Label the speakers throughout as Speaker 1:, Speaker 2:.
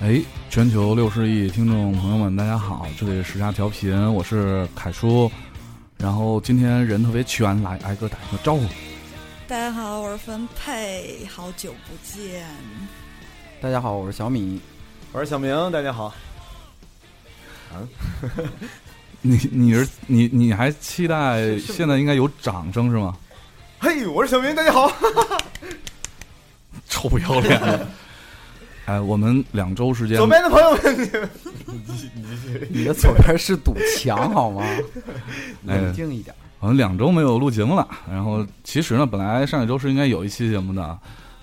Speaker 1: 哎，全球六十亿听众朋友们，大家好，这里是时差调频，我是凯叔。然后今天人特别全，来挨个打一个招呼。
Speaker 2: 大家好，我是分配，好久不见。
Speaker 3: 大家好，我是小米。
Speaker 4: 我是小明，大家好。
Speaker 1: 你你是你你还期待
Speaker 4: 是
Speaker 1: 现在应该有掌声是吗？
Speaker 4: 嘿，我是小明，大家好。
Speaker 1: 臭不要脸的！ 哎，我们两周时间
Speaker 4: 左，边的朋友们，你们，你
Speaker 3: 你的左边是堵墙好吗？
Speaker 1: 哎
Speaker 3: 冷静一点。
Speaker 1: 我们两周没有录节目了。然后其实呢，本来上一周是应该有一期节目的。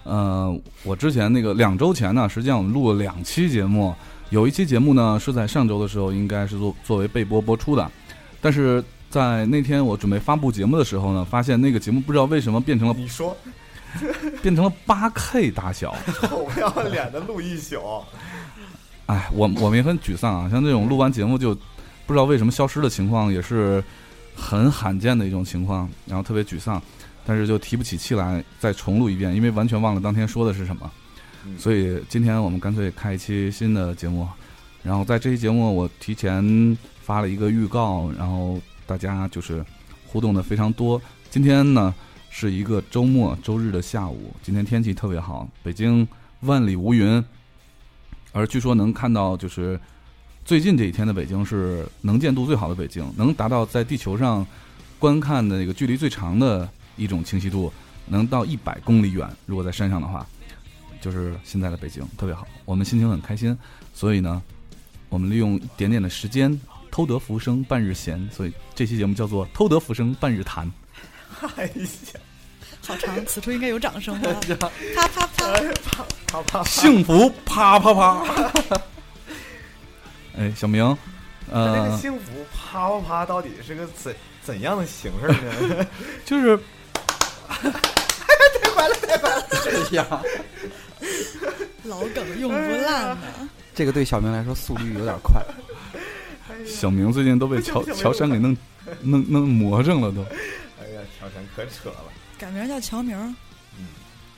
Speaker 1: 呃，我之前那个两周前呢，实际上我们录了两期节目，有一期节目呢是在上周的时候应该是作作为备播播出的，但是在那天我准备发布节目的时候呢，发现那个节目不知道为什么变成了
Speaker 4: 你说
Speaker 1: 变成了八 K 大小。
Speaker 4: 臭不要脸的录一宿，
Speaker 1: 哎，我我也很沮丧啊！像这种录完节目就不知道为什么消失的情况，也是很罕见的一种情况，然后特别沮丧，但是就提不起气来再重录一遍，因为完全忘了当天说的是什么。
Speaker 4: 嗯
Speaker 1: 所以今天我们干脆开一期新的节目，然后在这期节目我提前发了一个预告，然后大家就是互动的非常多。今天呢是一个周末周日的下午，今天天气特别好，北京万里无云，而据说能看到就是最近这几天的北京是能见度最好的北京，能达到在地球上观看的那个距离最长的一种清晰度，能到一百公里远。如果在山上的话，就是现在的北京特别好，我们心情很开心。所以呢，我们利用一点点的时间偷得浮生半日闲，所以这期节目叫做《偷得浮生半日谈》。
Speaker 4: 太险！
Speaker 2: 好长，此处应该有掌声吧？
Speaker 4: 啊
Speaker 2: 啪啪啪！
Speaker 4: 啪啪，
Speaker 1: 幸福啪啪啪。哎，小明，
Speaker 4: 那 这个
Speaker 1: 呃，
Speaker 4: 幸福啪啪啪到底是个怎怎样的形式呢？
Speaker 1: 就是
Speaker 3: 哎呀，
Speaker 2: 老梗用不烂呢。
Speaker 3: 这个对小明来说速率有点快。
Speaker 4: 哎呀
Speaker 1: 小明最近都被乔
Speaker 4: 不行不行
Speaker 1: 乔杉给弄弄弄魔怔了都。
Speaker 4: 哎呀，乔杉可扯了。
Speaker 2: 改名叫乔明儿，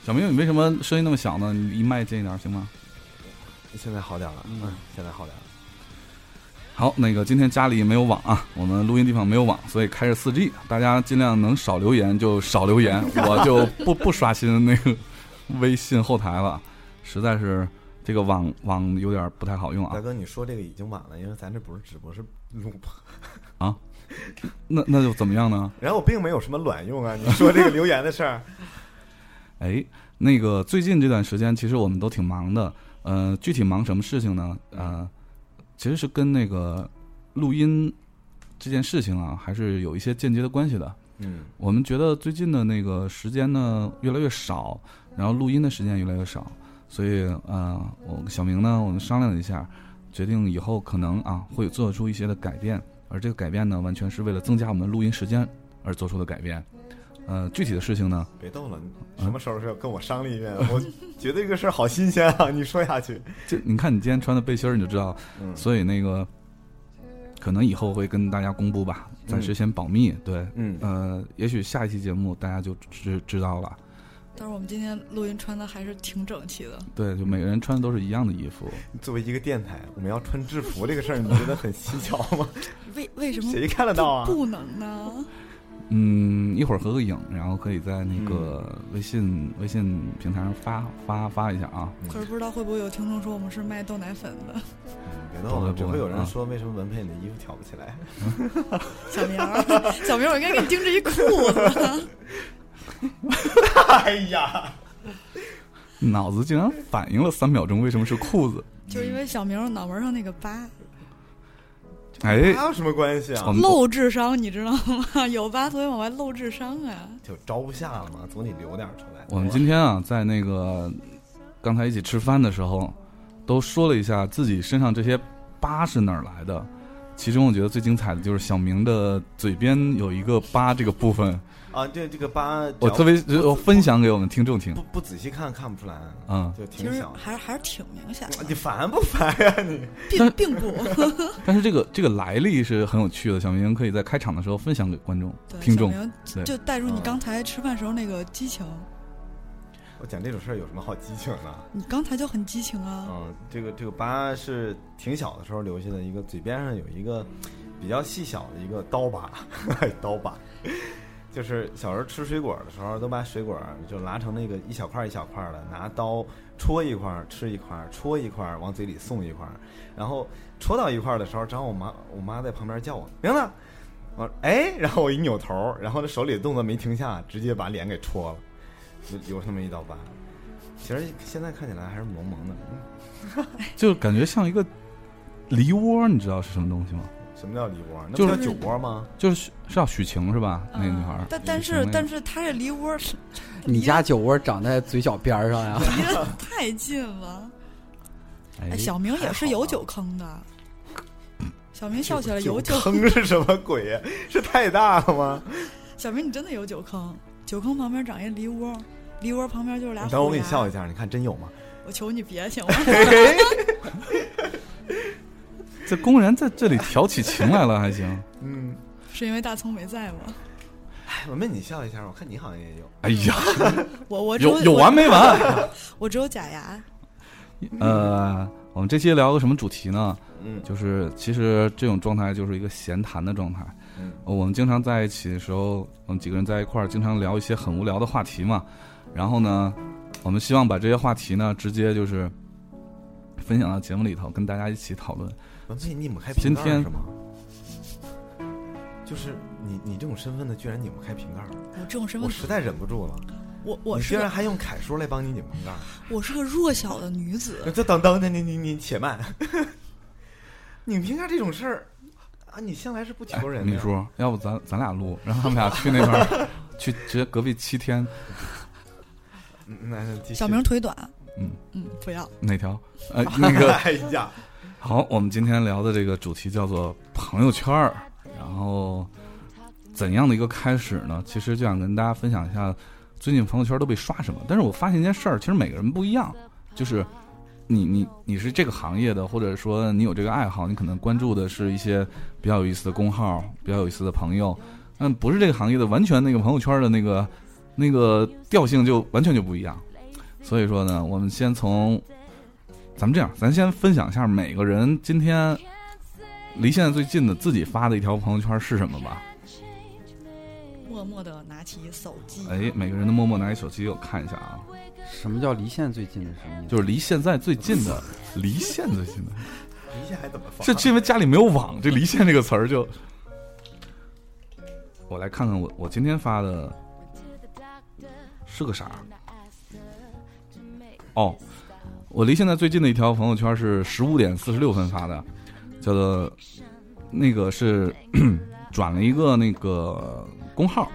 Speaker 1: 小明，你为什么声音那么小呢？你离麦近一点行吗？
Speaker 4: 现在好点了，
Speaker 3: 嗯，
Speaker 4: 现在好点了。
Speaker 1: 好，那个今天家里没有网啊，我们录音地方没有网，所以开着 4G，大家尽量能少留言就少留言，我就不不刷新那个微信后台了，实在是这个网网有点不太好用啊
Speaker 4: 大。哥，你说这个已经晚了，因为咱这不是直播，是录播。
Speaker 1: 那那就怎么样呢？
Speaker 4: 然后我并没有什么卵用啊，你说这个留言的事儿，
Speaker 1: 哎，那个最近这段时间，其实我们都挺忙的。呃，具体忙什么事情呢？呃，其实是跟那个录音这件事情啊，还是有一些间接的关系的。
Speaker 4: 嗯，
Speaker 1: 我们觉得最近的那个时间呢越来越少，然后录音的时间越来越少，所以呃，我跟小明呢，我们商量了一下，决定以后可能啊会做出一些的改变，而这个改变呢，完全是为了增加我们录音时间而做出的改变。呃，具体的事情呢，
Speaker 4: 别逗了，你什么时候要跟我商量一遍？我觉得这个事儿好新鲜啊，你说下去。
Speaker 1: 这你看你今天穿的背心儿，你就知道
Speaker 4: 嗯，
Speaker 1: 所以那个可能以后会跟大家公布吧，暂时先保密。对，
Speaker 4: 嗯
Speaker 1: 呃，也许下一期节目大家就知知道了。
Speaker 2: 但是我们今天录音穿的还是挺整齐的。
Speaker 1: 对，就每个人穿的都是一样的衣服。
Speaker 4: 作为一个电台，我们要穿制服这个事儿，你觉得很蹊跷 吗？
Speaker 2: 为为什么
Speaker 4: 谁看得
Speaker 2: 不
Speaker 4: 到啊？
Speaker 2: 不能呢？
Speaker 1: 嗯，一会儿合个影，然后可以在那个微信、微信平台上发发发一下啊。
Speaker 2: 可是不知道会不会有听众说我们是卖豆奶粉的。
Speaker 4: 别闹了，
Speaker 1: 不会不会
Speaker 4: 只会有
Speaker 1: 啊
Speaker 4: 人说为什么文佩你的衣服挑不起来。
Speaker 2: 小明儿， 小明儿，我应该给你定制一裤 子。
Speaker 4: 哎呀，
Speaker 1: 脑子竟然反应了三秒钟，为什么是裤子？
Speaker 2: 就是因为小明儿脑门上那个疤，
Speaker 1: 哎，
Speaker 4: 那有什么关系
Speaker 1: 我
Speaker 4: 啊？
Speaker 1: 们
Speaker 2: 露智商，你知道吗？有疤所以往外露智商啊。
Speaker 4: 就招不下了嘛，总得留点儿出来。
Speaker 1: 我们今天啊，在那个刚才一起吃饭的时候，都说了一下自己身上这些疤是哪儿来的。其中我觉得最精彩的就是小明的嘴边有一个疤这个部分，
Speaker 4: 啊，对这个疤，
Speaker 1: 我特
Speaker 4: 别
Speaker 1: 别我分享给我们听众听
Speaker 4: 不。不仔细看看不出来，啊
Speaker 1: 嗯，
Speaker 4: 就
Speaker 2: 其
Speaker 4: 挺
Speaker 2: 实
Speaker 4: 小 的。
Speaker 2: 还是还是挺明显的，
Speaker 4: 你烦不烦呀你？
Speaker 2: 并并 不。
Speaker 1: 但是这个这个来历是很有趣的，小明可以在开场的时候分享给观众
Speaker 2: 对，
Speaker 1: 听
Speaker 2: 小
Speaker 1: 众。
Speaker 2: 明
Speaker 1: 对
Speaker 2: 就带入你
Speaker 4: 嗯
Speaker 2: 刚才吃饭时候那个激情，
Speaker 4: 我我讲这种事儿有什么好激情的？
Speaker 2: 你刚才就很激情啊，
Speaker 4: 嗯，这个这个疤是挺小的时候留下的一个，嘴边上有一个比较细小的一个刀疤， 哎刀疤，就是小时候吃水果的时候，都把水果就拿成那个一小块一小块的，拿刀戳一块儿吃一块儿，戳一块儿往嘴里送一块儿，然后戳到一块儿的时候，正好我妈我妈在旁边叫我明子，我说哎，然后我一扭头，然后这手里的动作没停下，直接把脸给戳了，就有那么一道疤。其实现在看起来还是萌萌的，嗯
Speaker 1: 就感觉像一个梨窝，你知道是什么东西 吗？
Speaker 4: 什么叫梨窝？那
Speaker 1: 就
Speaker 4: 不
Speaker 1: 是
Speaker 4: 叫酒窝吗？
Speaker 1: 就是许是叫许晴是吧？那个女孩儿
Speaker 2: 嗯。但但
Speaker 1: 许
Speaker 2: 是
Speaker 1: 晴那个
Speaker 2: 但是他这梨窝 是
Speaker 3: 你家酒窝长在嘴角边儿上呀？
Speaker 2: 离 得太近了。哎，小明也是有酒坑 的，小明笑起来有酒，
Speaker 4: 坑是什么鬼呀？是太大了吗？
Speaker 2: 小明你真的有酒坑，酒坑旁边长一梨窝，梨窝旁边就是俩
Speaker 4: 你
Speaker 2: 虎
Speaker 4: 等
Speaker 2: 牙。
Speaker 4: 我给你笑一下，你看真有吗？
Speaker 2: 我求你别 行吗？
Speaker 1: 这公然在这里挑起情来了，还行。
Speaker 4: 嗯，
Speaker 2: 是因为大葱没在吗？
Speaker 4: 哎，文斌你笑一下，我看你好像也有。
Speaker 1: 哎呀，
Speaker 2: 我啊我只
Speaker 1: 有有完 没完？
Speaker 2: 我只有假牙，
Speaker 1: 呃，我们这期聊个什么主题呢？
Speaker 4: 嗯
Speaker 1: 就是其实这种状态就是一个闲谈的状态。
Speaker 4: 嗯
Speaker 1: 呃我们经常在一起的时候，我们几个人在一块儿，经常聊一些很无聊的话题嘛。然后呢，我们希望把这些话题呢，直接就是分享到节目里头，跟大家一起讨论。哎
Speaker 4: 文斌，你们开瓶
Speaker 1: 今
Speaker 4: 盖儿
Speaker 1: 天
Speaker 4: 是吗？就是你你这种身份的，居然拧不开瓶盖儿，
Speaker 2: 我这种身
Speaker 4: 我
Speaker 2: 份，
Speaker 4: 实在忍不住了。
Speaker 2: 我我
Speaker 4: 你
Speaker 2: 是
Speaker 4: 居然
Speaker 2: 个
Speaker 4: 还用楷书来帮你拧瓶盖儿？
Speaker 2: 我是个弱小的女子，
Speaker 4: 这等等，等你你你且慢， 拧瓶盖儿这种事儿啊，你向来是不
Speaker 1: 哎
Speaker 4: 求人的。
Speaker 1: 秘书，要不咱咱俩录，让他们俩去那边 儿，去直接隔壁七天，
Speaker 4: 嗯，那那继续
Speaker 2: 小明腿短，
Speaker 1: 嗯
Speaker 2: 嗯，不要
Speaker 1: 哪条？呃，那个
Speaker 4: 哎呀，
Speaker 1: 好，我们今天聊的这个主题叫做朋友圈儿，然后怎样的一个开始呢？其实就想跟大家分享一下，最近朋友圈都被刷什么。但是我发现一件事儿，其实每个人不一样，就是你你你是这个行业的，或者说你有这个爱好，你可能关注的是一些比较有意思的公号，比较有意思的朋友，嗯，不是这个行业的，完全那个朋友圈的那个那个调性就完全就不一样。所以说呢，我们先从咱们这样，咱先分享一下每个人今天离现在最近的自己发的一条朋友圈是什么吧。
Speaker 2: 默默的拿起手机，
Speaker 1: 哎，每个人都默默拿起手机，我看一下啊，
Speaker 3: 什么叫离线最近的什么意思？
Speaker 1: 就是离现在最近的，离现最近的，
Speaker 4: 一下还怎么放？啊
Speaker 1: 是因为家里没有网，这离线这个词儿就。我来看看我我今天发的是个啥？哦，我离现在最近的一条朋友圈是十五点四十六分发的，叫做那个是 转了一个那个公号，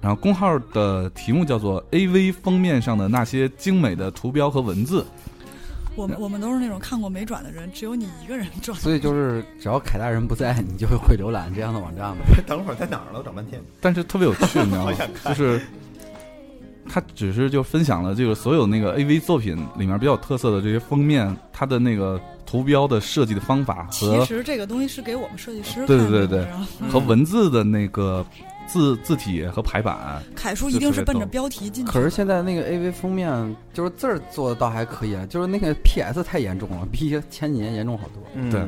Speaker 1: 然后公号的题目叫做 “AV 封面上的那些精美的图标和文字
Speaker 2: 我们我们都是那种看过没转的人，只有你一个人转。
Speaker 3: 所以就是只要凯大人不在，你就会浏览这样的网站吗？
Speaker 4: 等会儿在哪儿了？我找半天。”，
Speaker 1: 但是特别有趣，你知道吗？就是他只是就分享了这个所有那个 AV 作品里面比较有特色的这些封面，它的那个图标的设计的方法
Speaker 2: 其
Speaker 1: 和
Speaker 2: 实这个东西是给我们设计师看
Speaker 1: 对
Speaker 2: 的，
Speaker 1: 对对
Speaker 2: 你知道吗
Speaker 1: 和文字的那个字字体和排版。
Speaker 2: 凯叔一定是奔着标题进去
Speaker 3: 可
Speaker 2: 的。
Speaker 3: 是现在那个 AV 封面就是字儿做的倒还可以啊，就是那个 PS 太严重了，比前几年严重好多。
Speaker 4: 嗯
Speaker 1: 对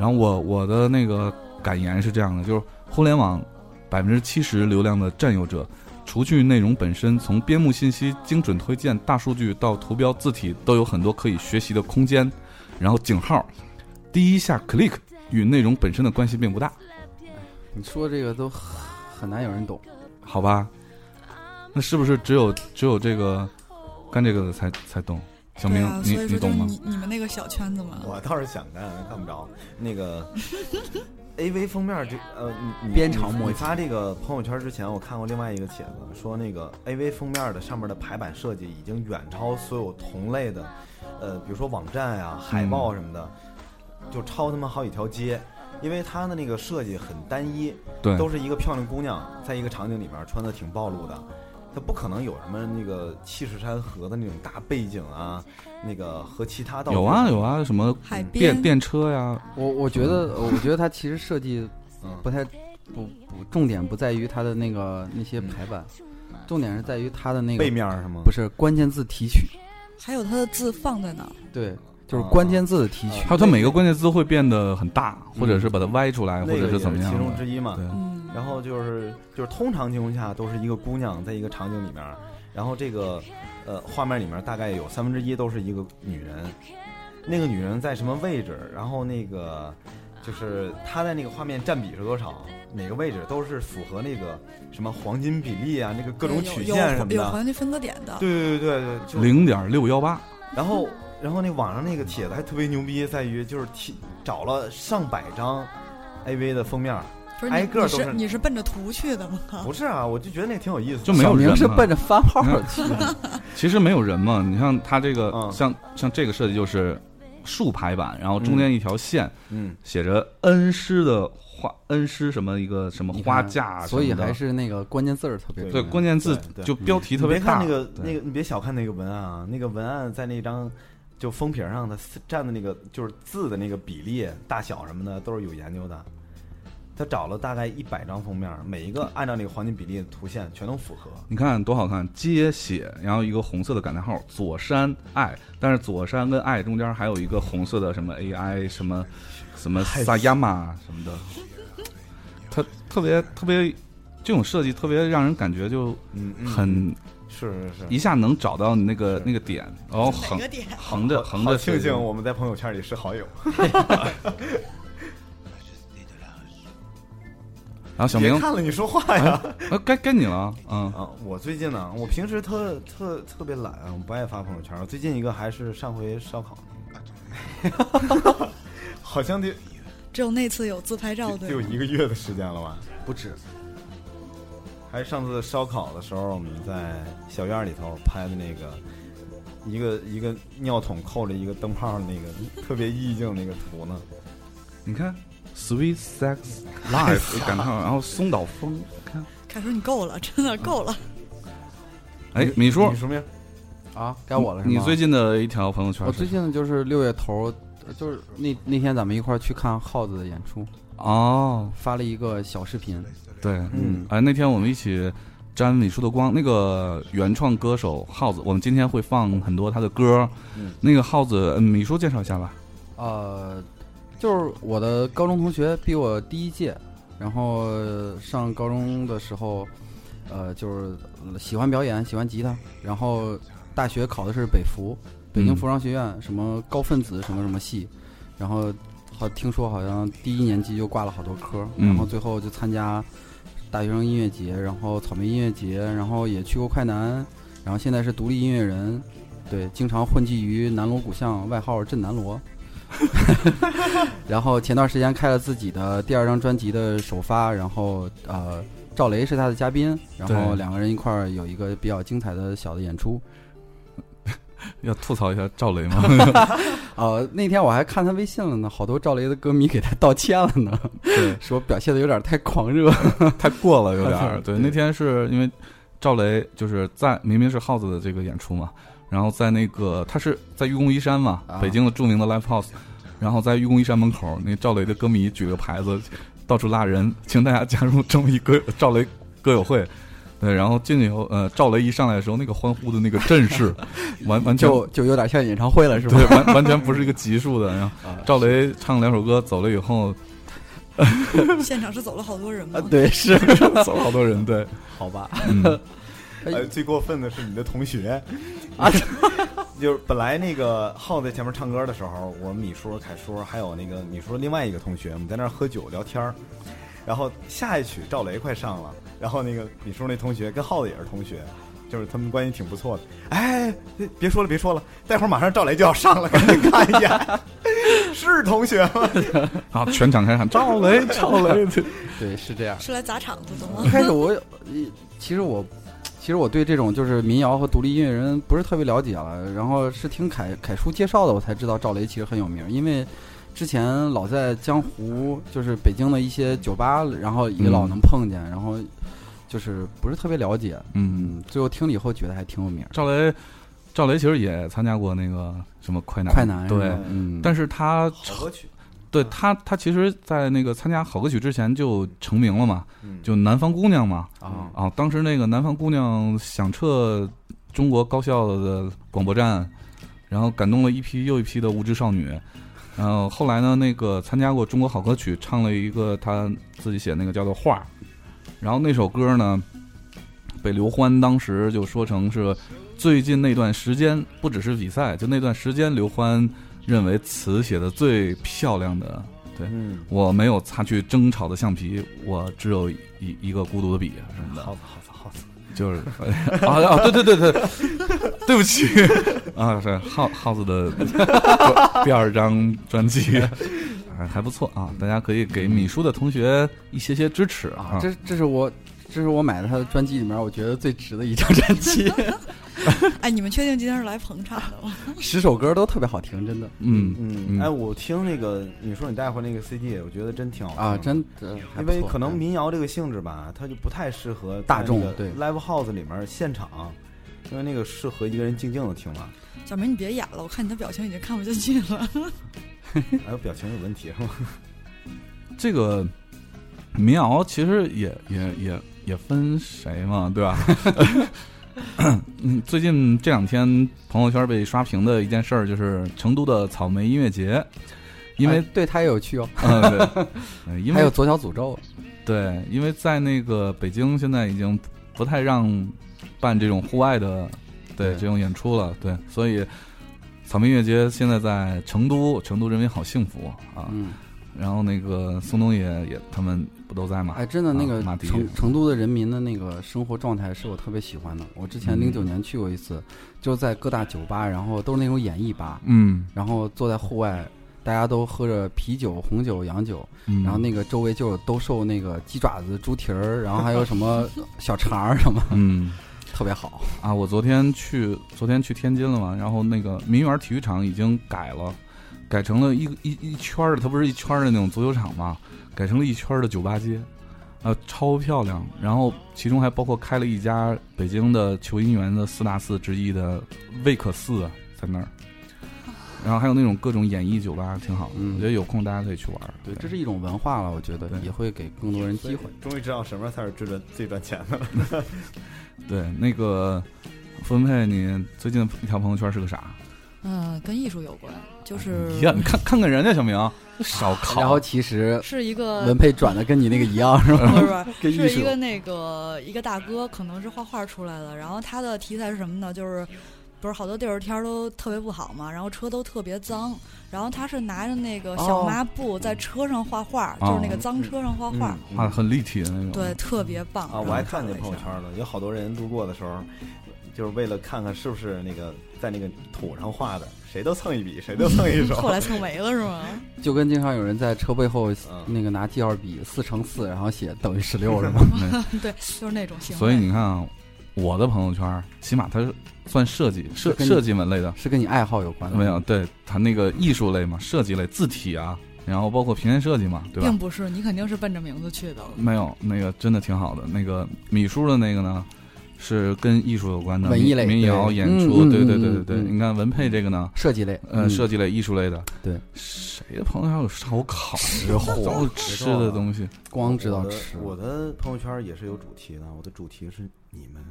Speaker 1: 然后我我的那个感言是这样的，就是互联网百分之七十流量的占有者，除去内容本身，从边牧信息、精准推荐、大数据到图标字体，都有很多可以学习的空间。然后井号，第一下 click 与内容本身的关系并不大，
Speaker 3: 你说这个都很很难有人懂。
Speaker 1: 好吧？那是不是只有只有这个干这个的才才懂？小
Speaker 2: 对
Speaker 1: 明，
Speaker 2: 啊，
Speaker 1: 你
Speaker 2: 所以
Speaker 1: 你
Speaker 2: 说就
Speaker 1: 懂
Speaker 2: 是
Speaker 1: 吗？
Speaker 2: 你你们那个小圈子嘛，
Speaker 4: 我倒是想干，干不着。那 个 A V 封面这呃，你你
Speaker 3: 鞭长莫及
Speaker 4: 你发这个朋友圈之前，我看过另外一个帖子，说那个 A V 封面的上面的排版设计已经远超所有同类的，呃，比如说网站呀、海报
Speaker 3: 嗯
Speaker 4: 什么的，就超他妈好几条街。因为它的那个设计很单一，
Speaker 1: 对，
Speaker 4: 都是一个漂亮姑娘在一个场景里面穿的挺暴露的，她不可能有什么那个气势山河的那种大背景啊，那个和其他道具
Speaker 1: 有啊有啊，什么
Speaker 2: 海
Speaker 1: 电
Speaker 2: 边
Speaker 1: 电车呀，
Speaker 3: 我我觉得，我觉得它其实设计
Speaker 4: 嗯
Speaker 3: 不太不不，重点不在于它的那个那些排版，重点是在于它的那个
Speaker 4: 背面儿是吗？
Speaker 3: 不是关键字提取，
Speaker 2: 还有它的字放在哪儿？
Speaker 3: 对，就是关键字的提取
Speaker 4: 啊。
Speaker 1: 还有它每个关键字会变得很大，或者是把它歪出来，
Speaker 4: 嗯那
Speaker 1: 或
Speaker 4: 个也
Speaker 1: 者
Speaker 4: 是
Speaker 1: 怎么样
Speaker 4: 其
Speaker 1: 的？
Speaker 4: 中之一嘛。
Speaker 1: 对，
Speaker 2: 嗯，
Speaker 4: 然后就是就是通常情况下都是一个姑娘在一个场景里面，然后这个呃画面里面大概有三分之一都是一个女人，那个女人在什么位置，然后那个就是她在那个画面占比是多少，哪个位置都是符合那个什么黄金比例啊，那个各种
Speaker 2: 有
Speaker 4: 曲
Speaker 2: 有
Speaker 4: 线什么
Speaker 2: 有
Speaker 4: 的。
Speaker 2: 环境分割点的，
Speaker 4: 对对对对对，就
Speaker 1: 零点六幺八，
Speaker 4: 然后，然后那网上那个帖子还特别牛逼，在于就是提找了上百张 AV 的封面儿，
Speaker 2: 不是
Speaker 4: 挨
Speaker 2: 你
Speaker 4: 个
Speaker 2: 你
Speaker 4: 都是
Speaker 2: 是你是奔着图去的吗？
Speaker 4: 不是啊，我就觉得那挺有意思的，
Speaker 1: 就没有
Speaker 3: 小
Speaker 1: 哦人
Speaker 3: 明
Speaker 1: 啊嘛
Speaker 3: 是奔着番号 去的，
Speaker 1: 其实没有人嘛。你像它这个，
Speaker 4: 嗯
Speaker 1: 像像这个设计就是竖排版，然后中间一条线
Speaker 4: 嗯，
Speaker 1: 写着恩师的花，恩师什么一个什么
Speaker 3: 你看
Speaker 1: 花架什么的，
Speaker 3: 所以还是那个关键字儿特别
Speaker 4: 对
Speaker 1: 对
Speaker 3: 重要
Speaker 1: 关键字
Speaker 4: 对对
Speaker 1: 就标题
Speaker 4: 你
Speaker 1: 特别
Speaker 4: 别
Speaker 1: 大。
Speaker 4: 看那个
Speaker 1: 对
Speaker 4: 那个，你别小看那个文案啊，那个文案在那张就封皮儿上，它占的那个就是字的那个比例、大小什么的都是有研究的。他找了大概一百张封面儿，每一个按照那个黄金比例的图线全都符合。
Speaker 1: 你看多好看，接血，然后一个红色的感叹号，左山爱，但是左山跟爱中间还有一个红色的什么 AI 什么什么萨亚玛什么的，它特别特别这种设计特别让人感觉就
Speaker 4: 嗯，嗯
Speaker 1: 很
Speaker 4: 是是
Speaker 1: 一
Speaker 4: 是。
Speaker 1: 下能找到你那个
Speaker 4: 是
Speaker 1: 那个点，然后横
Speaker 2: 哪个点？
Speaker 1: 横着横
Speaker 4: 好
Speaker 1: 着
Speaker 4: 庆
Speaker 1: 设计
Speaker 4: 幸我们在朋友圈里是好友。
Speaker 1: 然啊后小
Speaker 4: 别
Speaker 1: 明，
Speaker 4: 看了你说话呀。
Speaker 1: 呃，该该你了啊，嗯，
Speaker 4: 啊，我最近呢，我平时特特特别懒啊，我不爱发朋友圈儿。最近一个还是上回烧烤那个， 好像得
Speaker 2: 只有那次有自拍照
Speaker 4: 得
Speaker 2: 的
Speaker 4: 得有一个月的时间了吧？
Speaker 3: 不止。
Speaker 4: 还是上次烧烤的时候，我们在小院儿里头拍的那个，一个一个尿桶扣着一个灯泡儿那个特别意境那个图呢。
Speaker 1: 你看 Sweet Sex Life 感叹号，然后松岛枫，看，
Speaker 2: 凯叔，你够了，真的够了。
Speaker 1: 哎，米叔
Speaker 4: 你。署名？
Speaker 3: 啊，该我了是吗？
Speaker 1: 你最近的一条朋友圈
Speaker 3: 我
Speaker 1: 是
Speaker 3: 最近的就是六月头，呃就是那那天咱们一块儿去看耗子的演出，
Speaker 1: 哦，
Speaker 3: 发了一个小视频。
Speaker 1: 对，
Speaker 4: 嗯
Speaker 1: 哎，那天我们一起沾米叔的光，那个原创歌手耗子，我们今天会放很多他的歌。
Speaker 4: 嗯
Speaker 1: 那个耗子，嗯米叔介绍一下吧。
Speaker 3: 呃，就是我的高中同学比我低一届，然后上高中的时候，呃，就是喜欢表演，喜欢吉他，然后大学考的是北服，北京
Speaker 1: 嗯
Speaker 3: 服装学院什么高分子什么什么系，然后好听说好像第一年级就挂了好多科，
Speaker 1: 嗯
Speaker 3: 然后最后就参加大学生音乐节，然后草莓音乐节，然后也去过快男，然后现在是独立音乐人，对，经常混迹于南锣鼓巷，外号镇南 锣。然后前段时间开了自己的第二张专辑的首发，然后呃，赵雷是他的嘉宾，然后
Speaker 1: 对
Speaker 3: 两个人一块儿有一个比较精彩的小的演出。
Speaker 1: 要吐槽一下赵雷吗？
Speaker 3: 呃，那天我还看他微信了呢，好多赵雷的歌迷给他道歉了呢，
Speaker 1: 对，
Speaker 3: 说表现的有点太狂热。
Speaker 1: 太过了，有点儿。
Speaker 3: 对
Speaker 1: 对，那天是因为赵雷就是在明明是耗子的这个演出嘛，然后在那个他是在愚公移山嘛，
Speaker 3: 啊
Speaker 1: 北京的著名的 live house，然后在愚公移山门口，那赵雷的歌迷举个牌子，到处拉人，请大家加入这么一个赵雷歌友会。对，然后进去以后，呃，赵雷一上来的时候，那个欢呼的那个阵势，完完全
Speaker 3: 就就有点像演唱会了，是吧
Speaker 1: 对，？完完全不是一个级数的。然后
Speaker 3: 啊
Speaker 1: 赵雷唱两首歌走了以后，
Speaker 2: 现场是走了好多人吗
Speaker 3: 啊，？对， 是
Speaker 1: 走了好多人。对，
Speaker 3: 好吧？
Speaker 1: 嗯，
Speaker 3: 哎
Speaker 4: 呃，最过分的是你的同学
Speaker 3: 啊，
Speaker 4: 就是本来那个浩在前面唱歌的时候，我米叔、凯叔还有那个米叔另外一个同学，我们在那儿喝酒聊天儿，然后下一曲赵雷快上了，然后那个米叔那同学跟浩子也是同学。就是他们关系挺不错的，哎，别说了，别说了，待会儿马上赵雷就要上了，赶紧看一眼， 是同学 吗？
Speaker 1: 然后啊全场开始喊赵雷，赵雷。对
Speaker 3: 对，是这样。
Speaker 2: 是来砸场子的吗
Speaker 3: 一？开始我有，一其实我，其实我对这种就是民谣和独立音乐人不是特别了解了。然后是听凯凯叔介绍的，我才知道赵雷其实很有名，因为之前老在江湖，就是北京的一些酒吧，然后也
Speaker 1: 嗯
Speaker 3: 老能碰见，然后就是不是特别了解。
Speaker 1: 嗯。
Speaker 3: 嗯，最后听了以后觉得还挺有名。
Speaker 1: 赵雷，赵雷其实也参加过那个什么快男，
Speaker 3: 快男是吧
Speaker 1: 对，
Speaker 3: 嗯，
Speaker 1: 但是他
Speaker 4: 好歌曲，
Speaker 1: 对他，他其实，在那个参加好歌曲之前就成名了嘛，
Speaker 4: 嗯
Speaker 1: 就南方姑娘嘛。
Speaker 4: 啊
Speaker 1: 啊，当时那个南方姑娘响彻中国高校的广播站，然后感动了一批又一批的无知少女。然后后来呢，那个参加过中国好歌曲，唱了一个她自己写那个叫做《画》，然后那首歌呢，被刘欢当时就说成是最近那段时间，不只是比赛，就那段时间，刘欢认为词写的最漂亮的。
Speaker 4: 嗯，
Speaker 1: 我没有擦去争吵的橡皮，我只有一一个孤独的笔什么的。
Speaker 4: 嗯好好好，
Speaker 1: 就是 啊啊，对对对对，对不起啊，是耗耗子的 第二张专辑，还还不错啊，大家可以给米叔的同学一些些支持啊。
Speaker 3: 这这是我这是我买的他的专辑里面我觉得最值的一张专辑，
Speaker 2: 哎，你们确定今天是来捧场的吗？
Speaker 3: 十首歌都特别好听，真的
Speaker 1: 嗯，
Speaker 4: 嗯，哎，我听那个你说你带回那个 CD，我觉得真
Speaker 1: 嗯
Speaker 4: 挺好
Speaker 3: 啊，
Speaker 4: 听的
Speaker 3: 真的还
Speaker 4: 因
Speaker 3: 不错
Speaker 4: 为可能民谣这个性质吧，它就不太适合
Speaker 3: 大众
Speaker 4: 在那个
Speaker 3: 对
Speaker 4: live house 里面现场，因为那个适合一个人静静的听 嘛。
Speaker 2: 小明，你别演了，我看你的表情已经看不进去了。
Speaker 4: 还有表情有问题是吗？
Speaker 1: 这个民谣其实也也也也分谁嘛，对吧？ 嗯，最近这两天朋友圈被刷屏的一件事儿，就是成都的草莓音乐节，因为
Speaker 3: 哎对他也有趣哦，
Speaker 1: 呃， 对呃因为
Speaker 3: 还有左小诅咒，
Speaker 1: 对，因为在那个北京现在已经不太让办这种户外的对
Speaker 4: 对
Speaker 1: 这种演出了，对，所以草莓音乐节现在在成都，成都人民好幸福啊。
Speaker 3: 嗯，
Speaker 1: 然后那个宋冬野也他们不都在吗？
Speaker 3: 哎，真的那
Speaker 1: 啊
Speaker 3: 个
Speaker 1: 马迪
Speaker 3: 成成都的人民的那个生活状态是我特别喜欢的。我之前
Speaker 1: 嗯
Speaker 3: 零九年去过一次，就在各大酒吧，然后都是那种演艺吧，
Speaker 1: 嗯，
Speaker 3: 然后坐在户外，大家都喝着啤酒、红酒、洋酒，
Speaker 1: 嗯
Speaker 3: 然后那个周围就有兜售那个鸡爪子、猪蹄儿，然后还有什么小肠儿什么，
Speaker 1: 嗯
Speaker 3: 特别好。
Speaker 1: 啊，我昨天去昨天去天津了嘛，然后那个民园体育场已经改了，改成了一一一圈儿的，它不是一圈儿的那种足球场嘛，改成了一圈儿的酒吧街，啊、超漂亮。然后其中还包括开了一家北京的球音园的四大寺之一的魏可寺在那儿，然后还有那种各种演艺酒吧，挺好的。
Speaker 3: 嗯
Speaker 1: 我觉得有空大家可以去玩儿。
Speaker 3: 对，这是一种文化了，我觉得
Speaker 1: 对
Speaker 3: 也会给更多人机会。
Speaker 4: 终于知道什么才是最赚最赚钱的了。
Speaker 1: 对那个分配，你最近一条朋友圈是个啥？
Speaker 2: 嗯，跟艺术有关，就是
Speaker 1: 一样，你看看看人家小明，少
Speaker 3: 嗯啊
Speaker 1: 考。
Speaker 3: 然后其实
Speaker 2: 是一个
Speaker 3: 文佩转的跟你那个一样是吧？
Speaker 2: 不是不
Speaker 3: 跟艺
Speaker 2: 是，呃是
Speaker 3: 术
Speaker 2: 一个那个一个大哥，可能是画画出来的。然后他的题材是什么呢？就是不是好多地儿天儿都特别不好嘛，然后车都特别脏。然后他是拿着那个小
Speaker 3: 哦嗯
Speaker 2: 抹布在车上画画，就是那个脏车上画画，
Speaker 1: 画的很立体的那种。
Speaker 2: 对，特别棒。
Speaker 4: 嗯啊，我还看见朋友圈了，有好多人路过的时候，就是为了看看是不是那个在那个土上画的，谁都蹭一笔，谁都蹭一手。
Speaker 2: 嗯后来蹭没了是吗？
Speaker 3: 就跟经常有人在车背后
Speaker 4: 嗯
Speaker 3: 那个拿记号笔四乘四，然后写等于十 六是吗？
Speaker 1: 嗯，
Speaker 2: 对，就是那种行为。
Speaker 1: 所以你看啊，我的朋友圈起码它是算设计设
Speaker 3: 跟你
Speaker 1: 设计门类的，
Speaker 3: 是跟你爱好有关的。
Speaker 1: 没有对它那个艺术类嘛，设计类字体啊，然后包括平面设计嘛，对吧
Speaker 2: 并？不是，你肯定是奔着名字去的。
Speaker 1: 没有那个真的挺好的，那个米叔的那个呢。是跟艺术有关的
Speaker 3: 文艺类
Speaker 1: 民民谣
Speaker 3: 对
Speaker 1: 演
Speaker 3: 嗯
Speaker 1: 出，
Speaker 3: 嗯
Speaker 1: 对对
Speaker 3: 嗯
Speaker 1: 对对
Speaker 3: 嗯
Speaker 1: 对。
Speaker 3: 嗯
Speaker 1: 你看文佩这个呢，
Speaker 3: 设计类，
Speaker 1: 呃，
Speaker 3: 嗯
Speaker 1: 设计类、艺术类的，
Speaker 3: 对，
Speaker 1: 谁的朋友圈有烧烤、啊
Speaker 3: 吃货啊
Speaker 1: 都吃的东西？
Speaker 3: 光知
Speaker 4: 我
Speaker 3: 道
Speaker 4: 的
Speaker 3: 吃。
Speaker 4: 我的朋友圈也是有主题的，我的主题是你 们。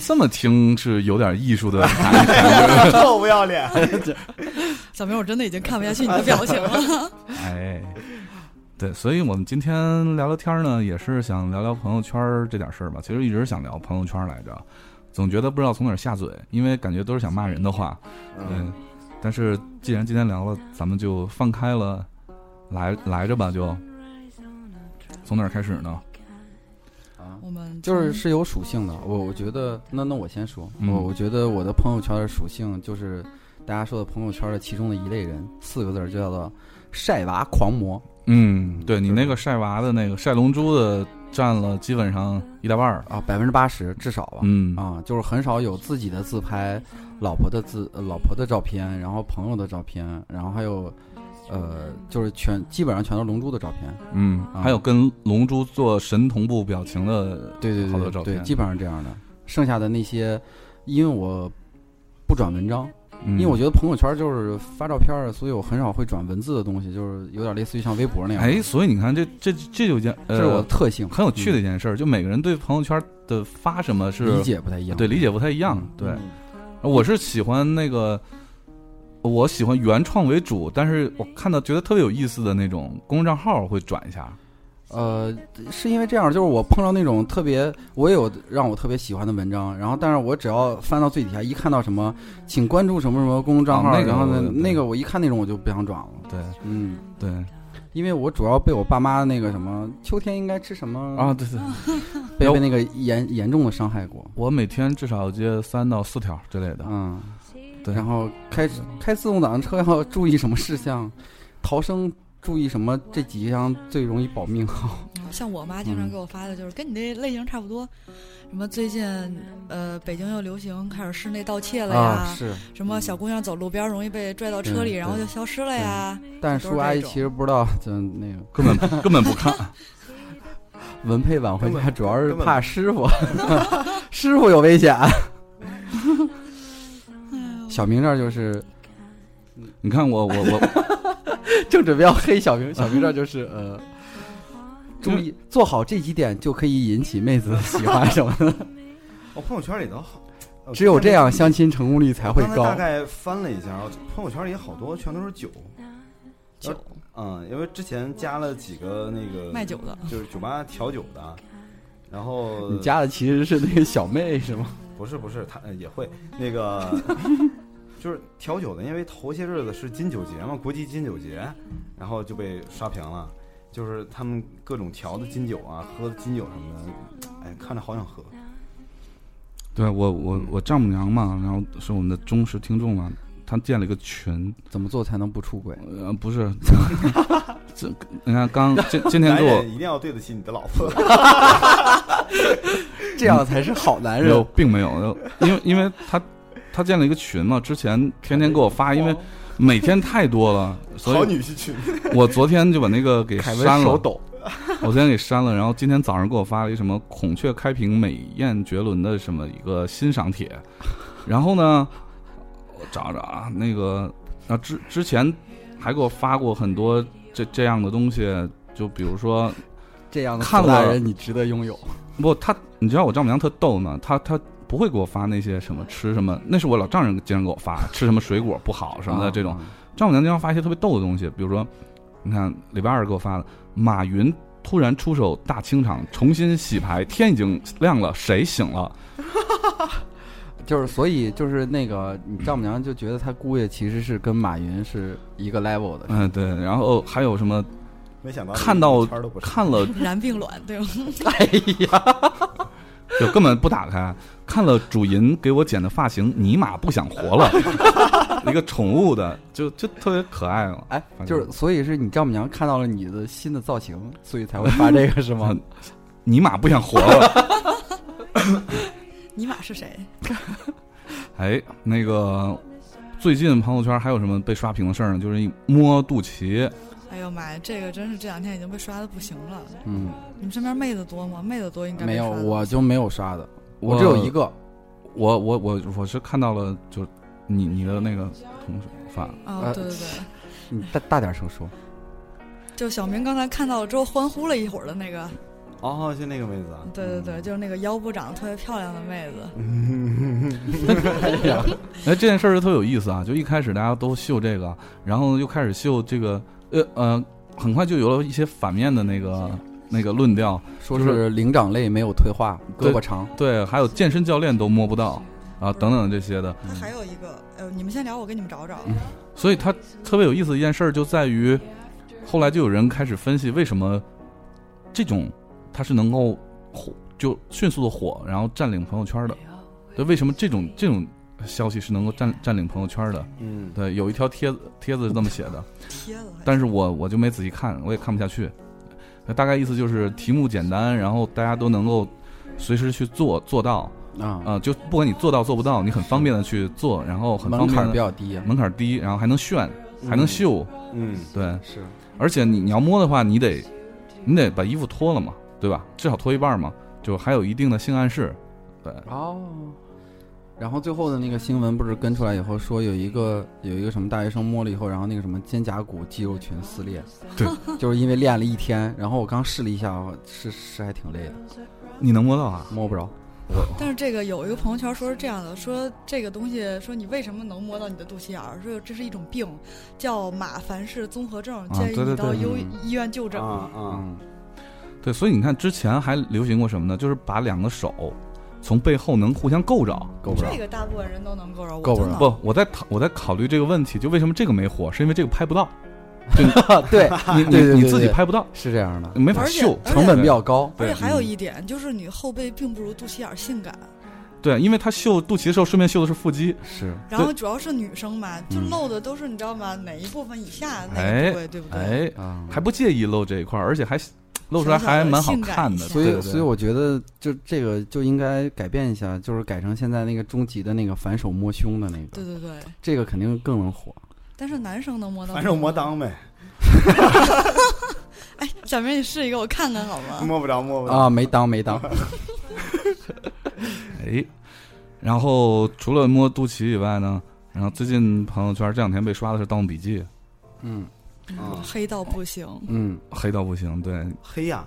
Speaker 1: 这么听是有点艺术的
Speaker 4: 臭不要脸！
Speaker 2: 小明，我真的已经看不下去你 的表情了。
Speaker 1: 哎，对，所以我们今天聊聊天儿呢，也是想聊聊朋友圈儿这点事儿吧。其实一直想聊朋友圈儿来着，总觉得不知道从哪儿下嘴，因为感觉都是想骂人的话。嗯，但是既然今天聊了，咱们就放开了，来来着吧，就从哪儿开始呢？
Speaker 3: 啊，
Speaker 2: 我们
Speaker 3: 就是是有属性的。我我觉得，那那我先说，
Speaker 1: 嗯
Speaker 3: 我我觉得我的朋友圈的属性就是大家说的朋友圈的其中的一类人，四个字儿就叫做晒娃狂魔。
Speaker 1: 嗯，对你
Speaker 3: 是
Speaker 1: 那个晒娃的那个晒龙珠的，占了基本上一大半儿。
Speaker 3: 啊，百分之八十至少吧。
Speaker 1: 嗯
Speaker 3: 啊，就是很少有自己的自拍，老婆的自呃老婆的照片，然后朋友的照片，然后还有，呃，就是全基本上全都是龙珠的照片。
Speaker 1: 嗯，
Speaker 3: 啊
Speaker 1: 还有跟龙珠做神同步表情的，
Speaker 3: 对对
Speaker 1: 好多
Speaker 3: 对
Speaker 1: 照
Speaker 3: 对，
Speaker 1: 片
Speaker 3: 基本上这样的。剩下的那些，因为我不转文章，
Speaker 1: 因
Speaker 3: 因为我觉得朋友圈就是发照片儿，所以我很少会转文字的东西，就是有点类似于像微博那样。
Speaker 1: 哎，，所以你看，这这这就件
Speaker 3: 这是我
Speaker 1: 呃
Speaker 3: 的特性，嗯
Speaker 1: 很有趣的一件事儿，就每个人对朋友圈的发什么是
Speaker 3: 理解不太一样。
Speaker 1: 对理解不太一样
Speaker 3: 嗯。
Speaker 1: 对，
Speaker 4: 嗯
Speaker 1: 我是喜欢那个，我喜欢原创为主，但是我看到觉得特别有意思的那种公众账号会转一下。
Speaker 3: 呃，是因为这样，就是我碰到那种特别，我也有让我特别喜欢的文章，然后但是我只要翻到最底下，一看到什么，请关注什么什么公众账号，
Speaker 1: 啊那个
Speaker 3: 然后呢
Speaker 1: 我，
Speaker 3: 那个我一看那种我就不想转了，
Speaker 1: 对
Speaker 3: 嗯，
Speaker 1: 对
Speaker 3: 因为我主要被我爸妈那个什么秋天应该吃什么
Speaker 1: 啊，，对对，
Speaker 3: 被被那个严严重的伤害过，
Speaker 1: 我每天至少接三到四条之类的。
Speaker 3: 嗯，
Speaker 1: 对
Speaker 3: 然后开开自动挡车要注意什么事项，逃生注意什么这几项最容易保命。
Speaker 2: 像我妈经常
Speaker 3: 嗯
Speaker 2: 给我发的就是跟你那类型差不多，什么最近呃北京又流行开始室内盗窃了呀，
Speaker 3: 啊，是，
Speaker 2: 什么小姑娘走路边儿容易被拽到车里，
Speaker 3: 嗯
Speaker 2: 然后就消失了呀。
Speaker 3: 但是叔阿姨其实不知道，就那个
Speaker 1: 根本根本不看，
Speaker 3: 文佩晚回
Speaker 4: 根
Speaker 3: 家
Speaker 4: 本
Speaker 3: 主要是
Speaker 4: 根本
Speaker 3: 怕师傅， 师傅有危险。小明这儿就是
Speaker 1: 你看我我我，
Speaker 3: 正准备要黑小明，小明这儿就是 呃，注意做好这几点就可以引起妹子的喜 欢什么的，
Speaker 4: 我哦朋友圈里头好，呃
Speaker 3: 只有这样
Speaker 4: 看
Speaker 3: 相亲成功率才
Speaker 4: 了
Speaker 3: 会
Speaker 4: 我刚才
Speaker 3: 高
Speaker 4: 大。概翻了一下，我朋友圈里好多全都是酒，
Speaker 2: 酒
Speaker 4: 嗯，因为之前加了几个那个
Speaker 2: 卖酒的，
Speaker 4: 就是酒吧调酒的，然后
Speaker 3: 你加的其实是那个小妹是吗？
Speaker 4: 不是不是，他呃也会那 个，就是调酒的，因为头些日子是金酒节嘛，国际金酒节，然后就被刷屏了，就是他们各种调的金酒啊，喝的金酒什么的，哎，看着好想喝。
Speaker 1: 对我我我丈母娘嘛，然后是我们的忠实听众嘛，她建了一个群，
Speaker 3: 怎么做才能不出轨？
Speaker 1: 呃，不是， 这你看刚今今天
Speaker 4: 男
Speaker 1: 给我
Speaker 4: 人一定要对得起你的老婆。
Speaker 3: 这样才是好男
Speaker 1: 没有，
Speaker 3: 人。
Speaker 1: 并没有，因为因为他他建了一个群嘛，之前天天给我发，啊因为每天太多了，
Speaker 4: 哦好
Speaker 1: 所以
Speaker 4: 女婿群，
Speaker 1: 我昨天就把那个给
Speaker 3: 凯
Speaker 1: 删
Speaker 3: 文手
Speaker 1: 了，
Speaker 3: 抖，
Speaker 1: 我昨天给删了，然后今天早上给我发了一什么孔雀开屏美艳绝伦的什么一个欣赏帖，然后呢，我找找啊，那个啊之之前还给我发过很多这这样的东西，就比如说
Speaker 3: 这样的
Speaker 1: 看
Speaker 3: 大
Speaker 1: 了
Speaker 3: 人你值得拥有。
Speaker 1: 不，他你知道我丈母娘特逗呢，她她不会给我发那些什么吃什么，那是我老丈人经常给我发吃什么水果不好什么的这种。
Speaker 3: 啊
Speaker 1: 丈母娘经常发一些特别逗的东西，比如说，你看礼拜二给我发的，马云突然出手大清场，重新洗牌，天已经亮了，谁醒 了？
Speaker 3: 就是，所以就是那个，你丈母娘就觉得她姑爷其实是跟马云是一个 level 的，
Speaker 1: 嗯，对，然后还有什么
Speaker 4: 没想到
Speaker 1: 看到
Speaker 4: 圈儿都不是
Speaker 1: 看了
Speaker 2: 然并卵， 对吗？
Speaker 1: 就根本不 打开，看了主银给我剪的发型，尼玛不想活了， 一个宠物的，就就特别可爱啊嘛。
Speaker 3: 哎，
Speaker 1: 反正
Speaker 3: 就是，所以是你丈母娘看到了你的新的造型，所以才会发这个是吗？
Speaker 1: 尼玛不想活了，
Speaker 2: 尼玛是谁？
Speaker 1: 哎，那个最近朋友圈还有什么被刷屏的事儿呢？就是一摸肚脐，
Speaker 2: 哎呦妈呀，这个真是这两天已经被刷的不行了。
Speaker 3: 嗯，
Speaker 2: 你们身边妹子多吗？妹子多应该被
Speaker 3: 没有，
Speaker 2: 刷的
Speaker 3: 我就没有刷的，我只有一，个，
Speaker 1: 我我我我是看到了，就是你你的那个同事发，
Speaker 2: 啊，
Speaker 3: 呃
Speaker 2: 对对对，
Speaker 3: 你大大点声说，
Speaker 2: 就小明刚才看到了之后欢呼了一会儿的那个，
Speaker 4: 哦，就那个妹子啊，
Speaker 2: 对对对，就是那个腰部长得特别漂亮的妹子，
Speaker 3: 嗯
Speaker 1: 哎，这件事儿就特有意思啊！就一开始大家都秀这个，然后又开始秀这个，呃呃，很快就有了一些反面的那个那个论调，
Speaker 3: 说
Speaker 1: 就是
Speaker 3: 是灵长类没有退化，胳
Speaker 1: 对
Speaker 3: 膊长，
Speaker 1: 对，还有健身教练都摸不到啊，等等这些的，
Speaker 2: 还有一个，呃，你们先聊，我给你们找找。
Speaker 3: 嗯
Speaker 1: 所以它特别有意思的一件事儿就在于，后来就有人开始分析为什么这种它是能够火，就迅速的火，然后占领朋友圈的。对，为什么这种这种消息是能够占占领朋友圈的？
Speaker 4: 嗯，
Speaker 1: 对，有一条帖子帖子是这么写的，
Speaker 2: 贴子还
Speaker 1: 但是我我就没仔细看，我也看不下去。那大概意思就是题目简单，然后大家都能够随时去做做到，
Speaker 3: 啊，
Speaker 1: 啊，就不管你做到做不到，你很方便的去做，然后很方
Speaker 3: 门
Speaker 1: 便
Speaker 3: 槛
Speaker 1: 地
Speaker 3: 比较低，
Speaker 1: 门槛低，然后还能炫，还能秀，
Speaker 4: 嗯，
Speaker 1: 对，
Speaker 3: 是，
Speaker 1: 而且你你要摸的话，你得你得把衣服脱了嘛，对吧？至少脱一半嘛，就还有一定的性暗示。对，
Speaker 3: 哦，然后最后的那个新闻不是跟出来以后说有一个有一个什么大学生摸了以后，然后那个什么肩胛骨肌肉群撕裂，对， 就是因为练了一天。然后我刚试了一下，哦是是还挺累的，
Speaker 1: 你能摸到啊？
Speaker 3: 摸不着。
Speaker 2: 但是这个有一个朋友圈说是这样的，说这个东西，说你为什么能摸到你的肚脐眼儿？说这是一种病，叫马凡氏综合
Speaker 3: 啊
Speaker 2: 症，建议
Speaker 1: 对对
Speaker 2: 你到
Speaker 1: 对
Speaker 2: 医
Speaker 3: 嗯
Speaker 2: 医院就诊。
Speaker 4: 啊啊，
Speaker 3: 嗯，
Speaker 1: 对，所以你看之前还流行过什么呢？就是把两个手从背后能互相够着。
Speaker 3: 够不着
Speaker 2: 这。个大部分人都能够着，
Speaker 3: 够
Speaker 2: 我
Speaker 3: 不
Speaker 2: 真的
Speaker 3: 着
Speaker 1: 不，我在考我在考虑这个问题，就为什么这个没火，是因为这个拍不到，
Speaker 3: 对，
Speaker 1: 你
Speaker 3: 对对
Speaker 1: 你
Speaker 3: 对
Speaker 1: 自己
Speaker 3: 对
Speaker 1: 拍不到，
Speaker 3: 是这样的，
Speaker 1: 没法
Speaker 2: 而且
Speaker 1: 秀，
Speaker 2: 而且
Speaker 3: 成本比较高。
Speaker 2: 而且还有
Speaker 3: 嗯
Speaker 2: 一点就是你后背并不如肚脐眼儿性感，
Speaker 1: 对，因为他秀肚脐的时候，顺便秀的是腹肌，
Speaker 3: 是，
Speaker 2: 然后主要是女生嘛，就
Speaker 3: 嗯
Speaker 2: 露的都是你知道吗？哪一部分以下哪
Speaker 1: 哎
Speaker 2: 个部位，对不对？
Speaker 1: 哎，
Speaker 3: 嗯，
Speaker 1: 还不介意露这一块儿，而且还露出来
Speaker 2: 小小的
Speaker 1: 还蛮好
Speaker 2: 性感
Speaker 1: 看
Speaker 2: 一
Speaker 1: 的。
Speaker 2: 下
Speaker 3: 所以
Speaker 1: 对对对
Speaker 3: 所以我觉得就这个就应该改变一下，就是改成现在那个终极的那个反手摸胸的那个，
Speaker 2: 对对对，
Speaker 3: 这个肯定更能火。
Speaker 2: 但是男生能摸到，
Speaker 4: 反正摸。裆呗，
Speaker 2: 哎，小明，你试一个，我看看好
Speaker 1: 嗯
Speaker 2: 吗？
Speaker 4: 摸不着摸不着。
Speaker 3: 啊，没当没当，
Speaker 1: 哎，然后除了摸肚脐以外呢，然后最近朋友圈这两天被刷的是《盗墓笔记》，
Speaker 3: 嗯
Speaker 4: 啊
Speaker 2: 黑到不行，
Speaker 3: 嗯，
Speaker 1: 黑到不行，对，
Speaker 4: 黑呀，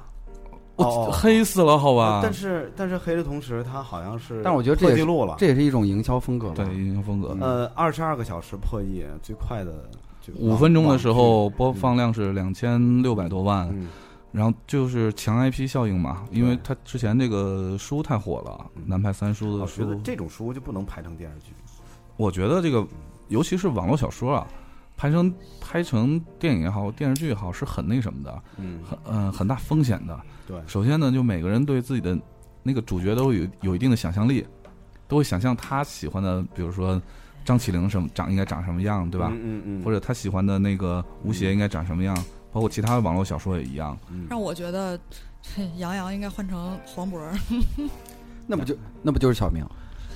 Speaker 1: 我、
Speaker 4: 哦哦哦呃
Speaker 1: 黑死了，好吧？
Speaker 4: 但是但是黑的同时，它好像是
Speaker 3: 但我觉得这
Speaker 4: 破
Speaker 3: 也
Speaker 4: 纪
Speaker 3: 是
Speaker 4: 录了，
Speaker 3: 这也是一种营销风格吧
Speaker 1: 对，。英雄风格。
Speaker 4: 呃二十二个小时破亿最快的就
Speaker 1: 五分钟的时
Speaker 4: 网哦
Speaker 1: 候播放量是两千六百多万
Speaker 4: 剧，，嗯
Speaker 1: 然后就是强 IP 效应嘛，因为
Speaker 4: 对
Speaker 1: 他之前这个书太火了，
Speaker 4: 嗯
Speaker 1: 南派三叔
Speaker 4: 我
Speaker 1: 的
Speaker 4: 觉得
Speaker 1: 书，
Speaker 4: 这种书就不能拍成电视剧，
Speaker 1: 我觉得这个尤其是网络小说啊，拍成拍成电影也好，电视剧也好，是很那什么的，
Speaker 4: 嗯，
Speaker 1: 很嗯、呃、很大风险的。
Speaker 4: 对，
Speaker 1: 首先呢，就每个人对自己的那个主角都有有一定的想象力，都会想象他喜欢的，比如说张起灵什么长应该长什么样，对吧？
Speaker 4: 嗯嗯嗯，
Speaker 1: 或者他喜欢的那个吴邪应该长什么样，包括其他的网络小说也一样。
Speaker 4: 嗯
Speaker 2: 让我觉得 嘿杨洋应该换成黄渤儿。
Speaker 3: 那不就那不就是小明？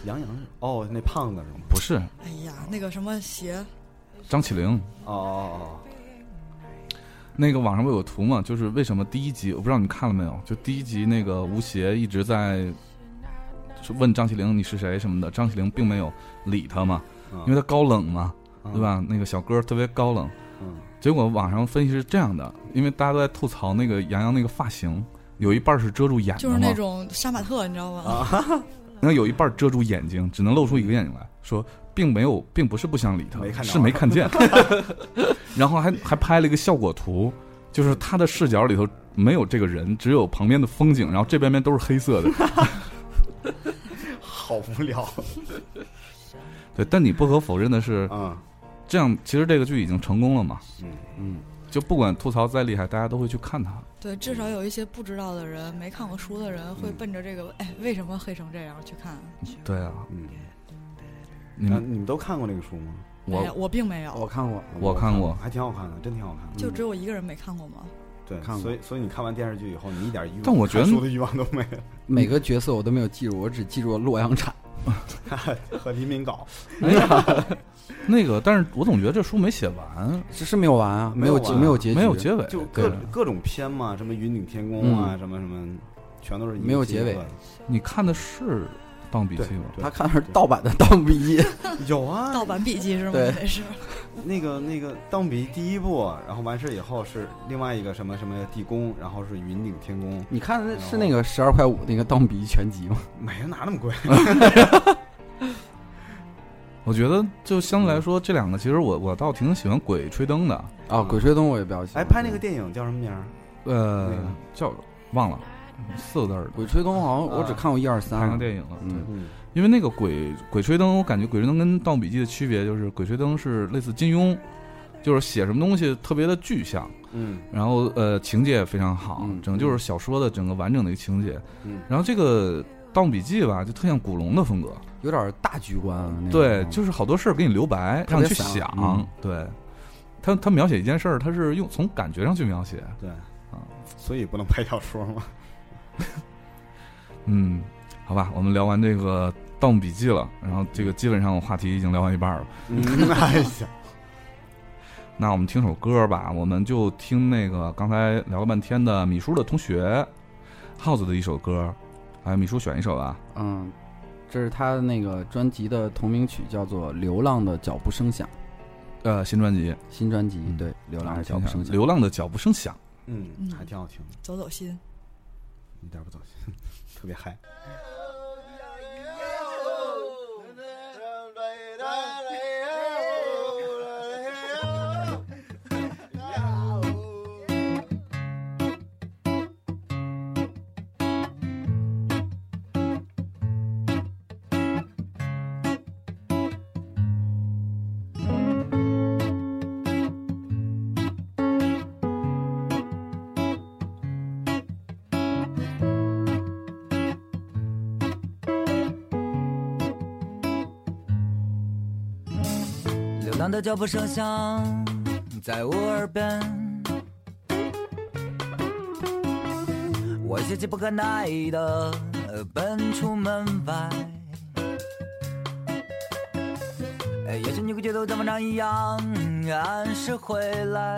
Speaker 4: 杨洋是哦，那胖子是吗？
Speaker 1: 不是
Speaker 2: 哎呀，那个什么鞋，
Speaker 1: 张起灵，
Speaker 4: 哦哦
Speaker 1: 那个网上不有图嘛？就是为什么第一集我不知道你看了没有？就第一集那个吴邪一直在是问张起灵你是谁什么的，张起灵并没有理他嘛，
Speaker 4: 哦，
Speaker 1: 因为他高冷嘛，
Speaker 4: 嗯
Speaker 1: 对？吧？那个小哥特别高冷。
Speaker 4: 嗯
Speaker 1: 结果网上分析是这样的，因为大家都在吐槽那个杨洋那个发型，有一半是遮住眼
Speaker 2: 就
Speaker 1: 的
Speaker 2: 是
Speaker 1: 嘛，
Speaker 2: 那种杀马特，你知道吗？
Speaker 3: 啊
Speaker 1: 然后有一半遮住眼睛，只能露出一个眼睛来说，并没有，并不是不想理他，
Speaker 4: 没看着啊
Speaker 1: 是没 看见。然后还还拍了一个效果图，就是他的视角里头没有这个人，只有旁边的风景，然后这边边都是黑色的。
Speaker 4: 好无 聊
Speaker 1: 对，但你不可否认的是，
Speaker 4: 啊，
Speaker 1: 这样其实这个剧已经成功了嘛，
Speaker 4: 嗯
Speaker 3: 嗯，
Speaker 1: 就不管吐槽再厉害，大家都会去看它。
Speaker 2: 对，至少有一些不知道的人、没看过书的人，会奔着这个，哎，为什么黑成这样去看？
Speaker 1: 对啊，
Speaker 4: 嗯，
Speaker 1: 你
Speaker 4: 啊
Speaker 1: 们
Speaker 4: 你们都看过那个书吗？
Speaker 2: 哎呀
Speaker 1: 我
Speaker 2: 我并没有，
Speaker 3: 我看过，
Speaker 1: 我看过
Speaker 4: 还挺好看的，真挺好看的。
Speaker 2: 就只有一个人没看过吗？
Speaker 4: 对，
Speaker 3: 看过
Speaker 4: 所以所以你看完电视剧以后，你一点欲望，
Speaker 1: 但我觉得
Speaker 4: 看书的欲望都没
Speaker 3: 每个角色我都没有记住，我只记住了洛阳铲。
Speaker 4: 有，和黎明搞
Speaker 3: 哎
Speaker 1: 那个，但是我总觉得这书没写完，
Speaker 3: 这是没有完啊，
Speaker 4: 没
Speaker 3: 有
Speaker 4: 有
Speaker 3: 结
Speaker 4: 完
Speaker 3: 没有结局，
Speaker 1: 没有结尾，
Speaker 4: 就各
Speaker 1: 对，
Speaker 4: 各种片嘛，什么云顶天宫啊，
Speaker 3: 嗯
Speaker 4: 什么什么，全都是一个
Speaker 3: 没有
Speaker 4: 接一
Speaker 3: 结尾
Speaker 4: 个的。
Speaker 1: 你看的是《当笔记
Speaker 4: 对》
Speaker 1: 吗？
Speaker 4: 对
Speaker 3: 他看的是盗版的《盗墓笔记》，
Speaker 4: 有啊，
Speaker 2: 盗版笔记是吗？
Speaker 3: 嗯对
Speaker 2: 这是
Speaker 4: 那个那个《当比》第一部，然后完事以后是另外一个什么什么地宫，然后是云顶天宫，
Speaker 3: 你看的是那个十二块五那个《盗墓笔记》全集吗？
Speaker 4: 没有哪那么贵。啊
Speaker 1: 我觉得就相对来说，这两个其实我我倒挺喜欢《鬼吹灯》的，
Speaker 3: 啊，《鬼吹灯》我也比较喜欢。
Speaker 4: 哎，拍那个电影叫什么名儿？
Speaker 1: 呃
Speaker 4: 那个，
Speaker 1: 叫忘了四个字儿的，
Speaker 3: 鬼吹灯好像我只看过一二三
Speaker 1: 拍
Speaker 3: 啊，
Speaker 1: 成电影了。
Speaker 3: 嗯
Speaker 1: 对，
Speaker 4: 嗯
Speaker 1: 因为那个鬼《鬼吹灯》，我感觉《鬼吹灯》跟《盗墓笔记》的区别就是，《鬼吹灯》是类似金庸，就是写什么东西特别的具象，
Speaker 4: 嗯
Speaker 1: 然后呃情节也非常好，
Speaker 3: 嗯
Speaker 1: 整个就是小说的整个完整的一个情节。
Speaker 4: 嗯，
Speaker 1: 然后这个《盗墓笔记》吧，就特像古龙的风格，
Speaker 3: 有点大局观啊。那种
Speaker 1: 对，就是好多事儿给你留白，
Speaker 3: 特
Speaker 1: 让
Speaker 3: 别
Speaker 1: 你去
Speaker 3: 散
Speaker 1: 想。
Speaker 3: 嗯
Speaker 1: 对，他他描写一件事儿，他是用从感觉上去描写。
Speaker 4: 对，所以不能拍小说嘛。
Speaker 1: 嗯，好吧，我们聊完这个《盗墓笔记》了，然后这个基本上我话题已经聊完一半了。
Speaker 4: 嗯，哎呀，
Speaker 1: 那我们听首歌吧，我们就听那个刚才聊了半天的米叔的同学耗子的一首歌，哎，米叔选一首吧。
Speaker 3: 嗯，这是他的那个专辑的同名曲，叫做《流浪的脚步声响》，
Speaker 1: 呃，新专辑《
Speaker 3: 新专辑
Speaker 1: 嗯
Speaker 3: 对《流浪的脚
Speaker 1: 听
Speaker 3: 步
Speaker 1: 一下
Speaker 3: 声响》。
Speaker 1: 流浪的脚步声响》。
Speaker 4: 嗯，还挺好听的，
Speaker 2: 走走心。
Speaker 3: 嗯
Speaker 4: 一点不走心，特别嗨。
Speaker 5: 流浪的脚步声响在我耳边，我切切不可耐的奔出门外。哎也许你会觉得我像往常一样按时回来，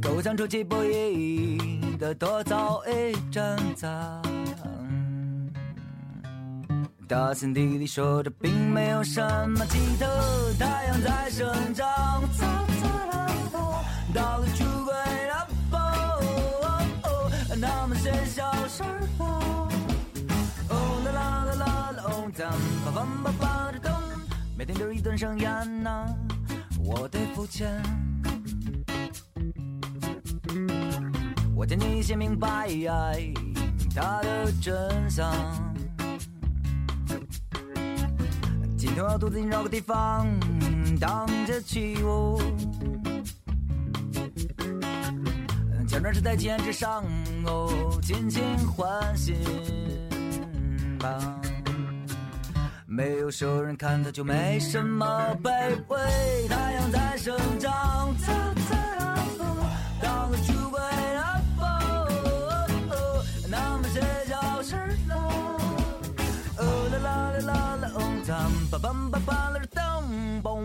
Speaker 5: 够想出其不意的多走一阵子。打心底里说着，并没有什么奇特。太阳在生长，擦擦啦啦，道理出轨了吧？他们些小事吧。哦啦啦啦啦啦，哦咱吧吧吧吧的咚，每天都是一顿盛宴呐，我得付钱。我渐渐已经明白它的真相。今天我要独自寻找个地方荡着起舞。假装是在极限之上，哦，尽情欢欣吧。没有熟人看他就没什么卑微，太阳在生长，擦擦啊哦到了出轨啊哦，那么些小事了。哦啦啦啦啦啦，哦，咱吧吧吧吧啦当嘣。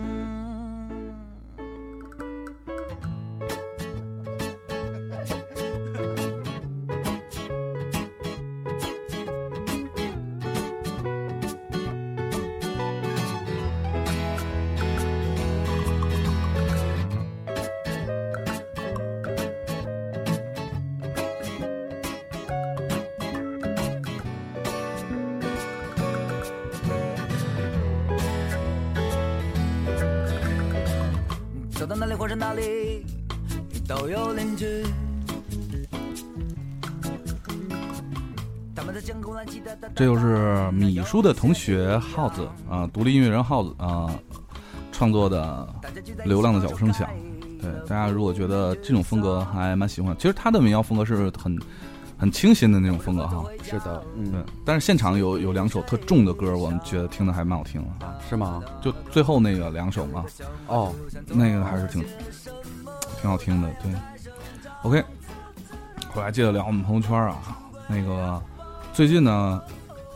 Speaker 5: 走到哪里或者哪里都有邻居，他们在监控乱七八糟。
Speaker 1: 这就是米叔的同学耗子啊，独立音乐人耗子啊创作的《流浪的脚步声响》。对，大家如果觉得这种风格还蛮喜欢，其实他的民谣风格是很很清新的那种风格哈。
Speaker 3: 是的，
Speaker 1: 对
Speaker 3: 嗯，，
Speaker 1: 但是现场有有两首特重的歌，我们觉得听的还蛮好听的，
Speaker 3: 是吗？
Speaker 1: 就最后那个两首嘛，
Speaker 3: 哦，
Speaker 1: 那个还是挺挺好听的。对，OK，回来接着聊我们朋友圈啊，那个最近呢，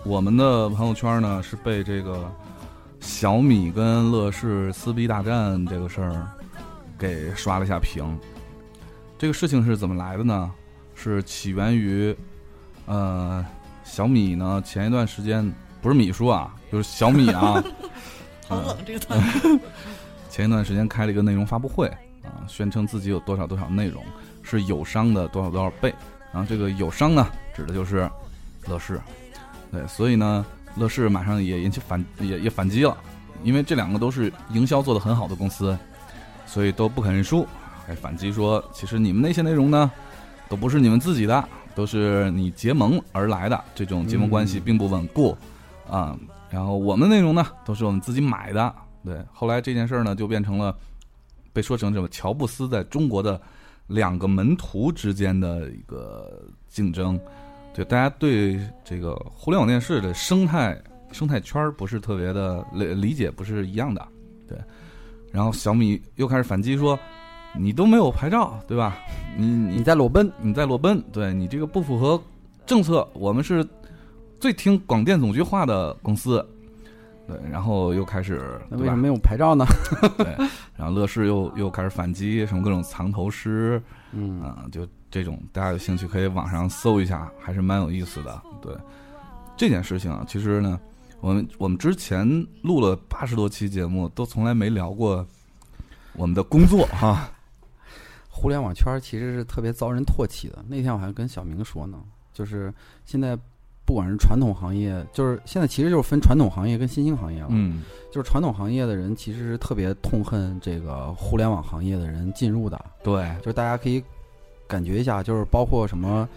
Speaker 1: 我们的朋友圈呢是被这个小米跟乐视撕逼大战这个事儿给刷了一下屏。这个事情是怎么来的呢？是起源于，呃，小米呢前一段时间不是米叔啊，就是小米啊，
Speaker 2: 好
Speaker 1: 嗯
Speaker 2: 冷这个段子，
Speaker 1: 前一段时间开了一个内容发布会啊，宣称自己有多少多少内容是友商的多少多少倍，然后这个友商呢指的就是乐视，对，所以呢乐视马上也引起反也也反击了，因为这两个都是营销做得很好的公司，所以都不肯认输，还反击说其实你们那些内容呢都不是你们自己的，都是你结盟而来的，这种结盟关系并不稳固啊、然后我们内容呢都是我们自己买的，对。后来这件事儿呢就变成了被说成什么乔布斯在中国的两个门徒之间的一个竞争，对大家对这个互联网电视的生态生态圈儿不是特别的理理解不是一样的，对。然后小米又开始反击说。你都没有牌照，对吧？你你
Speaker 3: 你在裸奔，
Speaker 1: 你在裸奔，对你这个不符合政策，我们是最听广电总局话的公司。对，然后又开始，
Speaker 3: 那
Speaker 1: 对
Speaker 3: 为什
Speaker 1: 吧
Speaker 3: 么？没有牌照呢？
Speaker 1: 然后乐视又又开始反击，什么各种藏头诗
Speaker 3: 嗯，
Speaker 1: 啊、就这种大家有兴趣可以网上搜一下，还是蛮有意思的。对这件事情啊，其实呢，我们我们之前录了八十多期节目，都从来没聊过我们的工作哈、嗯
Speaker 3: 互联网圈儿其实是特别遭人唾弃的。那天我还跟小明说呢，就是现在不管是传统行业，就是现在其实就是分传统行业跟新兴行业了。
Speaker 1: 嗯，
Speaker 3: 就是传统行业的人其实是特别痛恨这个互联网行业的人进入的，
Speaker 1: 对，
Speaker 3: 就是大家可以感觉一下，就是包括什么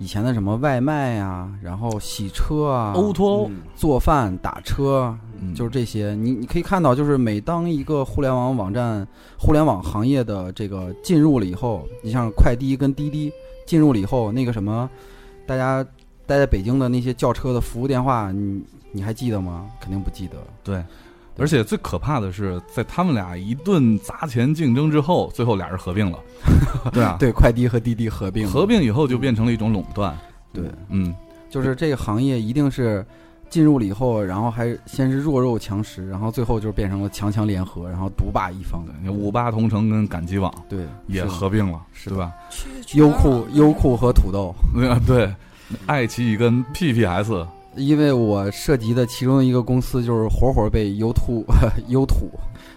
Speaker 3: 以前的什么外卖啊，然后洗车啊、
Speaker 1: O to O，
Speaker 4: 嗯
Speaker 3: 做饭、打车，
Speaker 1: 嗯
Speaker 3: 就是这些。你你可以看到，就是每当一个互联网网站、互联网行业的这个进入了以后，你像快滴跟滴滴进入了以后，那个什么，大家待在北京的那些叫车的服务电话，你你还记得吗？肯定不记得。
Speaker 1: 对，而且最可怕的是，在他们俩一顿砸钱竞争之后，最后俩人合 并了。对啊，
Speaker 3: 对，快滴和滴滴合并了，
Speaker 1: 合并以后就变成了一种垄断。
Speaker 3: 对，
Speaker 1: 嗯，
Speaker 3: 就是这个行业一定是进入了以后，然后还先是弱肉强食，然后最后就是变成了强强联合，然后独霸一方。
Speaker 1: 五八同城跟赶集网
Speaker 3: 对，
Speaker 1: 也
Speaker 3: 是的
Speaker 1: 合并了，
Speaker 3: 是
Speaker 1: 对吧？
Speaker 2: 去去
Speaker 3: 优
Speaker 2: 哪儿啊
Speaker 3: 酷、
Speaker 2: 了
Speaker 3: 优酷和土豆。
Speaker 1: 对 对，爱奇艺跟 PPS
Speaker 3: 因为我涉及的其中一个公司就是活活被优兔 优土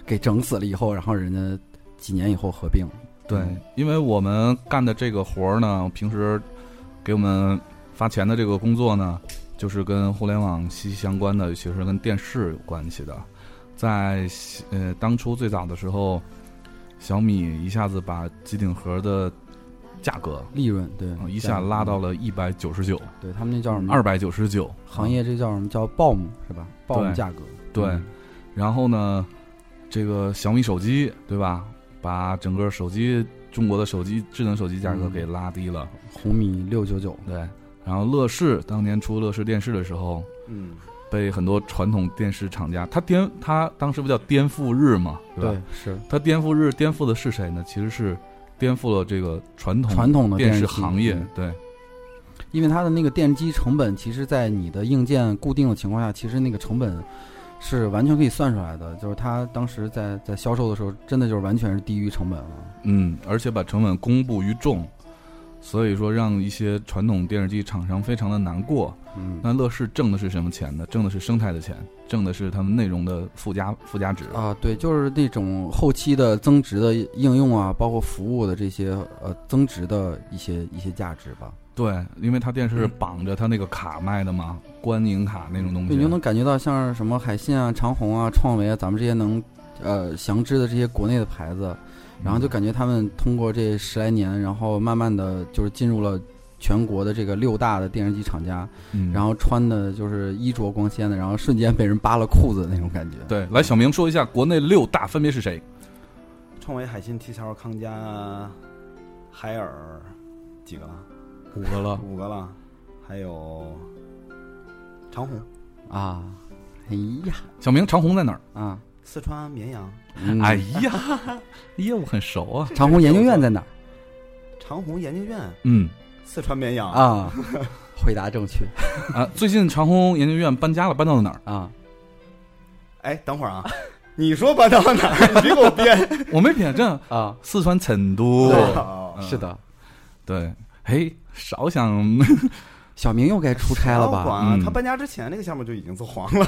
Speaker 3: 给整死了以后，然后人家几年以后合并。
Speaker 1: 对
Speaker 3: 嗯，
Speaker 1: 因为我们干的这个活儿呢，平时给我们发钱的这个工作呢，就是跟互联网息息相关的，尤其是跟电视有关系的。在呃当初最早的时候，小米一下子把机顶盒的价格、
Speaker 3: 利润对
Speaker 1: 呃，一下拉到了一百九十九、
Speaker 3: 对他们那叫什么
Speaker 1: 嗯二百九十九
Speaker 3: 行。业，这叫什么叫 BOM 是吧？BOM
Speaker 1: 对
Speaker 3: 价格
Speaker 1: 对
Speaker 3: 嗯
Speaker 1: 然后呢，这个小米手机对吧，把整个手机中国的手机智能手机价格
Speaker 3: 嗯
Speaker 1: 给拉低了。
Speaker 3: 红米六九九
Speaker 1: 对，然后乐视当年出乐视电视的时候，
Speaker 4: 嗯，
Speaker 1: 被很多传统电视厂家，它颠它当时不叫颠覆日嘛，吧？
Speaker 3: 对是
Speaker 1: 它颠覆日颠覆的是谁呢？其实是颠覆了这个传统
Speaker 3: 传统的
Speaker 1: 嗯电
Speaker 3: 视
Speaker 1: 视
Speaker 3: 机
Speaker 1: 行业。
Speaker 3: 嗯
Speaker 1: 对
Speaker 3: 因为它的那个电机成本，其实，在你的硬件固定的情况下，其实那个成本是完全可以算出来的。就是它当时在在销售的时候，真的就是完全是低于成本了。
Speaker 1: 嗯，而且把成本公布于众，所以说让一些传统电视机厂商非常的难过。
Speaker 3: 嗯，
Speaker 1: 那乐视挣的是什么钱呢？挣的是生态的钱，挣的是他们内容的附加附加值。
Speaker 3: 啊，对，就是那种后期的增值的应用啊，包括服务的这些呃增值的一些一些价值吧。
Speaker 1: 对，因为它电视是
Speaker 3: 嗯
Speaker 1: 绑着它那个卡卖的嘛，观影卡那种东西。啊嗯
Speaker 3: 对，你就能感觉到像是什么海信啊、长虹啊、创维啊，咱们这些能呃详知的这些国内的牌子，然后就感觉他们通过这十来年，然后慢慢的就是进入了。全国的这个六大的电视机厂家，
Speaker 1: 嗯，
Speaker 3: 然后穿的就是衣着光鲜的，然后瞬间被人扒了裤子的那种感觉。，
Speaker 1: 对，来小明说一下国内六大分别是谁？
Speaker 4: 创维、海信、TCL、康佳、啊海尔，几个了？
Speaker 1: 五个了，
Speaker 4: 五个了，还有长虹、
Speaker 3: 啊，哎呀
Speaker 1: 小明长虹在哪儿？
Speaker 3: 啊，
Speaker 4: 四川绵阳。
Speaker 3: 嗯
Speaker 1: 哎，呀， 业务很熟啊。
Speaker 3: 长虹研究院在哪儿？
Speaker 4: 长虹研究院、
Speaker 1: 嗯
Speaker 4: 四川绵阳，
Speaker 3: 啊，回答正确
Speaker 1: 啊，最近长虹研究院搬家了，搬到了哪儿？
Speaker 3: 啊，
Speaker 4: 哎，等会儿啊，你说搬到哪儿？你别给我 编。
Speaker 1: 我没撇正，
Speaker 3: 啊，
Speaker 1: 四川成都。
Speaker 4: 哦
Speaker 3: 是的，
Speaker 1: 对，嘿，少 想，
Speaker 3: 小明又该出差了
Speaker 4: 不要管
Speaker 3: 吧？
Speaker 4: 啊
Speaker 1: 嗯
Speaker 4: 他搬家之前那个项目就已经做黄了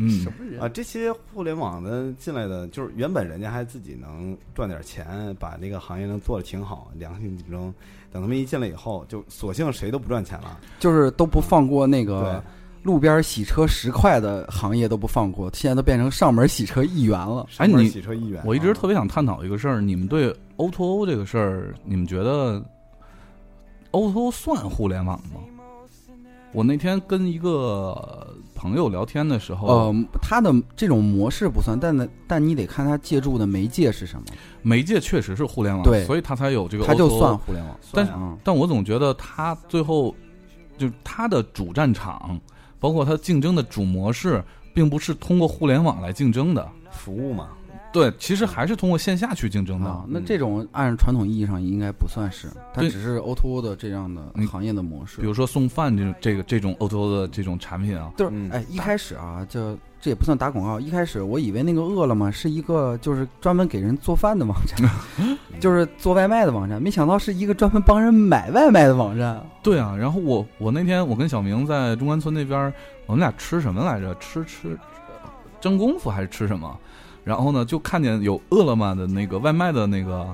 Speaker 1: 嗯，
Speaker 4: 啊！这些互联网的进来的，就是原本人家还自己能赚点钱，把这个行业能做的挺好，良性竞争。等他们一进来以后，就索性谁都不赚钱了。
Speaker 3: 就是都不放过那
Speaker 4: 对
Speaker 1: 啊
Speaker 3: 个，路边洗车十块的行业都不放过，现在都变成上门洗车一元了。
Speaker 1: 哎
Speaker 4: 上门
Speaker 1: 你
Speaker 4: 洗车一元啊，
Speaker 1: 我一直特别想探讨一个事儿，你们对 O to O 这个事儿，你们觉得 O to O 算互联网吗？我那天跟一个朋友聊天的时候，
Speaker 3: 呃，它的这种模式不算，但呢，但你得看它借助的媒介是什么，
Speaker 1: 媒介确实是互联网，
Speaker 3: 对
Speaker 1: 所以它才有这个 O2O。
Speaker 3: 它就算互联网。
Speaker 4: 算
Speaker 1: 但
Speaker 4: 啊
Speaker 3: 嗯，
Speaker 1: 但我总觉得它最后就是它的主战场，包括它竞争的主模式，并不是通过互联网来竞争的。
Speaker 4: 服务嘛，
Speaker 1: 对，其实还是通过线下去竞争的。
Speaker 3: 啊，那这种按传统意义上应该不算是，它
Speaker 1: 对
Speaker 3: 只是 O to O 的这样的
Speaker 1: 嗯
Speaker 3: 行业的模式
Speaker 1: 比。如说送饭这种这个这种 O2O 的这种产品啊，
Speaker 3: 就是
Speaker 4: 嗯
Speaker 3: 哎，一开始啊，就这也不算打广告。一开始我以为那个饿了么是一个就是专门给人做饭的网站，就是做外卖的网站，没想到是一个专门帮人买外卖的网站。
Speaker 1: 对啊，然后我我那天我跟小明在中关村那边儿，我们俩吃什么来着？吃吃真功夫还是吃什么？然后呢，就看见有饿了么的那个外卖的那个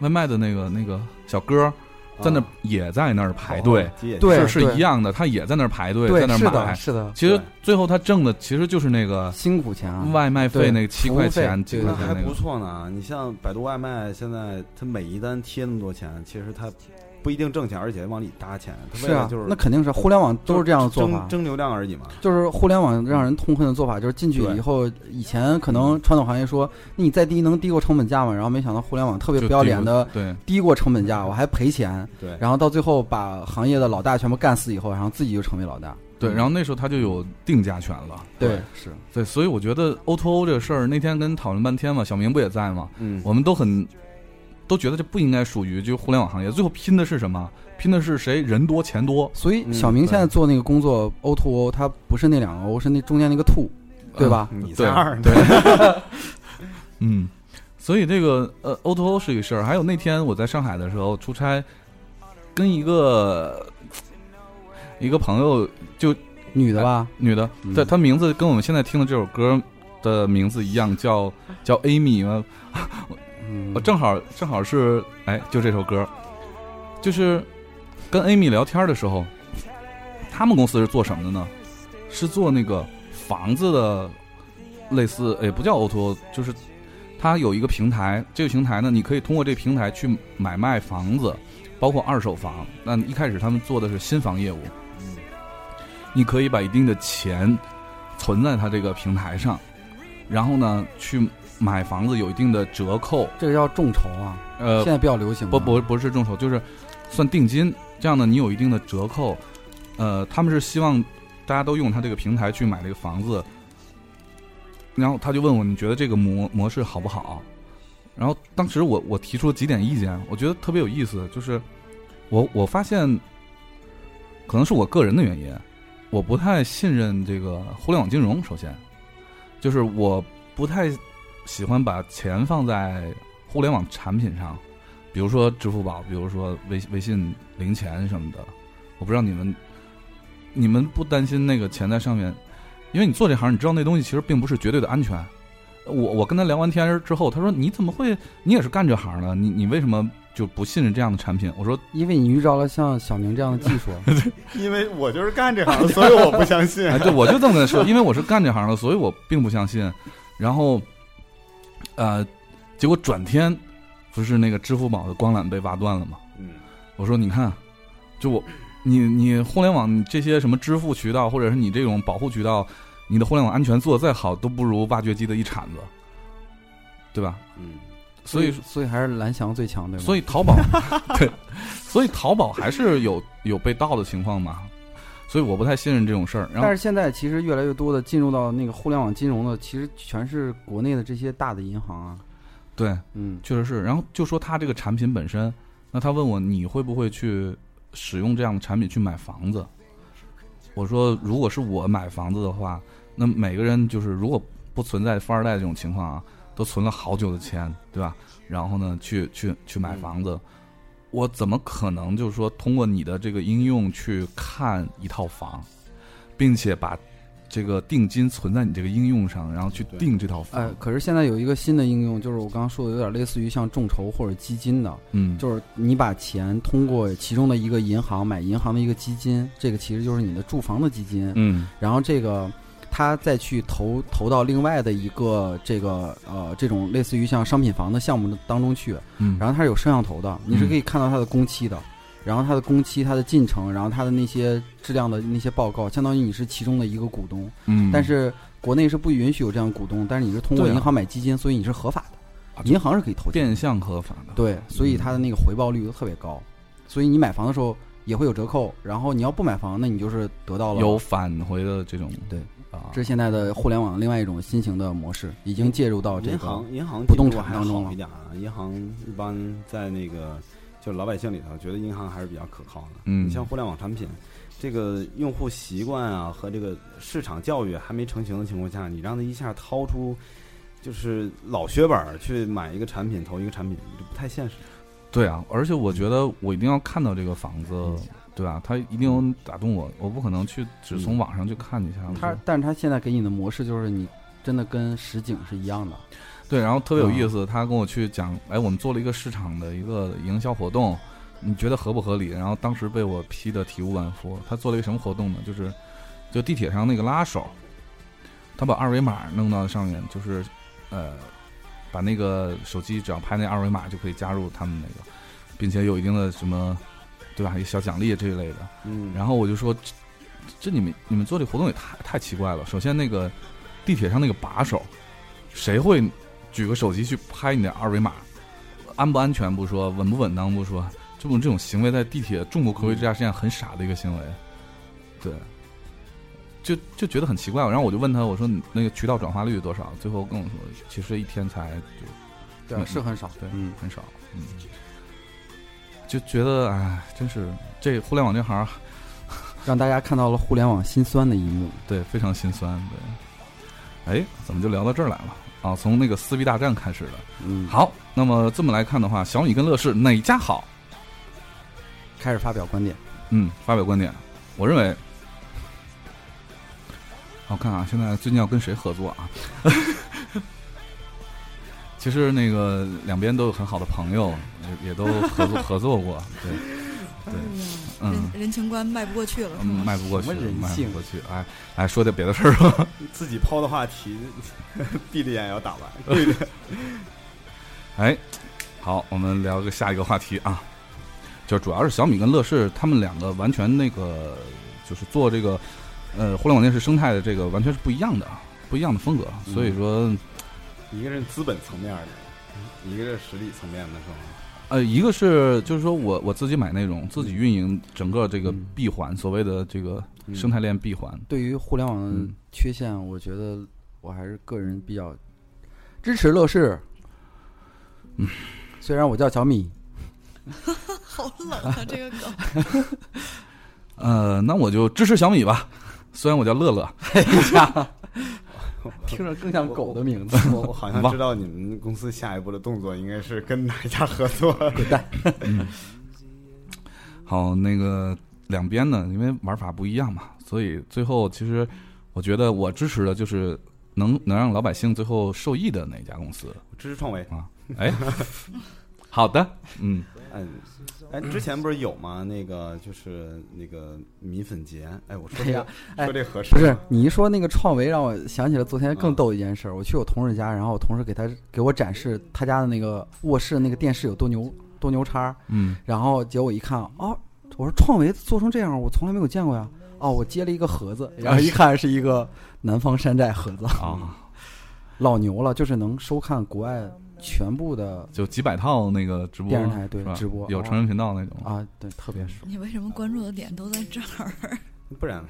Speaker 1: 外卖的那个那个小哥儿在那、
Speaker 4: 啊哦
Speaker 1: 也在那儿排队，，
Speaker 3: 对
Speaker 1: 是是一样的，他也在那儿排队，
Speaker 3: 对
Speaker 1: 在，那
Speaker 3: 是
Speaker 1: 儿
Speaker 3: 的，
Speaker 1: 买。
Speaker 3: 是的，
Speaker 1: 其实
Speaker 4: 对
Speaker 1: 最后他挣的其实就是那个
Speaker 3: 辛苦钱啊！
Speaker 1: 外卖费
Speaker 3: 对
Speaker 1: 那个七块钱，
Speaker 3: 服
Speaker 1: 几
Speaker 3: 务费
Speaker 1: 块
Speaker 4: 那
Speaker 3: 对
Speaker 1: 钱
Speaker 4: 还
Speaker 1: 那
Speaker 4: 不
Speaker 1: 个。
Speaker 4: 错呢。你像百度外卖，现在它每一单贴那么多钱，其实它不一定挣钱，而且往里搭钱。它
Speaker 3: 是
Speaker 4: 为了
Speaker 3: 啊
Speaker 4: 就是，
Speaker 3: 那肯定是互联网都是这样的做法
Speaker 4: 争，争流量而已嘛。
Speaker 3: 就是互联网让人痛恨的做法，就是进去
Speaker 4: 对
Speaker 3: 以后，以前可能传统行业说，那你再低能低过成本价吗？然后没想到互联网特别
Speaker 1: 就
Speaker 3: 不要脸的
Speaker 1: 对，
Speaker 3: 低过成本价，我还赔钱，
Speaker 4: 对，
Speaker 3: 然后到最后把行业的老大全部干死以后，然后自己就成为老大。
Speaker 1: 对，然后那时候他就有定价权了。
Speaker 3: 对，是
Speaker 1: 对，所以我觉得 O to O 这个事儿，那天跟讨论半天嘛，小明不也在嘛，
Speaker 4: 嗯，
Speaker 1: 我们都很都觉得这不应该属于就互联网行业，最后拼的是什么？拼的是谁人多钱多，
Speaker 3: 所以
Speaker 4: 嗯
Speaker 3: 小明
Speaker 4: 对
Speaker 3: 现在做那个工作 O to O，它不是那两个 O，是那中间那个 two，对吧？
Speaker 4: 你
Speaker 1: 对
Speaker 4: 在二呢
Speaker 1: 对， 嗯，所以这个呃 O to O 是一个事儿，还有那天我在上海的时候出差，跟一个一个朋友
Speaker 3: 女的吧？
Speaker 1: 女的，
Speaker 3: 嗯
Speaker 1: 对，她名字跟我们现在听的这首歌的名字一样，叫叫 Amy 嘛
Speaker 3: 嗯
Speaker 1: 我，正好正好是哎，就这首歌，就是跟 Amy 聊天的时候，他们公司是做什么的呢？是做那个房子的，类似也不叫 O to O，就是它有一个平台，这个平台呢，你可以通过这平台去买卖房子，包括二手房。那一开始他们做的是新房业务，你可以把一定的钱存在它这个平台上，然后呢去买房子有一定的折扣。
Speaker 3: 这个叫众筹啊，
Speaker 1: 呃
Speaker 3: 现，在比较流行啊。
Speaker 1: 不不不是众筹，就是算定金，这样呢你有一定的折扣。呃，他们是希望大家都用他这个平台去买这个房子。然后他就问我，你觉得这个模模式好不好？然后当时我我提出了几点意见，我觉得特别有意思，就是我我发现，可能是我个人的原因，我不太信任这个互联网金融。首先，就是我不太喜欢把钱放在互联网产品上，比如说支付宝，比如说微微信零钱什么的，我不知道你们，你们不担心那个钱在上面，因为你做这行，你知道那东西其实并不是绝对的安全。我我跟他聊完天之后，他说你怎么会？你也是干这行的，你你为什么就不信任这样的产品？我说
Speaker 3: 因为你遇着了像小明这样的技术，
Speaker 4: 因为我就是干这行，所以我不相 信。
Speaker 1: 哎，对，我就这么跟他说，因为我是干这行的，所以我并不相信。然后，呃，结果转天不是那个支付宝的光缆被挖断了吗？
Speaker 4: 嗯，
Speaker 1: 我说你看，啊就
Speaker 3: 嗯
Speaker 1: 我，你你互联网这些什么支付渠道，或者是你这种保护渠道，你的互联网安全做的再好，都不如挖掘机的一铲子，对吧？
Speaker 4: 嗯，
Speaker 1: 所以
Speaker 3: 所以还是蓝翔最强，对吗？
Speaker 1: 所以淘宝， 对，所以淘宝还是有有被盗的情况嘛，所以我不太信任这种事儿。然后
Speaker 3: 但是现在其实越来越多的进入到那个互联网金融的，其实全是国内的这些大的银行啊。
Speaker 1: 对，
Speaker 3: 嗯，
Speaker 1: 确实是。然后就说他这个产品本身，那他问我你会不会去使用这样的产品去买房子？我说如果是我买房子的话，那每个人就是如果不存在富二代这种情况啊，都存了好久的钱，对吧？然后呢，去去去买房子。我怎么可能就是说通过你的这个应用去看一套房，并且把这个定金存在你这个应用上，然后去
Speaker 4: 对
Speaker 1: 定这套房？
Speaker 3: 哎，可是现在有一个新的应用，就是我刚刚说的，有点类似于像众筹或者基金的，
Speaker 1: 嗯，
Speaker 3: 就是你把钱通过其中的一个银行买银行的一个基金，这个其实就是你的住房的基金，
Speaker 1: 嗯
Speaker 3: 然后这个他再去投投到另外的一个这个呃这种类似于像商品房的项目当中去，
Speaker 1: 嗯，
Speaker 3: 然后它是有摄像头的，你是可以看到它的工期的，然后它的工期、它的进程，然后它的那些质量的那些报告，相当于你是其中的一个股东。
Speaker 1: 嗯，
Speaker 3: 但是国内是不允许有这样股东，但是你是通过
Speaker 1: 对啊
Speaker 3: 银行买基金，所以你是合法
Speaker 1: 啊嗯
Speaker 3: 的，银行是可以投钱
Speaker 1: 变
Speaker 3: 的。
Speaker 1: 相合法的。
Speaker 3: 对，所以它的那个回报率都特别高，所以你买房的时候也会有折扣，然后你要不买房，那你就是得到了
Speaker 1: 有返回的这种
Speaker 3: 对
Speaker 1: 啊，
Speaker 3: 这是现在的互联网另外一种新型的模式，已经介入到这
Speaker 4: 银
Speaker 3: 个
Speaker 4: 行银行
Speaker 3: 不动
Speaker 4: 进入
Speaker 3: 产
Speaker 4: 还
Speaker 3: 当中
Speaker 4: 好
Speaker 3: 了
Speaker 4: 一点啊，银行一般在那个就是老百姓里头觉得银行还是比较可靠的。
Speaker 1: 嗯
Speaker 4: 你像互联网产品，这个用户习惯啊和这个市场教育还没成型的情况下，你让他一下掏出就是老血本儿去买一个产品投一个产品，就不太现实。
Speaker 1: 对啊，而且我觉得我一定要看到这个房子，
Speaker 3: 嗯
Speaker 1: 对吧？它一定有打动我，我不可能去只从网上去看一下。
Speaker 3: 嗯他，但是他现在给你的模式就是你真的跟实景是一样的，
Speaker 1: 对，然后特别有意思，他跟我去讲，哎，我们做了一个市场的一个营销活动，你觉得合不合理？然后当时被我批的体无完肤。他做了一个什么活动呢？就是就地铁上那个拉手，他把二维码弄到上面，就是呃，把那个手机只要拍那二维码就可以加入他们那个，并且有一定的什么，对吧？小奖励这一类的。
Speaker 4: 嗯
Speaker 1: 然后我就说，这这你们你们做这活动也太太奇怪了。首先那个地铁上那个把手，谁会举个手机去拍你的二维码？安不安全不说，稳不稳当不说，这种这种行为在地铁众目睽睽之下是件很傻的一个行为，对，就就觉得很奇怪。然后我就问他，我说你那个渠道转化率多少？最后跟我说，其实一天才就
Speaker 3: 对，是很少，
Speaker 1: 对
Speaker 3: 嗯，
Speaker 1: 很少，嗯，就觉得哎，真是这互联网这行
Speaker 3: 让大家看到了互联网心酸的一幕。
Speaker 1: 对，非常心酸。对，哎，怎么就聊到这儿来了啊？从那个撕逼大战开始的。
Speaker 3: 嗯，，
Speaker 1: 好，那么这么来看的话，小米跟乐视哪家好？
Speaker 3: 开始发表观点。
Speaker 1: 嗯，发表观点，我认为，好看啊，现在最近要跟谁合作啊？ 其实那个两边都有很好的朋友，也也都合作合作过，对，嗯
Speaker 2: 人人情关迈不过去了，哎是
Speaker 1: 嗯
Speaker 2: 吗？
Speaker 1: 迈不过去，
Speaker 3: 什么人
Speaker 1: 迈不
Speaker 3: 性
Speaker 1: 过去。哎，来说点别的事儿吧。
Speaker 4: 自己抛的话题， 闭着眼也要打完。
Speaker 1: 哎，好，我们聊个下一个话题啊，就主要是小米跟乐视他们两个完全那个就是做这个呃互联网电视生态的这个完全是不一样的，啊，不一样的风格，所以说
Speaker 4: 一个是资本层面的，一个是实力层面的，是吧？
Speaker 1: 呃一个是就是说我我自己买内容，自己运营整个这个
Speaker 3: 嗯
Speaker 1: 闭环，所谓的这个
Speaker 4: 嗯
Speaker 1: 生态链闭环，
Speaker 3: 对于互联网的
Speaker 1: 嗯
Speaker 3: 缺陷，我觉得我还是个人比较支持乐视。嗯虽然我叫小米，
Speaker 2: 好冷啊，这个梗。
Speaker 1: 呃，那我就支持小米吧， 虽然我叫乐乐，
Speaker 3: 听着更像狗的名字。
Speaker 4: 我我好像知道你们公司下一步的动作应该是跟哪一家合 作。
Speaker 1: 好，那个两边呢，因为玩法不一样嘛，所以最后其实我觉得我支持的就是能能让老百姓最后受益的哪家公司
Speaker 4: 支持创维，
Speaker 1: 啊？哎， 好的，嗯，
Speaker 4: 嗯，哎，之前不是有吗？那个就是那个米粉节，哎，我说
Speaker 3: 哎
Speaker 4: 这
Speaker 3: 呀
Speaker 4: 个、
Speaker 3: 哎
Speaker 4: 说这合适
Speaker 3: 不是
Speaker 4: 吗？
Speaker 3: 你一说那个创维，让我想起了昨天更
Speaker 4: 嗯
Speaker 3: 逗的一件事儿。我去我同事家，然后我同事给他给我展示他家的那个卧室那个电视有多牛多牛叉儿，
Speaker 1: 嗯，
Speaker 3: 然后结果一看，哦，我说创维做成这样，我从来没有见过呀。哦，我接了一个盒子，
Speaker 4: 嗯
Speaker 3: 然后一看是一个南方山寨盒子，
Speaker 1: 啊，
Speaker 3: 老牛了，就是能收看国外全部的
Speaker 1: 就几百套那个直播
Speaker 3: 电视台对
Speaker 1: 是吧
Speaker 3: 直播
Speaker 1: 有成人频道那种。
Speaker 3: 啊，对，特别爽。
Speaker 2: 你为什么关注的点都在这儿？
Speaker 4: 不然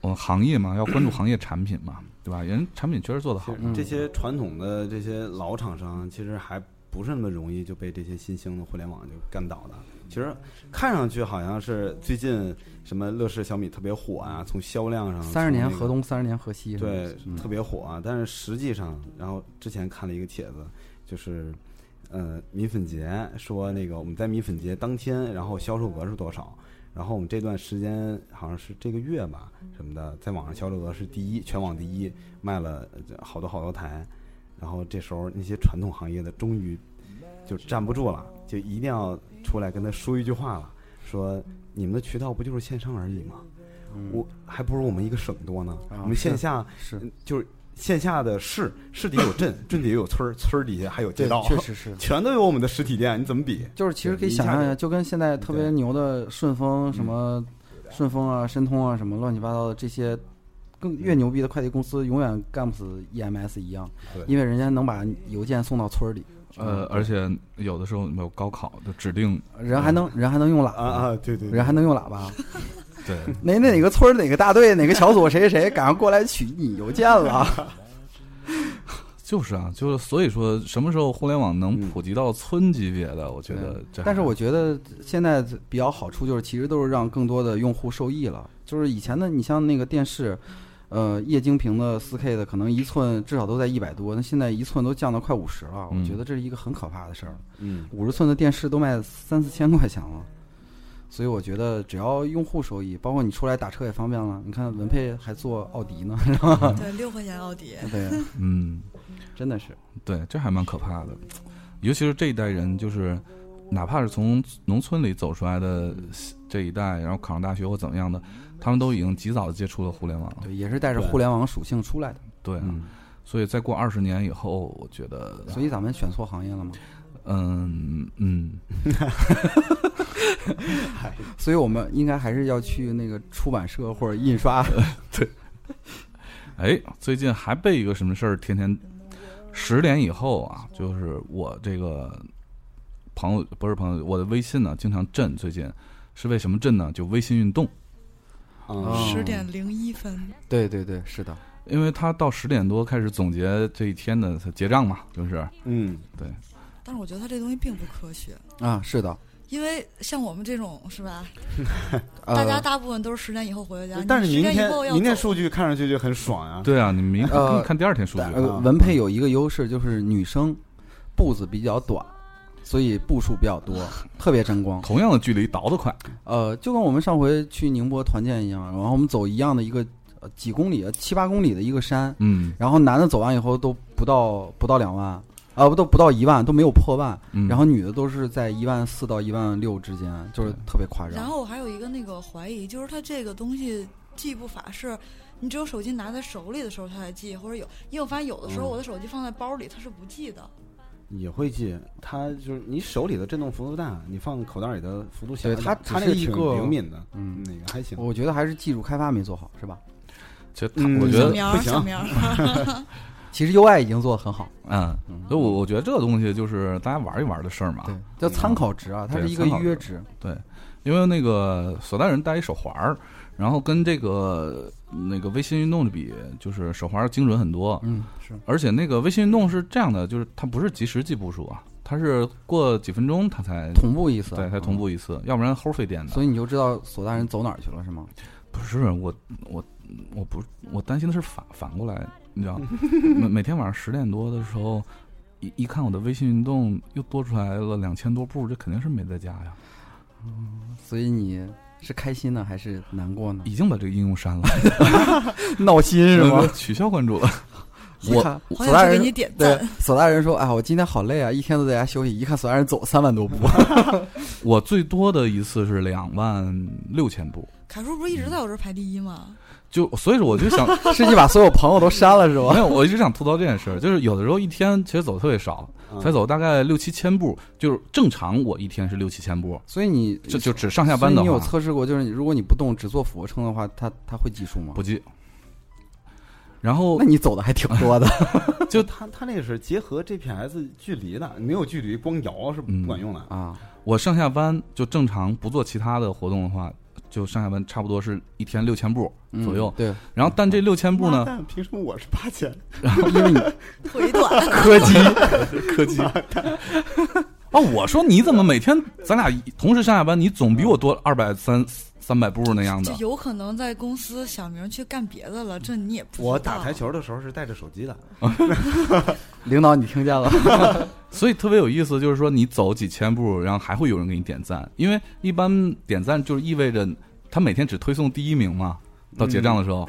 Speaker 1: 我行业嘛，要关注行业产品嘛，对吧？人产品确实做得
Speaker 4: 其
Speaker 1: 好
Speaker 4: 实，
Speaker 3: 嗯
Speaker 4: 这些传统的这些老厂商，其实还不是那么容易就被这些新兴的互联网就干倒的。其实看上去好像是最近什么乐视、小米特别火啊，从销量上
Speaker 3: 三十年河
Speaker 4: 东。
Speaker 3: 东，三十年河西，
Speaker 4: 对，
Speaker 3: 嗯
Speaker 4: 特别火、啊。但是实际上，然后之前看了一个帖子，就是呃米粉节说那个我们在米粉节当天，然后销售额是多少？然后我们这段时间好像是这个月吧什么的，在网上销售额是第一，全网第一，卖了呃好多好多台。然后这时候那些传统行业的终于就站不住了，就一定要出来跟他说一句话了，说你们的渠道不就是线上而已吗？我还不如我们一个省多呢。
Speaker 3: 嗯啊
Speaker 4: 我们线
Speaker 3: 是
Speaker 4: 下
Speaker 3: 是，
Speaker 4: 嗯就是线下的市，市底有镇，镇底也有村儿，村儿底下还有街
Speaker 3: 对
Speaker 4: 道，，
Speaker 3: 确实是。
Speaker 4: 全都有我们的实体店，你怎么比？
Speaker 3: 就是其实可以
Speaker 4: 对一下
Speaker 3: 想象一
Speaker 4: 就
Speaker 3: 下，就跟现在特别
Speaker 4: 对
Speaker 3: 牛的顺丰什么顺丰啊、申通啊什么乱七八糟的这些，更越牛逼的快递公司永远干不死 EMS 一样
Speaker 4: 对，
Speaker 3: 因为人家能把邮件送到村儿里，
Speaker 1: 呃，而且有的时候有高考就指定
Speaker 3: 人
Speaker 1: 嗯
Speaker 3: 还能人还能用喇
Speaker 4: 啊
Speaker 3: 叭，
Speaker 4: 啊，对对，对
Speaker 3: 人还能用喇叭，
Speaker 1: 对，
Speaker 3: 哪哪个村儿哪个大队哪个小组谁谁谁赶上过来取你邮件了，
Speaker 1: 就是啊，就是所以说，什么时候互联网能
Speaker 3: 嗯
Speaker 1: 普及到村级别的？ 我觉得这还，
Speaker 3: 但是我觉得现在比较好处就是，其实都是让更多的用户受益了。就是以前的，你像那个电视，呃，液晶屏的4 K 的，可能一寸至少都在一百多，那现在一寸都降到快五十了。我
Speaker 1: 嗯
Speaker 3: 觉得这是一个很可怕的事儿。
Speaker 4: 嗯，
Speaker 3: 五十寸的电视都卖三四千块钱了，所以我觉得只要用户受益，包括你出来打车也方便了。你看文佩还做奥迪呢，是吧？
Speaker 2: 对，六块钱奥迪，
Speaker 3: 对，啊
Speaker 1: 嗯，
Speaker 3: 真的是，
Speaker 1: 对，这还蛮可怕的，尤其是这一代人，就是哪怕是从农村里走出来的这一代，然后考上大学或怎么样的，他们都已经及早的接触了互联网了。
Speaker 3: 嗯对，也是带着
Speaker 4: 对
Speaker 3: 互联网属性出来的。
Speaker 1: 对啊，
Speaker 3: 嗯，
Speaker 1: 所以再过二十年以后，我觉得，
Speaker 3: 所以咱们选错行业了吗？
Speaker 1: 嗯嗯，
Speaker 3: 所以我们应该还是要去那个出版社或者印刷。
Speaker 1: 哎，最近还被一个什么事儿，天天十点以后啊，就是我这个朋友不是朋友，我的微信呢经常震，最近是为什么震呢？就微信运动，
Speaker 4: 啊
Speaker 3: 哦
Speaker 2: 十点零一分，
Speaker 3: 对对对，是的，
Speaker 1: 因为他到十点多开始总结这一天的结账嘛，就是
Speaker 4: 嗯，
Speaker 2: 但是我觉得它这东西并不科学，
Speaker 3: 啊，是的，
Speaker 2: 因为像我们这种是吧，
Speaker 3: 呃、
Speaker 2: 大家大部分都是十点以后回家，
Speaker 4: 但是
Speaker 2: 啊你
Speaker 4: 明
Speaker 2: 十点
Speaker 4: 天
Speaker 2: 以后要
Speaker 4: 明天
Speaker 2: 走
Speaker 4: 数据看上去就很爽啊，
Speaker 1: 对啊，你明
Speaker 3: 呃
Speaker 1: 看看第二天数据，
Speaker 3: 呃文佩有一个优势就是女生步子比较短，所以步数比较多，特别争光。
Speaker 1: 同样的距离倒得快，
Speaker 3: 呃，就跟我们上回去宁波团建一样，然后我们走一样的一个呃几公里、呃七八公里的一个山，
Speaker 1: 嗯，
Speaker 3: 然后男的走完以后都不到不到两万，啊、不都不到一万，都没有破万，
Speaker 1: 嗯
Speaker 3: 然后女的都是在一万四到一万六之间，就是特别夸
Speaker 2: 然
Speaker 3: 张。
Speaker 2: 后我还有一个那个怀疑，就是它这个东西记不法是，你只有手机拿在手里的时候它才记，或者有，因为我发现有的时候
Speaker 4: 嗯
Speaker 2: 我的手机放在包里它是不记的。
Speaker 4: 也会记，它就是你手里的震动幅度大，你放口袋里的幅度小
Speaker 3: 对
Speaker 4: 一点，
Speaker 3: 它
Speaker 4: 它
Speaker 3: 只
Speaker 4: 那
Speaker 3: 是一
Speaker 4: 挺
Speaker 3: 个
Speaker 4: 灵敏的，
Speaker 3: 嗯，
Speaker 4: 那个还行。
Speaker 3: 我觉得还是技术开发没做好，是吧？
Speaker 1: 这他
Speaker 4: 嗯
Speaker 1: 我觉
Speaker 2: 小
Speaker 1: 得，
Speaker 2: 苗
Speaker 4: 不
Speaker 2: 儿，
Speaker 4: 行
Speaker 2: 小 苗儿，
Speaker 3: 其实 UI 已经做得很好，
Speaker 1: 嗯，
Speaker 3: 嗯
Speaker 1: 所以我我觉得这个东西就是大家玩一玩的事儿嘛，
Speaker 3: 对，叫参考值啊，它
Speaker 1: 啊嗯对
Speaker 3: 是一个
Speaker 1: 参考值
Speaker 3: 约值。
Speaker 1: 因为那个索大人戴一手环儿，然后跟这个那个微信运动比，就是手环儿精准很多。
Speaker 3: 嗯，是
Speaker 1: 而且那个微信运动是这样的，就是它不是及时计步数啊，它是过几分钟它才
Speaker 3: 同步意思，啊
Speaker 1: 对才同步一次，要不然齁费电
Speaker 3: 嗯。
Speaker 1: 的。
Speaker 3: 所以你就知道索大人走哪儿去了，是吗？
Speaker 1: 不是我我我不我担心的是反反过来，你知 道，每每天晚上十点多的时候。一一看我的微信运动又多出来了两千多步，这肯定是没在家呀，
Speaker 3: 所以你是开心呢，还是难过 呢？
Speaker 1: 已经把这个应用 删了，
Speaker 3: 闹心
Speaker 1: 取消关注了。
Speaker 3: 一看
Speaker 2: 好
Speaker 3: 索大
Speaker 2: 想去给你
Speaker 3: 人
Speaker 2: 点
Speaker 3: 对
Speaker 2: 赞。
Speaker 3: 索大人说：“哎，我今天好累啊，一天都在家休息。”一看索大人走三万多步，
Speaker 1: 我最多的一次是两万六千步，
Speaker 2: 卡叔不是一直在我这儿排第一吗？
Speaker 4: 嗯
Speaker 1: 就所以说我就 想，
Speaker 3: 是你把所有朋友都删了是
Speaker 1: 没
Speaker 3: 吧？
Speaker 1: 有，我一直想吐槽这件事儿，就是有的时候一天其实走得特别少，
Speaker 3: 嗯
Speaker 1: 才走大概六七千步，就是正常我一天是六七千步，
Speaker 3: 所以你
Speaker 1: 就就只上下班的
Speaker 3: 所以你有
Speaker 1: 话
Speaker 3: 测试过，就是你如果你不动只做俯卧撑的话，它它会计数吗
Speaker 1: 不？记。然后
Speaker 3: 那你走的还挺多 的。
Speaker 4: 就它它那个是结合 GPS 距离的，你没有距离光摇是不管用的。
Speaker 3: 啊，
Speaker 1: 我上下班就正常不做其他的活动的话，就上下班差不多是一天六千步
Speaker 3: 嗯
Speaker 1: 左右。
Speaker 3: 对，
Speaker 1: 然后但这六千步
Speaker 4: 妈
Speaker 1: 呢，
Speaker 4: 蛋，凭什么我是八千？
Speaker 3: 因为你
Speaker 2: 腿短，
Speaker 3: 柯基
Speaker 1: 科技。啊！我说你怎么每天咱俩同时上下班，你总比我多二百三三百步那样的
Speaker 2: 就。有可能在公司小明去干别的了，这你也不知道。
Speaker 4: 我打台球的时候是带着手机的，
Speaker 3: 领导，你听见 了？
Speaker 1: 所以特别有意思，就是说你走几千步，然后还会有人给你点赞，因为一般点赞就是意味着他每天只推送第一名嘛，到结账的时候，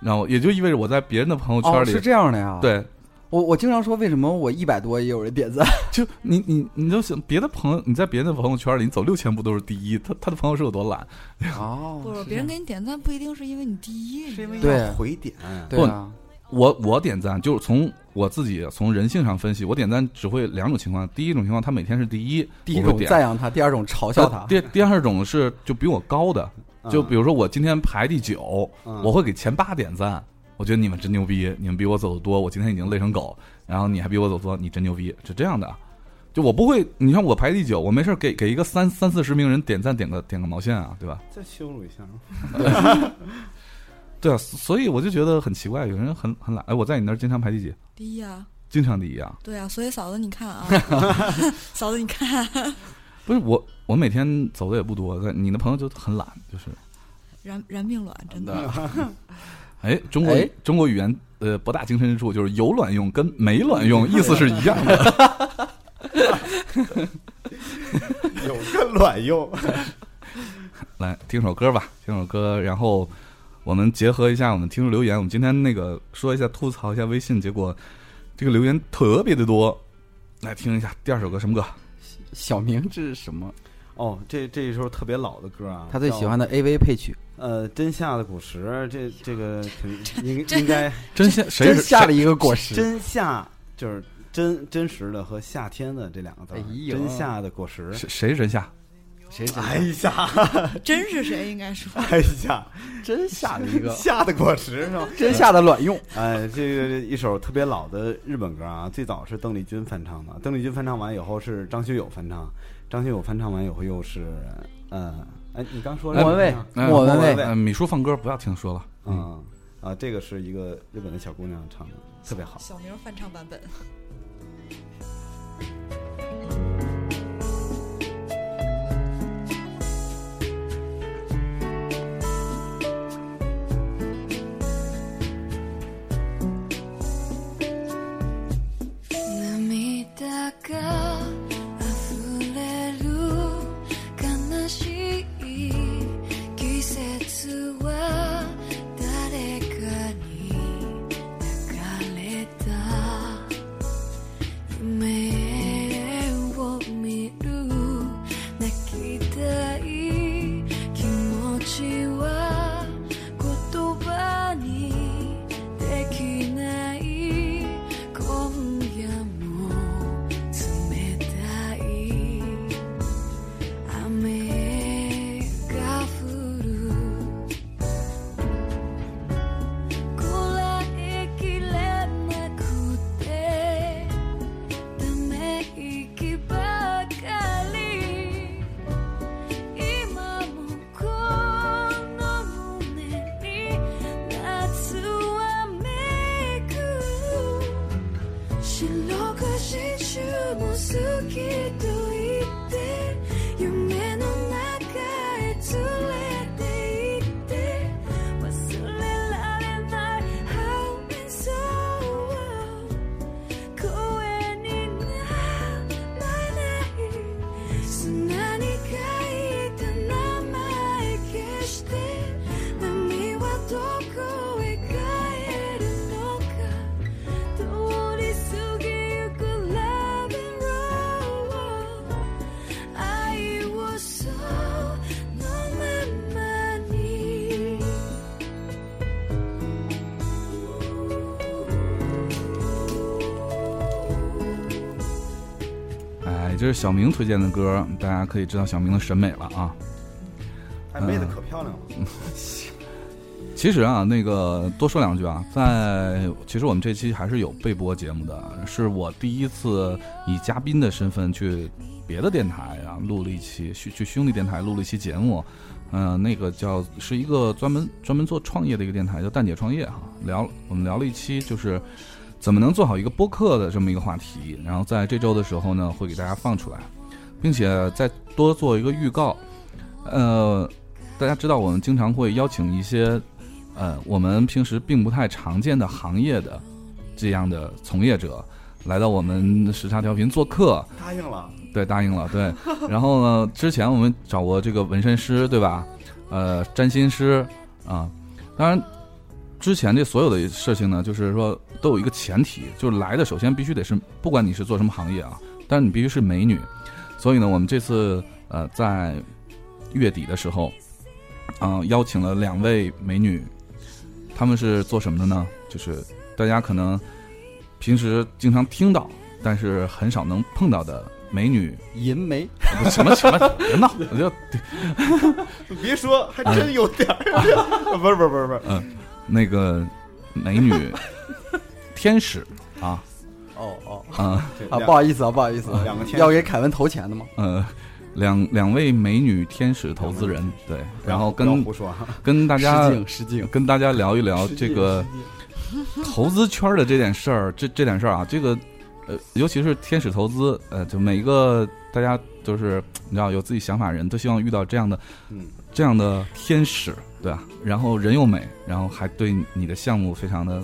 Speaker 1: 然后也就意味着我在别人的朋友圈
Speaker 3: 嗯哦，
Speaker 1: 里，
Speaker 3: 是这样的呀。，
Speaker 1: 对，
Speaker 3: 我我经常说，为什么我一百多也有人点赞？
Speaker 1: 就你你你就想别的朋友，你在别人的朋友圈里，你走六千步都是第一，他他的朋友是有多懒？
Speaker 4: 嗯
Speaker 3: 哦
Speaker 2: 不是别人给你点赞不一定是因为你第一，你
Speaker 4: 是因为
Speaker 2: 知道吗
Speaker 3: 对
Speaker 4: 要回点。
Speaker 3: 对啊，
Speaker 1: 我我点赞就是从我自己从人性上分析，我点赞只会两种情况，第一种情况他每天是第一，
Speaker 3: 第一
Speaker 1: 我会
Speaker 3: 种
Speaker 1: 点
Speaker 3: 赞扬他，第二种嘲笑他。嗯
Speaker 1: 第第二种是就比我高的，就比
Speaker 4: 如
Speaker 1: 如说我今天排第九，我会给前八点赞。我觉得你们真牛逼，你们比我走的多，我今天已经累成狗，然后你还比我走得多，你真牛逼，是这样的。就我不会，你看我排第九，我没事儿给给一个 三三四十名人点赞，点个点个毛线啊，对吧？
Speaker 4: 再羞辱一下。
Speaker 1: 对啊，所以我就觉得很奇怪，有人很很懒。哎，我在你那儿经常排第几？
Speaker 2: 第一啊，
Speaker 1: 经常第一啊？
Speaker 2: 对啊，所以嫂子你看 啊，嫂子你看，
Speaker 1: 不是我，我每天走的也不多，但你的朋友就很懒，就是
Speaker 2: 燃燃并卵，真的。
Speaker 1: 哎，中国
Speaker 3: 哎
Speaker 1: 中国语言呃博大精深之处就是有卵用跟没卵 用意思是一样的。
Speaker 4: 有个卵用，
Speaker 1: 来听首歌吧，听首歌，然后我们结合一下我们听众留言，我们今天那个说一下吐槽一下微信，结果这个留言特别的多。来听一下第二首歌什么歌？
Speaker 3: 小明这是什么？
Speaker 4: 哦，这这一首特别老的歌啊，
Speaker 3: 他最
Speaker 4: 叫
Speaker 3: 喜欢的 AV 配曲，
Speaker 4: 呃真下的果实，这 这个肯定应应该
Speaker 1: 真下谁
Speaker 3: 真
Speaker 1: 是
Speaker 3: 下了一个果实。
Speaker 4: 真夏就是真真实的和夏天的这两个字儿，
Speaker 3: 哎呦
Speaker 4: 真夏的果实，
Speaker 1: 谁谁是真下？
Speaker 3: 谁真
Speaker 4: 哎呀
Speaker 2: 真是谁应该说
Speaker 4: 哎呀，
Speaker 3: 真下 了一个？
Speaker 4: 夏的果实是吧？
Speaker 3: 真下的卵用。
Speaker 4: 哎，这个一首特别老的日本歌啊，最早是邓丽君翻唱的，邓丽君翻唱完以后是张学友翻唱，张学友翻唱完以后又是呃，哎，你刚说了
Speaker 3: 莫文蔚
Speaker 4: 什么呀
Speaker 1: 哎
Speaker 3: 莫文
Speaker 4: 蔚
Speaker 1: 呃米叔放歌不要听说了。
Speaker 4: 嗯啊，这个是一个日本的小姑娘唱的，特别好。
Speaker 2: 小明翻唱版本，
Speaker 6: 涙が溢れる悲しい季節は誰かに抱かれた夢を見る泣きたい気持ちは言葉にできない今夜も冷たい雨が降るこらえきれなくてため息ばかり今もこの胸に夏はめく白く真珠も好きと言って夢の中へ連れて行って忘れられない How been so long 声にならない砂に書いた名前消して波はどこへ帰るのか通り過ぎゆく Love and Roll 愛をそのままに
Speaker 1: 哎，这是小明推荐的歌，大家可以知道小明的审美了啊。
Speaker 4: 哎，妹子可漂亮了，
Speaker 1: 其实啊，那个多说两句啊，在其实我们这期还是有备播节目的，是我第一次以嘉宾的身份去别的电台啊录了一期，去去兄弟电台录了一期节目，嗯、那个叫是一个专门专门做创业的一个电台，叫蛋姐创业哈，聊我们聊了一期就是怎么能做好一个播客的这么一个话题，然后在这周的时候呢会给大家放出来，并且再多做一个预告，呃。大家知道，我们经常会邀请一些呃，我们平时并不太常见的行业的这样的从业者来到我们时差调频做客，
Speaker 4: 答应了。
Speaker 1: 对，答应了，对。然后呢，之前我们找过这个纹身师，对吧？呃，占星师啊，当然，之前这所有的事情呢，就是说都有一个前提，就是来的首先必须得是，不管你是做什么行业啊，但是你必须是美女。所以呢，我们这次呃在月底的时候，啊、邀请了两位美女，她们是做什么的呢？就是大家可能平时经常听到，但是很少能碰到的美女，
Speaker 3: 银梅，
Speaker 1: 什么什么，别闹，我就
Speaker 4: 别说，还真有点儿。嗯 不是不是不是不是，
Speaker 1: 那个美女天使啊，
Speaker 3: 哦哦
Speaker 1: 啊
Speaker 4: 这
Speaker 3: 啊，
Speaker 4: 两
Speaker 3: 不好意思啊，不好意思啊，
Speaker 4: 两个天使
Speaker 3: 要给凯文投钱的吗？
Speaker 1: 呃，两两位美女天使投资人，对，然后
Speaker 4: 不
Speaker 1: 跟
Speaker 4: 要胡说啊，
Speaker 1: 跟大家
Speaker 3: 失敬失敬，
Speaker 1: 跟大家聊一聊
Speaker 4: 失
Speaker 1: 这
Speaker 4: 敬
Speaker 1: 个
Speaker 4: 失敬
Speaker 1: 投资圈儿的这点事儿，这这点事儿啊，这个呃，尤其是天使投资，呃，就每一个大家就是你知道有自己想法的人都希望遇到这样的
Speaker 4: 嗯，
Speaker 1: 这样的天使，对吧？然后人又美，然后还对你的项目非常的，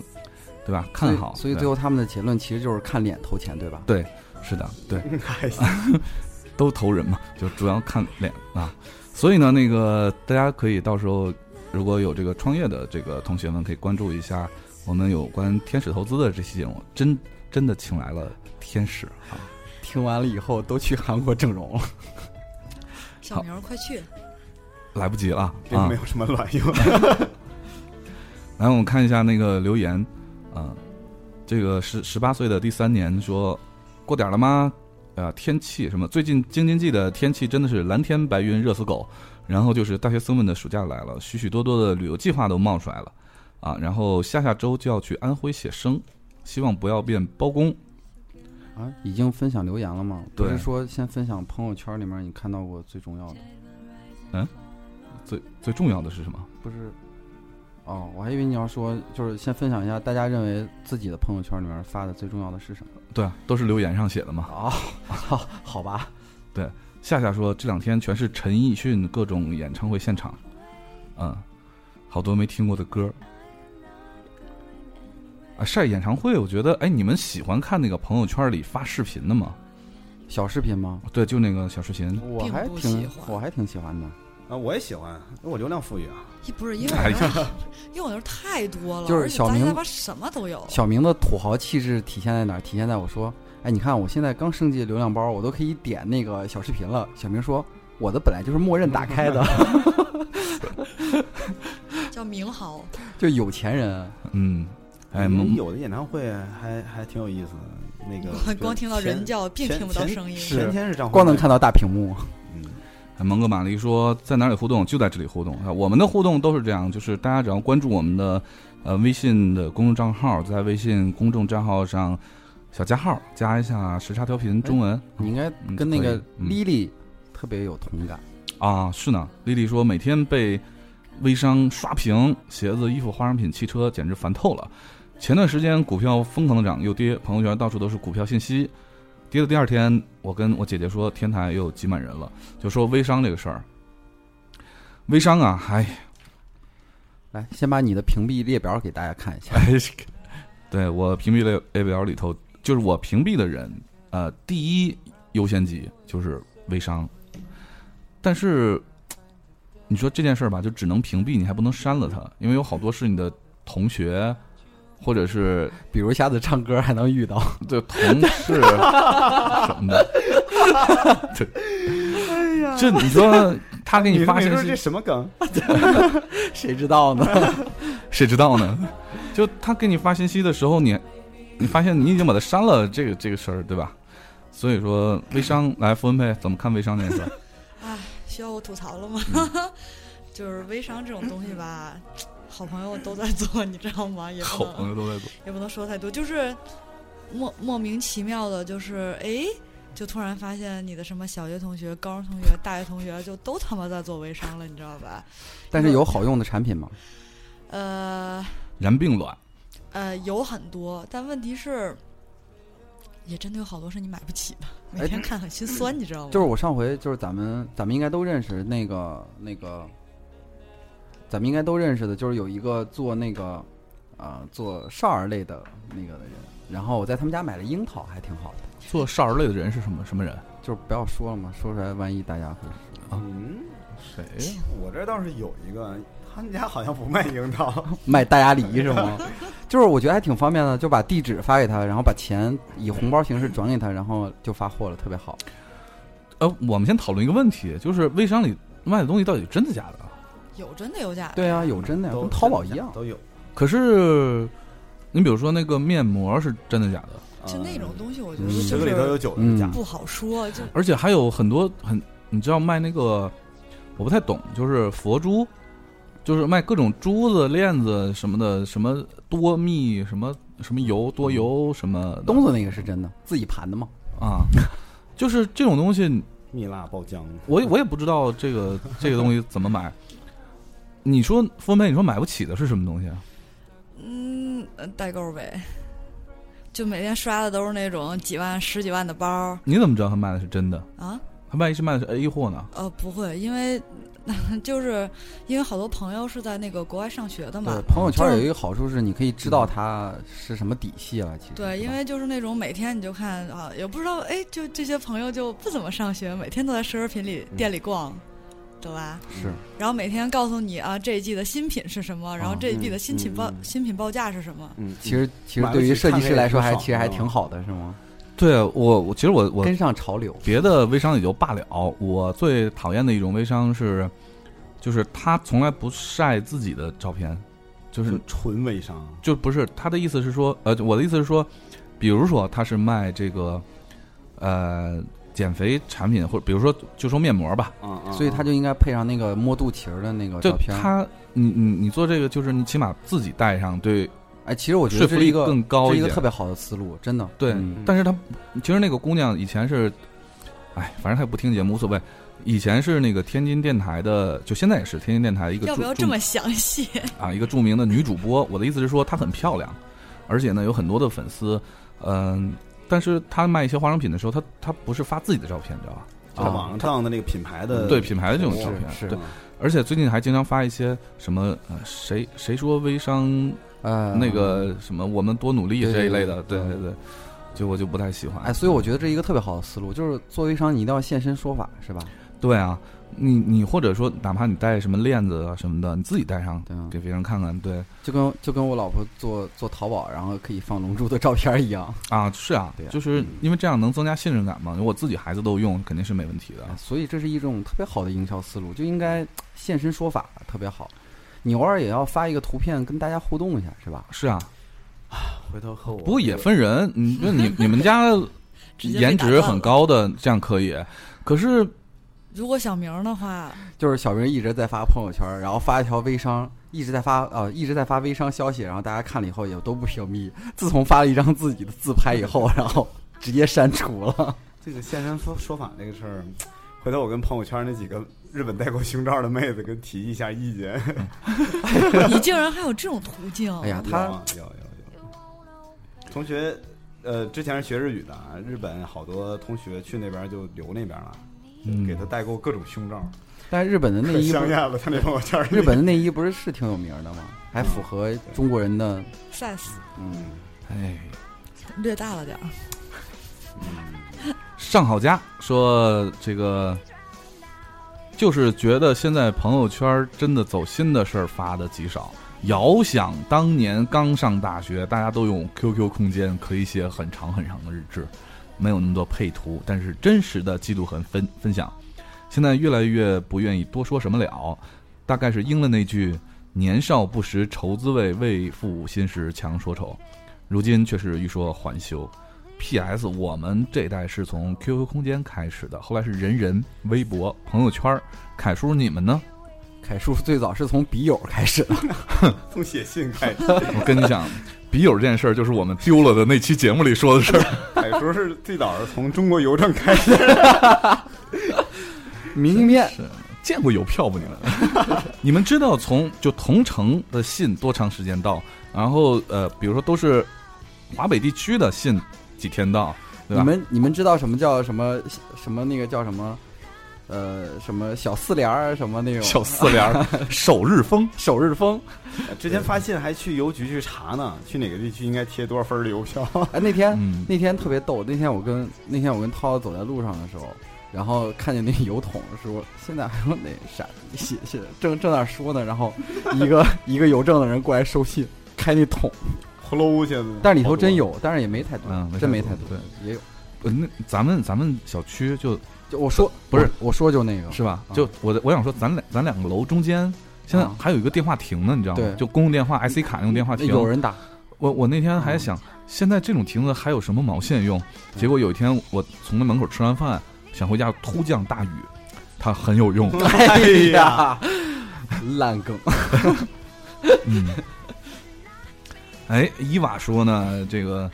Speaker 1: 对吧？看好，
Speaker 3: 所以所以
Speaker 1: 对
Speaker 3: 最后他们的结论其实就是看脸投钱，对 吧？
Speaker 1: 是的，对，
Speaker 4: 还行
Speaker 1: 都投人嘛，就主要看脸啊。所以呢，那个大家可以到时候如果有这个创业的这个同学们，可以关注一下我们有关天使投资的这期节目，真真的请来了天使啊。
Speaker 3: 听完了以后都去韩国整容了。
Speaker 2: 小明儿快去，
Speaker 1: 来不及了
Speaker 4: 并
Speaker 1: 啊
Speaker 4: 没！有什么卵用。
Speaker 1: 来，我们看一下那个留言，啊、这个十十八岁的第三年说，过点儿了吗？啊，天气什么？最近京津冀的天气真的是蓝天白云，热死狗。然后就是大学生们的暑假来了，许许多多的旅游计划都冒出来了，啊，然后下下周就要去安徽写生，希望不要变包公。
Speaker 3: 啊，已经分享留言了吗？不
Speaker 1: 对
Speaker 3: 是说先分享朋友圈里面你看到过最重要的，
Speaker 1: 最最重要的是什么？
Speaker 3: 不是？哦，我还以为你要说就是先分享一下大家认为自己的朋友圈里面发的最重要的是什么？
Speaker 1: 对啊，都是留言上写的嘛。
Speaker 3: 哦，好，好吧，
Speaker 1: 夏夏说这两天全是陈奕迅各种演唱会现场，嗯，好多没听过的歌。啊，晒演唱会，我觉得，哎，你们喜欢看那个朋友圈里发视频的吗？
Speaker 3: 小视频吗？
Speaker 1: 对，就那个小视频。
Speaker 3: 我
Speaker 2: 并
Speaker 3: 还
Speaker 2: 不喜
Speaker 3: 挺，
Speaker 2: 欢
Speaker 3: 我还挺喜欢的，
Speaker 4: 啊，我也喜欢，那我流量富裕啊。
Speaker 2: 一不是因为
Speaker 1: 哎
Speaker 2: 我那儿因为我那儿太多了，
Speaker 3: 就是
Speaker 2: 而且
Speaker 3: 小
Speaker 2: 杂七杂
Speaker 3: 明
Speaker 2: 八什么都有。
Speaker 3: 小明的土豪气质体现在哪儿？体现在我说，哎，你看我现在刚升级流量包，我都可以点那个小视频了。小明说，我的本来就是默认打开的，
Speaker 1: 嗯
Speaker 2: 叫明豪，
Speaker 3: 就有钱人。
Speaker 1: 嗯，哎，
Speaker 4: 你们
Speaker 1: 萌
Speaker 4: 有的演唱会还还挺有意思的，那个
Speaker 2: 我 光听到人叫，并听不到声音。
Speaker 4: 前天是张，
Speaker 3: 光能，看到大屏幕，
Speaker 4: 嗯，
Speaker 1: 哎蒙哥马利说在哪里互动就在这里互动啊。我们的互动都是这样，就是大家只要关注我们的呃微信的公众账号，在微信公众账号上小加号加一下时差调频中文。
Speaker 3: 你应该
Speaker 1: 嗯
Speaker 3: 跟那个
Speaker 1: 可以嗯
Speaker 3: Lily 特别有同感。
Speaker 1: 啊，是呢。丽丽说，每天被微商刷屏，鞋子、衣服、化妆品、汽车，啊简直烦透了。前段时间股票疯狂的涨又跌，朋友圈到处都是股票信息。跌的第二天，我跟我姐姐说，天台又有挤满人了，就说微商这个事儿。微商啊，哎，
Speaker 3: 来，先把你的屏蔽列表给大家看一下。
Speaker 1: 哎， 对我屏蔽列列表里头，就是我屏蔽的人，呃，第一优先级就是微商，但是你说这件事儿吧，就只能屏蔽，你还不能删了它，因为有好多是你的同学，或者是
Speaker 3: 比如下次唱歌还能遇到，
Speaker 1: 对同事什么的， 对，这你说他给
Speaker 4: 哎你
Speaker 1: 你发
Speaker 4: 说
Speaker 1: 信息
Speaker 4: 这，什么 梗？
Speaker 3: 谁知道 呢？
Speaker 1: 谁知道呢？ 就他给你发信息的时候，你你发现你已经把他删了，这个这个事儿，对吧？所以说微商来付文佩怎么看微商这件事儿？
Speaker 2: 哎，需要我吐槽了吗？ 就是微商这种东西吧，好朋友都在做，你知道吗？也不
Speaker 1: 好
Speaker 2: 能
Speaker 1: 朋友都在做，
Speaker 2: 也不能说太多，就是莫莫名其妙的，就是哎，就突然发现你的什么小学同学、高中同学、大学同学就都他妈在做微商了，你知道吧？
Speaker 3: 但是有好用的产品吗？
Speaker 2: 呃
Speaker 1: 然并卵，
Speaker 2: 呃，有很多，但问题是，也真的有好多是你买不起的，每
Speaker 3: 哎
Speaker 2: 天看很心酸，你知道吗？
Speaker 3: 就是我上回就是咱们咱们应该都认识那个那个，咱们应该都认识的，就是有一个做那个啊、做少儿类的那个的人，然后我在他们家买了樱桃，还挺好的。
Speaker 1: 做少儿类的人是什么什么人？
Speaker 3: 就是不要说了嘛，说出来万一大家会
Speaker 4: 嗯，
Speaker 1: 谁？
Speaker 4: 我这倒是有一个，他们家好像不卖樱 桃，
Speaker 3: 卖大鸭梨是吗？就是我觉得还挺方便的，就把地址发给他，然后把钱以红包形式转给他，然后就发货了，特别好。
Speaker 1: 呃，我们先讨论一个问题，就是微商里卖的东西到底是真的假的？
Speaker 2: 有真的有假的，
Speaker 3: 对啊，有真的呀，
Speaker 4: 都
Speaker 3: 跟淘宝一样。
Speaker 4: 都有。
Speaker 1: 可是你比如说那个面膜是真的假的，
Speaker 2: 就那种东西，我觉得
Speaker 3: 嗯
Speaker 2: 就
Speaker 4: 啊十个里头有
Speaker 2: 是
Speaker 4: 九个是假的，
Speaker 2: 不好说，就
Speaker 1: 而且还有很多很，你知道卖那个，我不太懂，就是佛珠，就是卖各种珠子、链子什么的，什么多蜜、什么什么油、多油什么的
Speaker 3: 东子那个是真的，自己盘的嘛。
Speaker 1: 啊，就是这种东西，
Speaker 4: 蜜蜡爆浆。
Speaker 1: 我也我也不知道这个这个东西怎么买。你说风妹，你说买不起的是什么东西啊？
Speaker 2: 嗯，呃代购呗， 就每天刷的都是那种几万、十几万的包儿
Speaker 1: 你怎么知道他卖的是真的？
Speaker 2: 啊。
Speaker 1: 他万一是卖的是 A 货呢？
Speaker 2: 呃，不会，因为 就是因为好多朋友是在那个国外上学的嘛
Speaker 3: 对，，朋友圈
Speaker 2: 就
Speaker 3: 有
Speaker 2: 是
Speaker 3: 一个好处是，你可以知道他是什么底细了。其实
Speaker 2: 对，
Speaker 3: 是
Speaker 2: 因
Speaker 3: 吧
Speaker 2: 为就是那种每天你就看啊，也不知道哎，就这些朋友就不怎么上学，每天都在奢侈品里店里逛，对吧？
Speaker 3: 是
Speaker 2: 然后每天告诉你啊，这一季的新品是什么，然后
Speaker 3: 啊
Speaker 2: 这一季的
Speaker 4: 嗯
Speaker 2: 新品报、
Speaker 4: 嗯嗯
Speaker 2: 新品报价是什么。
Speaker 4: 嗯，
Speaker 3: 其实其实
Speaker 4: 买得
Speaker 3: 对于
Speaker 4: 起
Speaker 3: 设计
Speaker 4: 看着
Speaker 3: 师
Speaker 4: 也
Speaker 3: 来
Speaker 4: 不
Speaker 3: 说还
Speaker 4: 爽
Speaker 3: 其实还
Speaker 4: 是吧
Speaker 1: 啊
Speaker 3: 挺好的，是吗？
Speaker 1: 对啊我，我其实我我
Speaker 3: 跟上潮流，
Speaker 1: 别的微商也就罢了，我最讨厌的一种微商是，就是他从来不晒自己的照片，就是
Speaker 3: 嗯
Speaker 4: 是纯微商，
Speaker 1: 就不是他的意思是说，呃，我的意思是说，比如说他是卖这个，呃，减肥产品，或者比如说就说面膜吧，
Speaker 4: 嗯嗯，
Speaker 3: 所以他就应该配上那个摸肚脐儿的那个
Speaker 1: 就
Speaker 3: 照片。
Speaker 1: 他，你你你做这个就是你起码自己带上，对，
Speaker 3: 哎，其实我觉
Speaker 1: 说
Speaker 3: 得
Speaker 1: 服
Speaker 3: 这是
Speaker 1: 力
Speaker 3: 一个
Speaker 1: 更高
Speaker 3: 这是
Speaker 1: 一
Speaker 3: 一个
Speaker 1: 点
Speaker 3: 特。别好的思路，真的。
Speaker 1: 对
Speaker 3: 嗯
Speaker 1: 但是他其实那个姑娘以前是，哎，反正她也不听节目无所谓。以前是那个天津电台的，就现在也是天津电台一个
Speaker 2: 要不
Speaker 1: 著
Speaker 2: 要这么详细？
Speaker 1: 啊，一个著名的女主播。我的意思是说，她很漂亮，而且呢有很多的粉丝，嗯、但是她卖一些化妆品的时候，她她不是发自己的照片，你知道吧？
Speaker 4: 在网上的那个品牌
Speaker 3: 嗯
Speaker 4: 的
Speaker 1: 对品牌的这种照
Speaker 3: 是
Speaker 1: 片，
Speaker 3: 是
Speaker 1: 对，而且最近还经常发一些什么呃，谁谁说微商
Speaker 3: 呃，
Speaker 1: 那个什么我们多努力
Speaker 3: 对
Speaker 1: 这一
Speaker 3: 对
Speaker 1: 类的，对
Speaker 3: 对
Speaker 1: 对对，就我就不太喜欢。
Speaker 3: 哎，所以我觉得这是一个特别好的思路，就是做微商你一定要现身说法，是吧？
Speaker 1: 对啊，你你或者说哪怕你带什么链子啊什么的，你自己带上
Speaker 3: 对啊，
Speaker 1: 给别人看看，对
Speaker 3: 就跟就跟我老婆做做淘宝，然后可以放龙珠的照片儿一样。
Speaker 1: 啊是啊
Speaker 3: 对啊，
Speaker 1: 就是因为这样能增加信任感嘛。因为我自己孩子都用，肯定是没问题的。
Speaker 3: 啊所以这是一种特别好的营销思路，就应
Speaker 4: 嗯
Speaker 3: 该现身说法，特别好。你偶尔也要发一个图片跟大家互动一下，是吧？
Speaker 1: 是啊，
Speaker 4: 回头和我
Speaker 1: 不过也分人，你就你你们 家嗯
Speaker 2: 直接被
Speaker 1: 颜
Speaker 2: 打
Speaker 1: 值
Speaker 2: 断
Speaker 1: 很
Speaker 2: 了
Speaker 1: 高的这样可以，可是
Speaker 2: 如果小明儿的话，
Speaker 3: 就是小明一直在发朋友圈，然后发一条微商，一直在发呃一直在发微商消息，然后大家看了以后也都不屏蔽。 自从发了一张自己的自拍以后，然后直接删除 了。
Speaker 4: 这个现身说说法这个事儿，回头我跟朋友圈那几个日本代购胸罩的妹子跟提一下意见。
Speaker 2: 你竟然还有这种途径？
Speaker 3: 哎呀，
Speaker 4: 有
Speaker 3: 他
Speaker 4: 啊有有有，同学，呃，之前是学日语的啊，日本好多同学去那边就留那边了，
Speaker 1: 嗯
Speaker 4: 给他代购各种胸罩，
Speaker 3: 但是日本的内
Speaker 4: 可
Speaker 3: 衣不
Speaker 4: 香
Speaker 3: 是，
Speaker 4: 艳了。他那朋友圈里，
Speaker 3: 日 本的内衣不是是挺有名的吗？还符合中国人的
Speaker 2: size
Speaker 3: 嗯，
Speaker 1: 哎，
Speaker 2: 略大了点儿，
Speaker 1: 上好佳说这个。就是觉得现在朋友圈真的走心的事儿发的极少。遥想当年刚上大学，大家都用 QQ 空间可以写很长很长的日志，没有那么多配图，但是真实的记录和分分享。现在越来越不愿意多说什么了，大概是应了那句“年少不识愁滋味，为赋新时强说愁”。如今却是欲说还休。P.S. 我们这一代是从 QQ 空间开始的，后来是人人、微博、朋友圈儿。凯叔，你 们呢？
Speaker 3: 凯叔最早是从笔友开始 的。
Speaker 4: 从写信开始，
Speaker 1: 我跟你讲，笔友这件事儿就是我们丢了的那期节目里说的事儿。
Speaker 4: 海叔是最早是从中国邮政 开始，
Speaker 3: 明信片
Speaker 1: 见过邮票不？你们， 你们知道从就同城的信多长时间到？然后呃，比如说都是华北地区的信几天到，对
Speaker 3: 你
Speaker 1: 吧？
Speaker 3: 们你们知道什么叫什么什么那个叫什么，呃，什么小四联儿啊什么那种
Speaker 1: 小四 联儿首日封，
Speaker 3: 哎首日封？
Speaker 4: 之前发信还去邮局去查呢，去哪个地区应该贴多少分儿的 邮票。
Speaker 3: 哎，那天、
Speaker 1: 嗯
Speaker 3: 那天特别逗，那天我跟那天我跟涛走在路上的时候，然后看见那个邮筒说现在还有哪啥写写正正在那说呢，然后一 个一个邮政的人过来收信。开那桶，
Speaker 4: 呼噜现在，
Speaker 3: 但是里头真，有，但是也没太多，
Speaker 1: 嗯没太
Speaker 3: 真没
Speaker 1: 多
Speaker 3: 太多，
Speaker 1: 对，
Speaker 3: 也有。
Speaker 1: 呃那咱们咱们小区就
Speaker 3: 就我说
Speaker 1: 不是，
Speaker 3: 我说就那个
Speaker 1: 是吧？
Speaker 3: 啊
Speaker 1: 就我的我想说，咱两咱两个楼中间现在
Speaker 3: 啊
Speaker 1: 还有一个电话亭呢，你知道吗
Speaker 3: 对？
Speaker 1: 就公用电话 IC 卡那种电话亭。
Speaker 3: 有人打，啊
Speaker 1: 我我那天还想，现在这种亭子还有什么毛线用？结果有一天我从那门口吃完饭，想回家，突降大雨，它很有用。
Speaker 3: 哎
Speaker 4: 呀，
Speaker 3: 烂梗。
Speaker 1: 嗯，哎，伊娃说呢，这个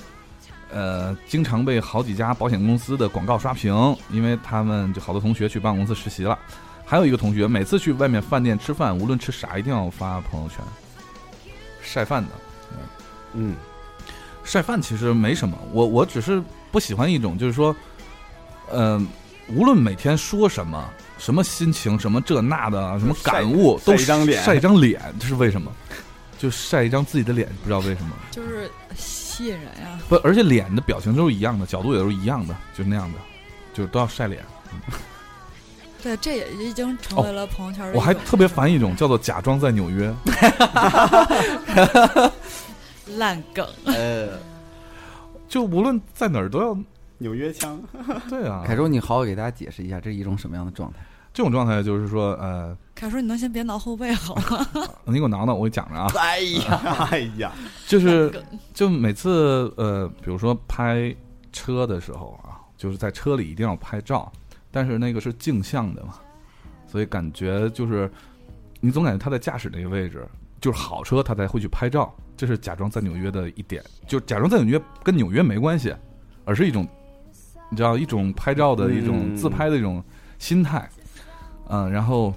Speaker 1: 呃，经常被好几家保险公司的广告刷屏，因为他们就好多同学去办公司实习了。还有一个同学，每次去外面饭店吃饭，无论吃啥，一定要发朋友圈晒饭的。
Speaker 4: 嗯，
Speaker 1: 晒饭其实没什么，我我只是不喜欢一种，就是说，嗯、无论每天说什么，什么心情，什么这那的，啊什么感悟，
Speaker 4: 晒
Speaker 1: 都
Speaker 4: 晒一张脸
Speaker 1: 晒一张脸，这是为什么？就晒一张自己的脸，不知道为什么。
Speaker 2: 就是吸引人呀、
Speaker 4: 嗯
Speaker 1: 不，而且脸的表情都是一样的，角度也都是一样的，就那样的，就是都要晒脸。
Speaker 2: 对，这也已经成为了朋友圈的一
Speaker 1: 哦
Speaker 2: 种、
Speaker 1: 我还特别烦一种叫做假装在纽约。
Speaker 2: 烂梗，
Speaker 3: 呃，
Speaker 1: 就无论在哪儿都要
Speaker 4: 纽约腔，
Speaker 1: 对啊。
Speaker 3: 凯州，你好好给大家解释一下，这是一种什么样的状态？
Speaker 1: 这种状态就是说，呃，
Speaker 2: 凯叔，你能先别挠后背好吗？
Speaker 1: 你给我挠挠，我给你讲着啊，
Speaker 4: 哎呀，哎呀，
Speaker 1: 就是
Speaker 2: 梗
Speaker 1: 就每次呃，比如说拍车的时候啊，就是在车里一定要拍照，但是那个是镜像的嘛，所以感觉就是你总感觉他在驾驶那个位置，就是好车他才会去拍照，这是假装在纽约的一点，就假装在纽约跟纽约没关系，而是一种你知道一种拍照的一种
Speaker 4: 嗯
Speaker 1: 自拍的一种心态，嗯、然后。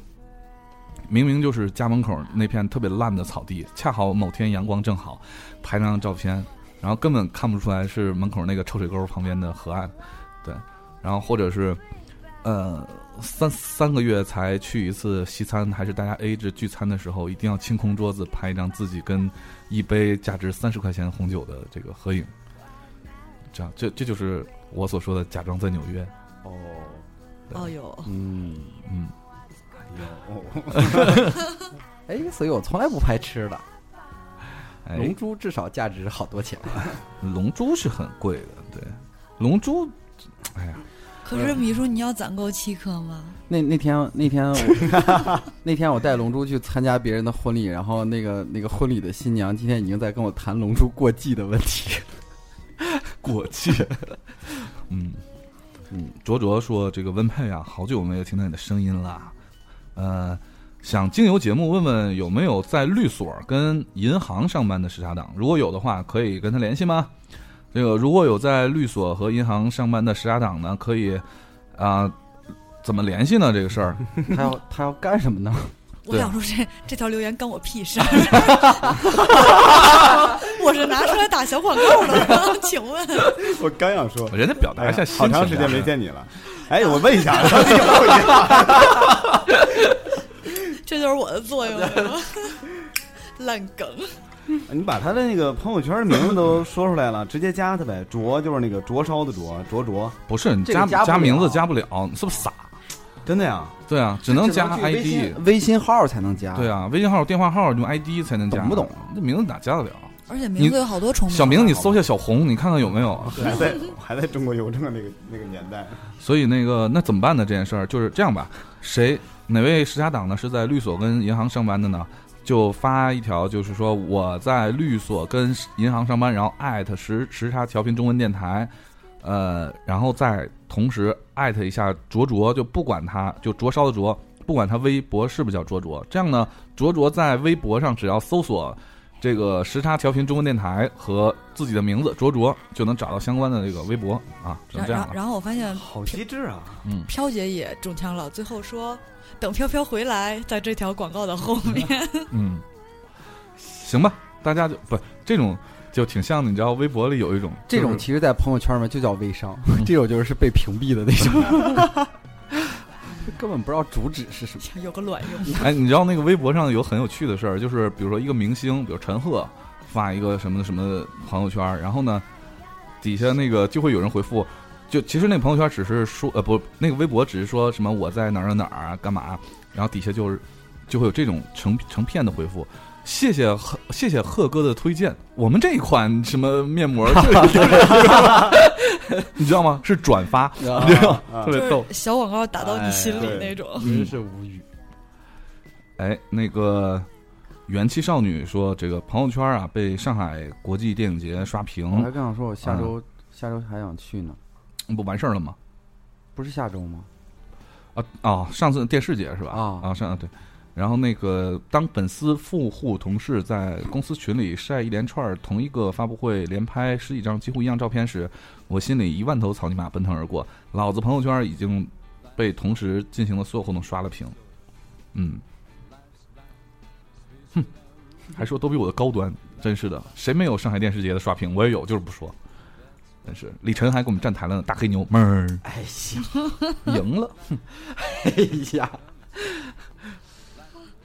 Speaker 1: 明明就是家门口那片特别烂的草地，恰好某天阳光正好，拍张照片，然后根本看不出来是门口那个臭水沟旁边的河岸，对，然后或者是，呃，三三个月才去一次西餐，还是大家 A 制聚餐的时候，一定要清空桌子拍一张自己跟一杯价值三十块钱红酒的这个合影，这样，这这就是我所说的假装在纽约，
Speaker 4: 哦，
Speaker 2: 哦哟，
Speaker 4: 嗯，
Speaker 1: 嗯，
Speaker 4: 有
Speaker 3: 哎，所以我从来不拍吃的。
Speaker 1: 哎
Speaker 3: 龙，珠至少价值好多钱，啊
Speaker 1: 龙珠是很贵的，对，龙珠，哎呀，
Speaker 2: 可是米叔，你要攒够七颗吗？
Speaker 3: 那那天那天我 那天我带龙珠去参加别人的婚礼，然后那个那个婚礼的新娘今天已经在跟我谈龙珠过季的问 题。
Speaker 1: 过气。嗯嗯，卓卓说：“这个温佩啊，好久没有听到你的声音啦。呃，想经由节目问问有没有在律所跟银行上班的时差党，如果有的话，可以跟他联系吗？这个如果有在律所和银行上班的时差党呢，可以啊、怎么联系呢？这个事儿，
Speaker 3: 他要他要干什么 呢？
Speaker 2: 我
Speaker 1: 对
Speaker 2: 想说这这条留言干我屁事儿， 我是拿出来打小广告的吗？ 请问，
Speaker 4: 我刚想说，
Speaker 1: 人家表达
Speaker 4: 哎
Speaker 1: 一下
Speaker 4: 呀，
Speaker 1: 心情
Speaker 4: 好
Speaker 1: 啊、
Speaker 4: 长时间没见你了。哎，我问一 下，又一样
Speaker 2: 这就是我的作用是吗？烂梗，
Speaker 4: 哎你把他的那个朋友圈名字都说出来了，直接加他呗。灼就是那个灼烧的灼，灼灼，
Speaker 1: 不是你
Speaker 3: 这个
Speaker 1: 加
Speaker 3: 加不
Speaker 1: 加名字
Speaker 3: 了啊
Speaker 1: 加不了，你是不是傻？
Speaker 4: 真的呀？
Speaker 1: 对啊，只能
Speaker 3: 这
Speaker 1: 加
Speaker 3: 只能去微
Speaker 1: ID
Speaker 3: 信。微信号才能加。
Speaker 1: 对啊，微信号、电话号用 ID 才能加，
Speaker 3: 懂不懂？
Speaker 1: 这名字哪加得了？
Speaker 2: 而且名字有好多重名。啊
Speaker 1: 小明，你搜一下小红，你看看有没有。啊
Speaker 4: 还在还在中国邮政的那个那个年代，
Speaker 1: 所以那个，那怎么办呢？这件事儿就是这样吧，谁哪位时差党呢是在律所跟银行上班的呢？就发一条，就是说我在律所跟银行上班，然后艾特时时差调频中文电台，呃，然后再同时艾特一下卓卓，就不管他就灼烧的灼，不管他微博是不是叫卓卓，这样呢，卓卓在微博上只要搜索这个时差调频中文电台和自己的名字卓卓，就能找到相关的这个微博啊，只能
Speaker 2: 然
Speaker 1: 这样了
Speaker 2: 然。然后我发现
Speaker 4: 好机智啊！
Speaker 2: 飘姐也中枪了，最后说等飘飘回来，在这条广告的后面。
Speaker 1: 嗯，行吧，大家就不这种就挺像的，你知道，微博里有一种
Speaker 3: 这种
Speaker 1: 就是
Speaker 3: 其实，在朋友圈嘛，就叫微商， 这种就是被屏蔽的那种， 根本不知道主旨是什么。
Speaker 2: 有个卵用，
Speaker 1: 哎，你知道那个微博上有很有趣的事儿，就是比如说一个明星，比如陈赫发一个什么什么朋友圈儿，然后呢，底下那个就会有人回复。就其实那朋友圈只是说，呃，不，那个微博只是说什么我在哪儿哪儿哪儿干嘛，然后底下就是就会有这种成成片的回复，谢谢贺谢谢贺哥的推荐，我们这一款什么面 膜，你知道吗？是 转发，
Speaker 3: 啊
Speaker 1: 对吧？
Speaker 4: 啊
Speaker 1: 特别
Speaker 2: 就
Speaker 1: 逗。
Speaker 2: 是小广告打到你心里
Speaker 4: 哎
Speaker 2: 那种。
Speaker 3: 真是无语。
Speaker 1: 哎，那个元气少女说，这个朋友圈啊被上海国际电影节刷
Speaker 3: 我还
Speaker 1: 屏，
Speaker 3: 刚想说，我下周下周哦还想去呢，
Speaker 1: 不完事儿了吗？
Speaker 3: 不是下周吗？
Speaker 1: 啊哦，上次电视节是吧？
Speaker 3: 啊
Speaker 1: 啊上对，然后那个当粉丝、富户、同事在公司群里晒一连串儿同一个发布会连拍十几张几乎一样照片时，我心里一万头草泥马奔腾而过，老子朋友圈已经被同时进行的所有活动刷了屏。嗯，哼，还说都比我的高端，真是的，谁没有上海电视节的刷屏？我也有，就是不说。但是李晨还给我们站台了呢，大黑牛，妹儿
Speaker 3: 哎呀，
Speaker 1: 赢了。
Speaker 3: 哎呀，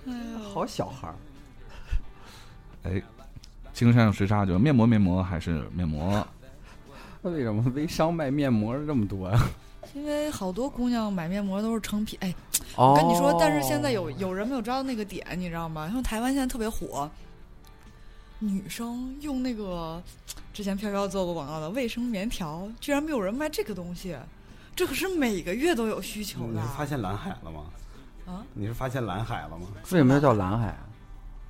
Speaker 2: 哎
Speaker 3: 好小孩儿，
Speaker 1: 哎，青山有时差，就面膜面膜还是面膜。
Speaker 3: 那为什么微商卖面膜这么多呀、
Speaker 2: 因为好多姑娘买面膜都是成品，哎，
Speaker 3: 哦
Speaker 2: 我跟你说，但是现在有有人没有抓到那个点，你知道吗？像台湾现在特别火，女生用那个之前飘飘做过广告的卫生棉条，居然没有人卖这个东西，这可是每个月都有需求
Speaker 4: 啊你
Speaker 2: 的
Speaker 4: 是。发现蓝海了吗？
Speaker 2: 啊，
Speaker 4: 你是发现蓝海了吗？
Speaker 3: 为什么要叫蓝海啊？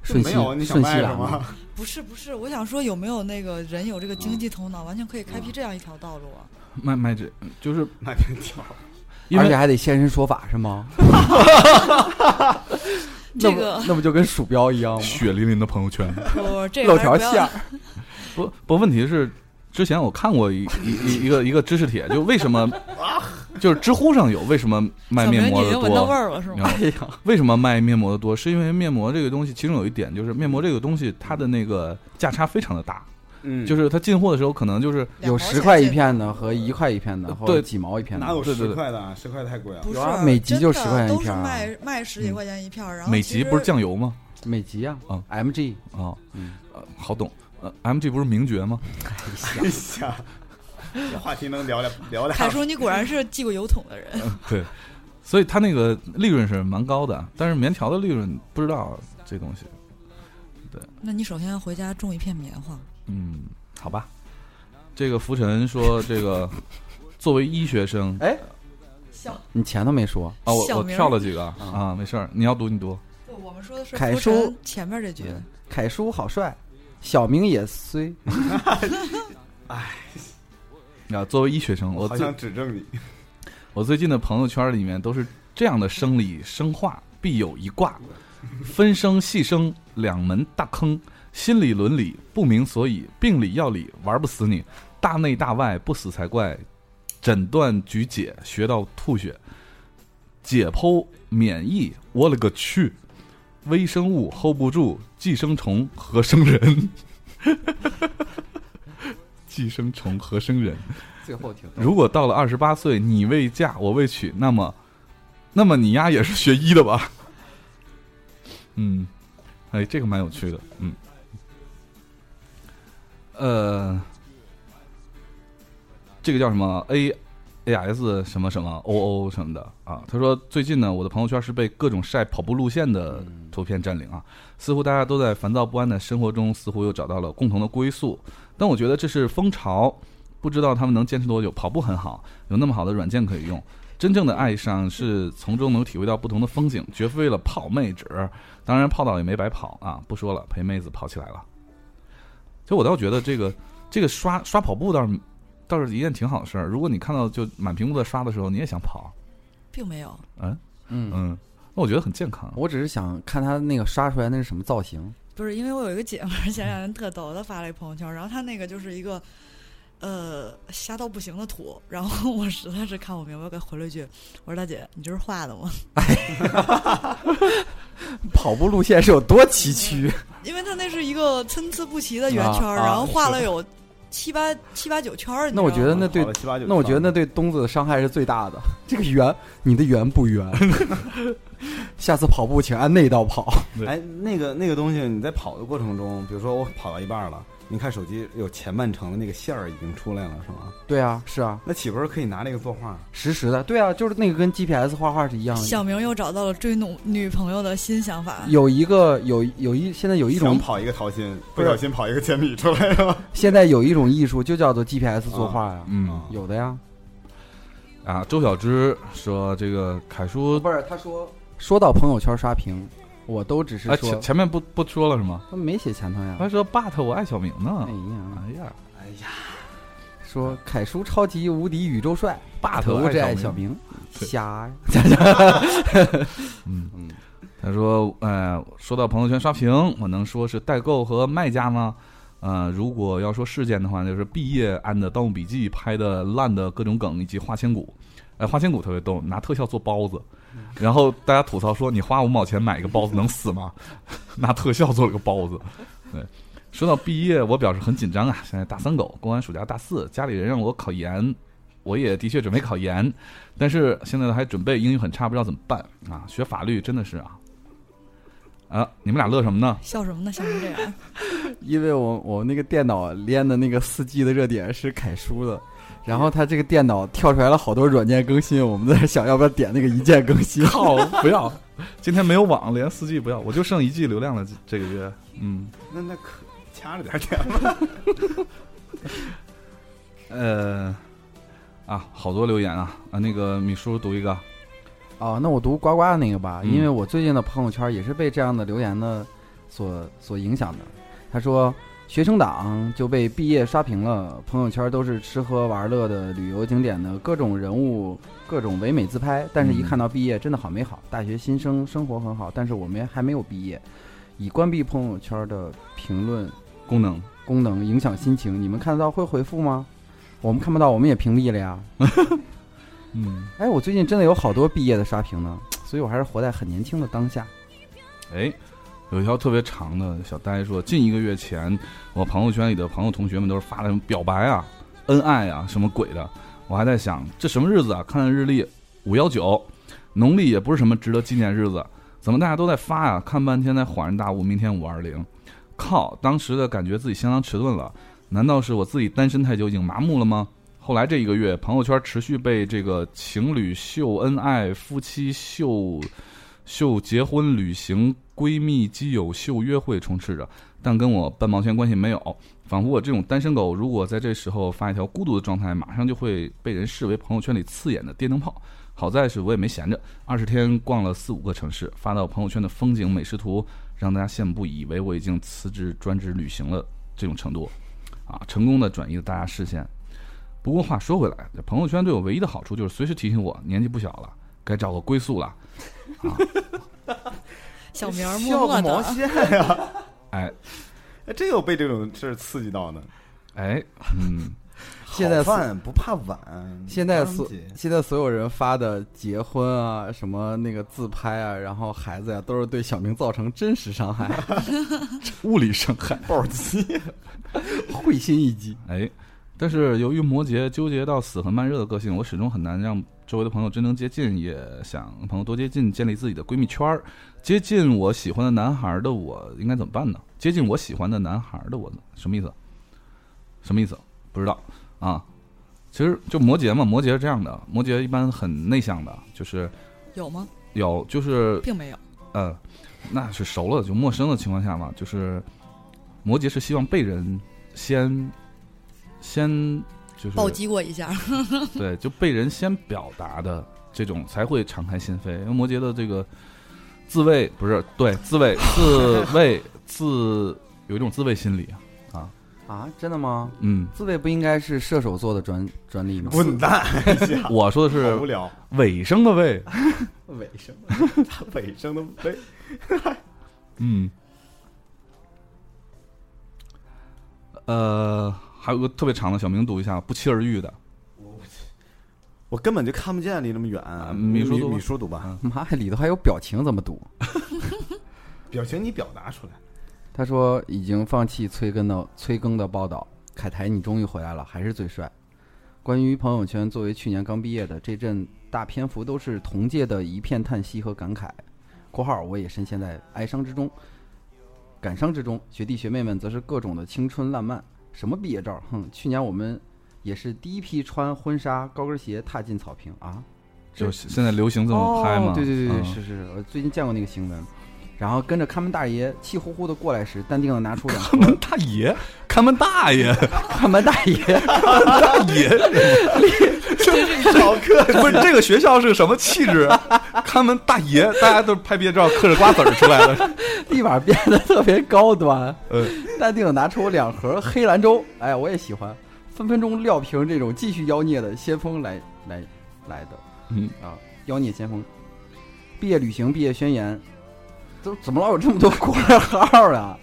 Speaker 4: 就
Speaker 3: 瞬
Speaker 4: 没
Speaker 3: 息
Speaker 4: 有，你想
Speaker 3: 瞬息
Speaker 4: 卖什
Speaker 3: 蓝吗
Speaker 4: 么？
Speaker 2: 不是不是，我想说有没有那个人有这个经济头脑，完全可以开辟这样一条道路啊？
Speaker 1: 卖卖这就是
Speaker 4: 卖面条，
Speaker 1: 因
Speaker 3: 而且
Speaker 1: 为
Speaker 3: 还得现身说法是吗？
Speaker 2: 这个
Speaker 3: 那不那不就跟鼠标一样吗？
Speaker 1: 血淋淋的朋友圈。
Speaker 2: 不不， 这个还
Speaker 3: 露
Speaker 2: 是
Speaker 3: 条
Speaker 2: 不要
Speaker 3: 线儿，
Speaker 1: 不不，问题是之前我看过一一一一个一个知识帖，就为什么就是知乎上有为什么卖
Speaker 2: 怎么
Speaker 1: 面膜
Speaker 2: 你已
Speaker 1: 的
Speaker 2: 经闻到味
Speaker 1: 多？
Speaker 2: 儿了是
Speaker 1: 啊你
Speaker 2: 吗？
Speaker 1: 知道
Speaker 3: 哎
Speaker 1: 吗
Speaker 3: 呀，
Speaker 1: 为什么卖面膜的多？是因为面膜这个东西，其中有一点就是面膜这个东西它的那个价差非常的大，
Speaker 4: 嗯
Speaker 1: 就是它进货的时候可能就是
Speaker 2: 两
Speaker 3: 有
Speaker 2: 毛
Speaker 3: 十
Speaker 2: 钱
Speaker 3: 块
Speaker 2: 这
Speaker 3: 一片的和一块一片的，
Speaker 1: 呃
Speaker 3: 或
Speaker 1: 对
Speaker 3: 者几毛一片的
Speaker 4: 哪。有
Speaker 1: 对对
Speaker 4: 十
Speaker 1: 对
Speaker 4: 块的啊？十块太贵了。
Speaker 2: 不是
Speaker 3: 有啊，每集
Speaker 2: 真
Speaker 3: 就
Speaker 2: 的
Speaker 3: 10块钱一
Speaker 2: 都是
Speaker 3: 片儿啊
Speaker 2: 卖卖十几
Speaker 1: 嗯
Speaker 2: 块钱一片儿，然后
Speaker 1: 美
Speaker 2: 其
Speaker 1: 极不是
Speaker 2: 实
Speaker 1: 酱油吗？
Speaker 3: 美极呀
Speaker 1: 嗯
Speaker 3: ，MG，
Speaker 1: 啊、
Speaker 3: 嗯，
Speaker 1: 呃好懂。呃，MG 不是名爵吗？
Speaker 4: 哎呀，这话题能聊俩聊俩。
Speaker 2: 凯 叔，你果然是系过油桶的
Speaker 3: 嗯
Speaker 2: 人。
Speaker 1: 对，所以它那个利润是蛮高的，但是棉条的利润不知道这东西。
Speaker 2: 那你首先回家种一片棉花。
Speaker 1: 嗯，好吧。这个浮尘说，这个作为医学生
Speaker 3: 哎，
Speaker 2: 笑，
Speaker 3: 你前头没说，
Speaker 1: 啊，我
Speaker 2: 小
Speaker 1: 我
Speaker 2: 名儿
Speaker 1: 跳了几个啊，没事儿，你要读你读。
Speaker 2: 我们说的是
Speaker 3: 凯
Speaker 2: 浮
Speaker 3: 叔嗯
Speaker 2: 尘前面这句，
Speaker 3: 凯叔好帅，小明也衰，
Speaker 1: 啊，作为医学生，我
Speaker 4: 好
Speaker 1: 最
Speaker 4: 想指正你，
Speaker 1: 我最近的朋友圈里面都是这样的生理生化，必有一卦，分生细生两门大坑，心理伦理不明所以，病理药理玩不死你，大内大外不死才怪，诊断举解学到吐血，解剖免疫我了个去，微生物 hold 不住，寄生虫和生人， 寄生虫和生人。
Speaker 3: 最后听
Speaker 1: 如果到了二十八岁，你未嫁我未娶，那么，那么你丫也是学医的吧？ 嗯，哎，这个蛮有趣的，嗯，呃，这个叫什么 A A S 什么什么 O O 什么的啊？他说最近呢，我的朋友圈是被各种晒跑步路线的图片占领啊，似乎大家都在烦躁不安的生活中，似乎又找到了共同的归宿，但我觉得这是风潮。不知道他们能坚持多久。跑步很好，有那么好的软件可以用。真正的爱上是从中能体会到不同的风景，绝非为了泡妹纸。当然，泡到也没白跑啊！不说了，陪妹子跑起来了。其实我倒觉得这个这个刷刷跑步倒是倒是一件挺好的事儿。如果你看到就满屏幕在刷的时候，你也想跑，
Speaker 2: 并没有。
Speaker 3: 嗯，
Speaker 1: 嗯，那我觉得很健康。
Speaker 3: 我只是想看他那个刷出来那是什么造型，
Speaker 2: 不是因为我有一个姐们儿，前两天特逗，她发了一朋友圈，然后她那个就是一个，呃，瞎到不行的图，然后我实在是看不明白，我给回了一句，我说大姐，你这是画的吗？
Speaker 3: 跑步路线是有多崎岖？
Speaker 2: 因为她那是一个参差不齐的圆圈儿，
Speaker 3: 啊啊
Speaker 2: 然后画了有七八七八九圈儿。你
Speaker 3: 那我
Speaker 2: 知道
Speaker 3: 觉得
Speaker 2: 吗
Speaker 3: 那对
Speaker 4: 跑了七八九，
Speaker 3: 那我觉得那对东子的伤害是最大 的。这个圆，你的圆不圆？ 下次跑步请按内道跑。
Speaker 4: 哎，那个那个东西，你在跑的过程中，比如说我跑到一半了，你看手机有前半程的那个线儿已经出来了，是吗？
Speaker 3: 对啊，是啊，
Speaker 4: 那岂不是可以拿那个作画？
Speaker 3: 实时的。对啊，就是那个跟 GPS 画画是一样
Speaker 2: 小
Speaker 3: 的。
Speaker 2: 明又找到了追女女朋友的新想法。
Speaker 3: 有一个有有一现在有一
Speaker 4: 想
Speaker 3: 种
Speaker 4: 跑一个桃心，
Speaker 3: 不
Speaker 4: 不
Speaker 3: 是
Speaker 4: 小心跑一个铅笔出来了。
Speaker 3: 现在有一种艺术就叫做 GPS 作画呀、
Speaker 1: 嗯
Speaker 3: 有的呀。
Speaker 1: 啊，周小芝说这个凯叔，
Speaker 3: 不是，他说啊说到朋友圈刷屏，我都只是
Speaker 1: 哎，
Speaker 3: 说、
Speaker 1: 前前面不不说了是吗？
Speaker 3: 他没写前头哎呀。
Speaker 1: 他说 but 我爱小明呢
Speaker 3: 哎。呀，
Speaker 1: 哎呀
Speaker 4: 哎呀，
Speaker 3: 说凯叔超级无敌宇宙帅，霸
Speaker 1: 头
Speaker 3: 头
Speaker 1: 爱
Speaker 3: 挚
Speaker 1: 小
Speaker 3: 爱
Speaker 1: 明
Speaker 3: 小明，
Speaker 1: 对
Speaker 3: 瞎呀。
Speaker 1: 嗯
Speaker 3: 嗯，
Speaker 1: 他说：“呃，说到朋友圈刷屏，我能说是代购和卖家吗？呃，如果要说事件的话，就是毕业按的《盗墓笔记》拍的烂的各种梗，以及花千骨。哎、花千骨特别逗，拿特效做包子，然后大家吐槽说：‘你花五毛钱买一个包子能死吗？’ 拿特效做了个包子。对，说到毕业，我表示很紧张啊，现在大三狗，过完暑假大四，家里人让我考研，我也的确准备考研，但是现在还准备英语很差，不知道怎么办啊！学法律真的是啊。”啊，你们俩乐什么呢？
Speaker 2: 笑什么呢？笑成这样，
Speaker 3: 因为我我那个电脑连的那个四 G 的热点是凯叔的，然后他这个电脑跳出来了好多软件更新，我们在想要不要点那个一键更新？
Speaker 1: 靠，哦不要！ 今天没有网，连四 G 不要，我就剩一 G 流量了。这这个月，嗯，
Speaker 4: 那那可掐着点儿点吧。
Speaker 1: 呃，啊，好多留言啊啊，那个米叔读一个，
Speaker 3: 哦，那我读呱呱那个吧，
Speaker 1: 嗯
Speaker 3: 因为我最近的朋友圈也是被这样的留言的所所影响的。他说，学生党就被毕业刷屏了，朋友圈都是吃喝玩乐的、旅游景点的各种人物、各种唯美自拍，但是一
Speaker 1: 嗯
Speaker 3: 看到毕业，真的好美好。大学新生生活很好，但是我们还没有毕业。已关闭朋友圈的评论
Speaker 1: 功能
Speaker 3: 功能影响心情，你们看得到会回复吗？我们看不到，我们也屏蔽了呀。
Speaker 1: 嗯，
Speaker 3: 哎，我最近真的有好多毕业的刷屏呢，所以我还是活在很年轻的当下。
Speaker 1: 哎，有一条特别长的小呆说，近一个月前，我朋友圈里的朋友同学们都是发的什么表白啊、恩爱啊什么鬼的，我还在想这什么日子啊？看看日历，五幺九，农历也不是什么值得纪念日子，怎么大家都在发啊？看半天才恍然大悟，明天五二零，靠！当时的感觉自己相当迟钝了，难道是我自己单身太久已经麻木了吗？后来这一个月，朋友圈持续被这个情侣秀恩爱、夫妻秀秀结婚、旅行、闺蜜、基友秀约会充斥着，但跟我半毛钱关系没有。仿佛我这种单身狗，如果在这时候发一条孤独的状态，马上就会被人视为朋友圈里刺眼的电灯泡。好在是我也没闲着，二十天逛了四五个城市，发到朋友圈的风景美食图，让大家羡慕不已，以为我已经辞职专职旅行了这种程度，啊，成功的转移了大家视线。不过话说回来，这朋友圈对我唯一的好处就是随时提醒我年纪不小了，该找个归宿了。
Speaker 2: 小明儿默
Speaker 4: 笑
Speaker 2: 默
Speaker 4: 个毛
Speaker 2: 的，
Speaker 4: 线呀、
Speaker 1: 哎
Speaker 4: 哎，真有被这种事儿刺激到呢。
Speaker 1: 哎，嗯，
Speaker 3: 现在
Speaker 4: 好
Speaker 3: 所
Speaker 4: 饭不怕晚，
Speaker 3: 现在
Speaker 4: 张
Speaker 3: 所
Speaker 4: 姐
Speaker 3: 现在所有人发的结婚啊，什么那个自拍啊，然后孩子呀、都是对小明造成真实伤害，
Speaker 1: 物理伤害。
Speaker 4: 暴击，
Speaker 3: 会心一击。
Speaker 1: 哎，但是由于摩羯纠结到死和慢热的个性，我始终很难让周围的朋友真正接近，也想朋友多接近，建立自己的闺蜜圈儿。接近我喜欢的男孩儿的我应该怎么办呢？接近我喜欢的男孩儿的我什么意思？什么意思？不知道啊。其实就摩羯嘛，摩羯是这样的，摩羯一般很内向的，就是
Speaker 2: 有吗？
Speaker 1: 有就是
Speaker 2: 并没有。
Speaker 1: 呃，那是熟了就陌生的情况下嘛，就是摩羯是希望被人先先就是
Speaker 2: 暴击过一下，
Speaker 1: 对，就被人先表达的这种才会敞开心扉。因为摩羯的这个自卫不是对自卫自卫自有一种自卫心理啊，
Speaker 3: 啊，真的吗？
Speaker 1: 嗯，
Speaker 3: 自卫不应该是射手座的专专利吗？
Speaker 4: 滚蛋！
Speaker 1: 我说的
Speaker 4: 好无
Speaker 1: 是
Speaker 4: 聊，
Speaker 1: 尾声的卫，
Speaker 4: 尾声， 尾声的尾，
Speaker 1: 嗯，呃，还有个特别长的小明读一下，不期而遇的。
Speaker 4: 我根本就看不见，离那么远。
Speaker 1: 米叔
Speaker 4: 啊米
Speaker 1: 读吧
Speaker 4: 米叔读吧，啊
Speaker 3: 妈呀，里头还有表情怎么读？
Speaker 4: 表情你表达出来。
Speaker 3: 他说已经放弃催更的催更的报道。凯台，你终于回来了，还是最帅。关于朋友圈，作为去年刚毕业的，这阵大篇幅都是同届的一片叹息和感慨。（括号我也深陷在哀伤之中，感伤之中。学弟学妹们则是各种的青春烂漫，什么毕业照？哼，去年我们也是第一批穿婚纱、高跟鞋踏进草坪啊。）
Speaker 1: 就现在流行这么拍
Speaker 3: 哦？
Speaker 1: 嘛，
Speaker 3: 对对对对，
Speaker 1: 嗯
Speaker 3: 是是，我最近见过那个新闻。然后跟着看门大爷气呼呼的过来时，淡定的拿出 两
Speaker 1: 看 门大爷，看门大 爷，
Speaker 3: 看门大爷，
Speaker 1: 大爷，
Speaker 4: 好客气，
Speaker 1: 不是这个学校是个什么气质？啊 看门大爷，大家都是拍毕业照嗑着瓜子儿出来 的。
Speaker 3: 立马变得特别高端，
Speaker 1: 呃，
Speaker 3: 淡定地拿出两盒黑兰州，哎，我也喜欢，分分钟撂平这种继续妖孽的先锋来来来的
Speaker 1: 嗯
Speaker 3: 啊，妖孽先锋。毕业旅行、毕业宣言，都怎么老有这么多 国人号啊？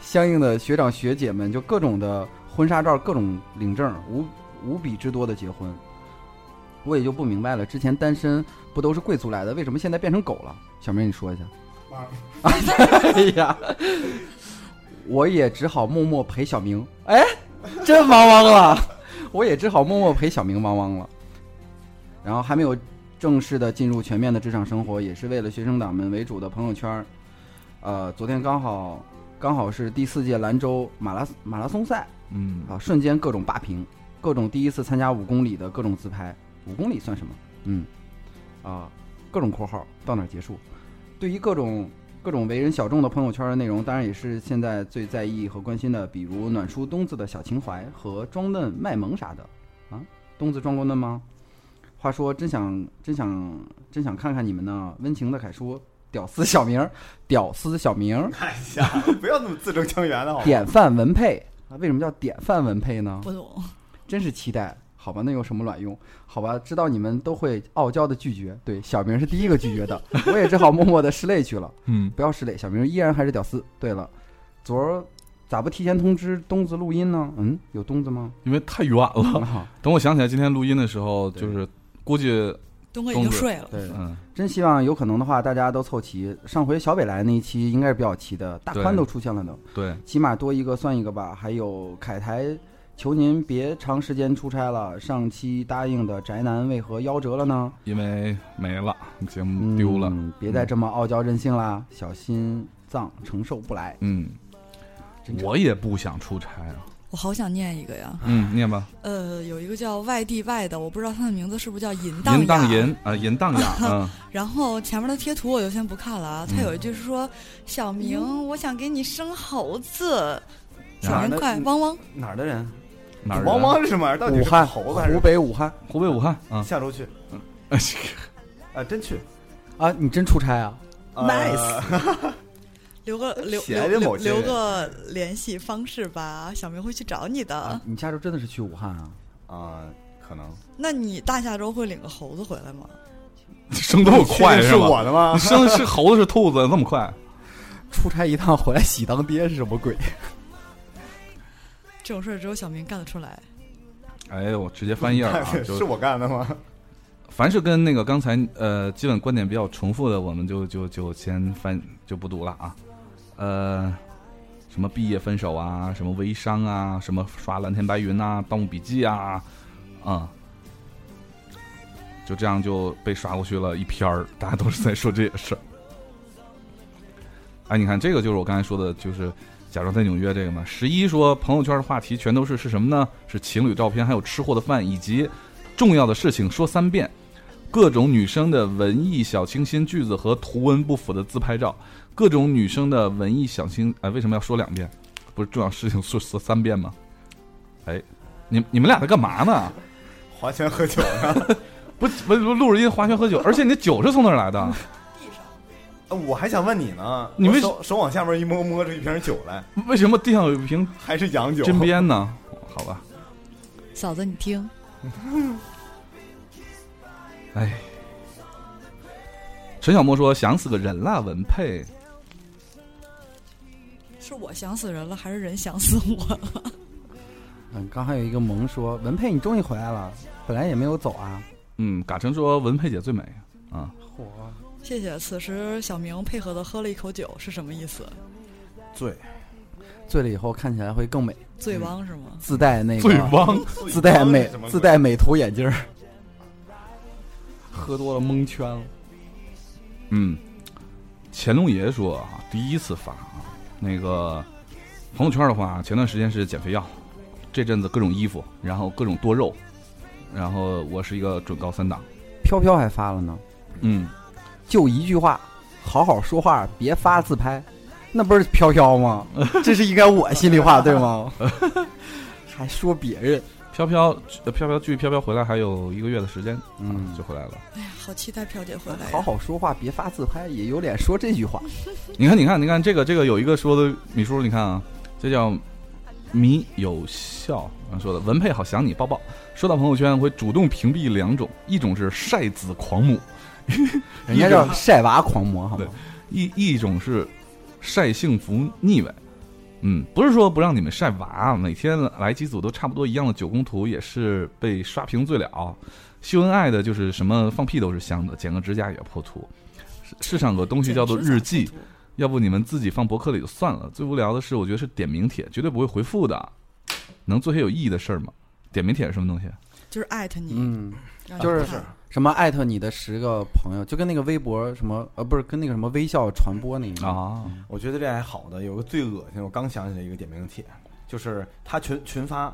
Speaker 3: 相应的学长学姐们就各种的婚纱照、各种领证，无无比之多的结婚。我也就不明白了，之前单身不都是贵族来的，为什么现在变成狗了？小明，你说一下。 哎呀，我也只好默默陪小明。哎，真汪汪了， 我也只好默默陪小明汪汪了。然后还没有正式的进入全面的职场生活，也是为了学生党们为主的朋友圈儿。呃，昨天刚好刚好是第四届兰州马拉马拉松赛
Speaker 1: 嗯，
Speaker 3: 啊，瞬间各种霸屏，各种第一次参加五公里的各种自拍，五公里算什么？嗯，啊，各种括号到哪儿结束？对于各种各种为人小众的朋友圈的内容，当然也是现在最在意和关心的，比如暖叔东子的小情怀和装嫩卖萌啥的。啊，东子装过嫩吗？话说，真想真想真想看看你们呢。温情的凯叔，屌丝小明儿，屌丝小明儿，
Speaker 4: 看一下，哎不要那么字正腔圆的好吗？
Speaker 3: 典范文配啊？为什么叫典范文配呢？
Speaker 2: 不懂，
Speaker 3: 真是期待。好吧，那有什么卵用？好吧，知道你们都会傲娇的拒绝。对，小明是第一个拒绝的， 我也只好默默的拭泪去了。
Speaker 1: 嗯，
Speaker 3: 不要失礼，小明依然还是屌丝。对了，昨儿咋不提前通知东子录音呢？嗯，有东子吗？
Speaker 1: 因为太远了。
Speaker 3: 很好，
Speaker 1: 等我想起来今天录音的时候，
Speaker 3: 对
Speaker 1: 就是估计，
Speaker 2: 东哥已经
Speaker 1: 东哥
Speaker 2: 睡了。
Speaker 3: 对，
Speaker 1: 嗯，
Speaker 3: 真希望有可能的话，大家都凑齐。上回小北来那一期应该是比较齐的，大宽
Speaker 1: 对
Speaker 3: 都出现了都，
Speaker 1: 对，
Speaker 3: 起码多一个算一个吧。还有凯台，求您别长时间出差了。上期答应的宅男为何夭折了呢？
Speaker 1: 因为没了，节目丢了。
Speaker 3: 嗯别再这么傲娇任性啦，小心脏承受不来。
Speaker 1: 嗯，
Speaker 3: 真诚
Speaker 1: 我也不想出差啊。
Speaker 2: 我好想念一个呀，
Speaker 1: 嗯，念吧，
Speaker 2: 呃，有一个叫外地外的，我不知道他的名字是不是叫淫荡
Speaker 1: 淫荡
Speaker 2: 雅
Speaker 1: 银啊，淫荡 雅，嗯，
Speaker 2: 然后前面的贴图我就先不看了啊，他
Speaker 1: 嗯
Speaker 2: 有一句是说：“小明，我想给你生猴子，
Speaker 4: 哪
Speaker 2: 小
Speaker 4: 儿
Speaker 2: 明
Speaker 4: 呢
Speaker 2: 快
Speaker 4: 嗯
Speaker 2: 汪汪。
Speaker 4: 哪儿的人？
Speaker 1: 哪儿人？啊
Speaker 4: 汪汪是什么玩意儿？到底
Speaker 3: 武
Speaker 4: 是
Speaker 3: 汉，
Speaker 4: 猴子还是
Speaker 3: 湖北武汉
Speaker 1: 湖北武汉啊。
Speaker 4: 下周去？ 啊，真去
Speaker 3: 啊，你真出差啊？
Speaker 4: 呃
Speaker 2: Nice 留个留
Speaker 4: 写的
Speaker 2: 留留
Speaker 4: 某些人
Speaker 2: 留个联系方式吧，小明会去找你的。
Speaker 3: 啊，你下周真的是去武汉啊？
Speaker 4: 啊，可能
Speaker 2: 那你大下周会领个猴子回来吗？
Speaker 1: 生这么快
Speaker 4: 确定
Speaker 1: 是
Speaker 4: 是
Speaker 1: 吧？
Speaker 4: 我的吗
Speaker 1: 你？生是猴子是兔子这么快？
Speaker 3: 出差一趟回来喜当爹是什么鬼？
Speaker 2: 这种事儿只有小明干得出来。
Speaker 1: 哎呦，我直接翻页了 啊！就是
Speaker 4: 我干的吗？
Speaker 1: 凡是跟那个刚才呃基本观点比较重复的，我们就就就先翻就不读了啊。呃，什么毕业分手啊，什么微商啊，什么刷蓝天白云呐、盗墓笔记》啊，啊、就这样就被刷过去了一篇儿，大家都是在说这些事儿。哎，你看这个就是我刚才说的，就是假装在纽约这个嘛。十一说朋友圈的话题全都是是什么呢？是情侣照片，还有吃货的饭，以及重要的事情说三遍，各种女生的文艺小清新句子和图文不符的自拍照，各种女生的文艺小清哎，为什么要说两遍？不是重要事情说说三遍吗？哎，你你们俩在干嘛呢？
Speaker 4: 花钱喝酒啊呢？
Speaker 1: 不不不录着音划拳喝酒，而且你的酒是从哪儿来的？
Speaker 4: 啊我还想问你呢，
Speaker 1: 你
Speaker 4: 我
Speaker 1: 为
Speaker 4: 手手往下面一摸，摸出一瓶酒来，
Speaker 1: 为什么地上有一瓶
Speaker 4: 还是洋酒？
Speaker 1: 针 砭呢？好吧，
Speaker 2: 嫂子，你听，
Speaker 1: 哎，陈小莫说想死个人啦，文佩。
Speaker 2: 是我想死人了，还是人想死我？
Speaker 3: 嗯，刚还有一个萌说，文佩你终于回来了，本来也没有走啊。
Speaker 1: 嗯，嘎成说文佩姐最美啊。
Speaker 3: 嚯，
Speaker 2: 谢谢。此时小明配合的喝了一口酒，是什么意思？
Speaker 4: 醉，
Speaker 3: 醉了以后看起来会更美，
Speaker 2: 醉汪是吗？
Speaker 3: 自带那个
Speaker 1: 醉汪，
Speaker 3: 自带美
Speaker 4: 什么鬼
Speaker 3: 自带美图眼镜儿，喝多了蒙圈了。
Speaker 1: 嗯，乾隆爷说啊，第一次发啊，那个朋友圈的话，前段时间是减肥药，这阵子各种衣服，然后各种多肉，然后我是一个准高三档，
Speaker 3: 飘飘还发了呢，
Speaker 1: 嗯，
Speaker 3: 就一句话，好好说话，别发自拍，那不是飘飘 吗？这是应该我心里话对 吗？还说别人，
Speaker 1: 飘飘呃飘飘距飘飘回来还有一个月的时间，
Speaker 3: 嗯
Speaker 1: 就，回来了。
Speaker 2: 哎呀，好期待飘姐回来呀。
Speaker 3: 好好说话，别发自拍，也有脸说这句话。
Speaker 1: 你看，你看，你看，这个这个有一个说的，米叔，你看啊，这叫米有效啊说的，文佩好想你，抱抱。说到朋友圈，我会主动屏蔽两种，一种是晒子狂母，
Speaker 3: 人家
Speaker 1: 一种
Speaker 3: 叫晒娃狂魔，好吗
Speaker 1: 对？一一种是晒幸福腻歪，嗯，不是说不让你们晒娃，啊每天来几组都差不多一样的九宫图也是被刷屏最了。秀恩爱的就是什么放屁都是香的，剪个指甲也破图。世世上有个东西叫做日记，要不你们自己放博客里就算了。最无聊的是，我觉得是点名帖，绝对不会回复的。能做些有意义的事儿吗？点名帖是什么东西？啊
Speaker 2: 就是艾特你，
Speaker 3: 嗯，
Speaker 2: 让你
Speaker 3: 就是
Speaker 2: 看
Speaker 3: 什么艾特你的十个朋友，就跟那个微博什么呃不是跟那个什么微笑传播那个，
Speaker 1: 啊，
Speaker 4: 我觉得这还好的，有个最恶心，我刚想起来一个点名帖，就是他群群发，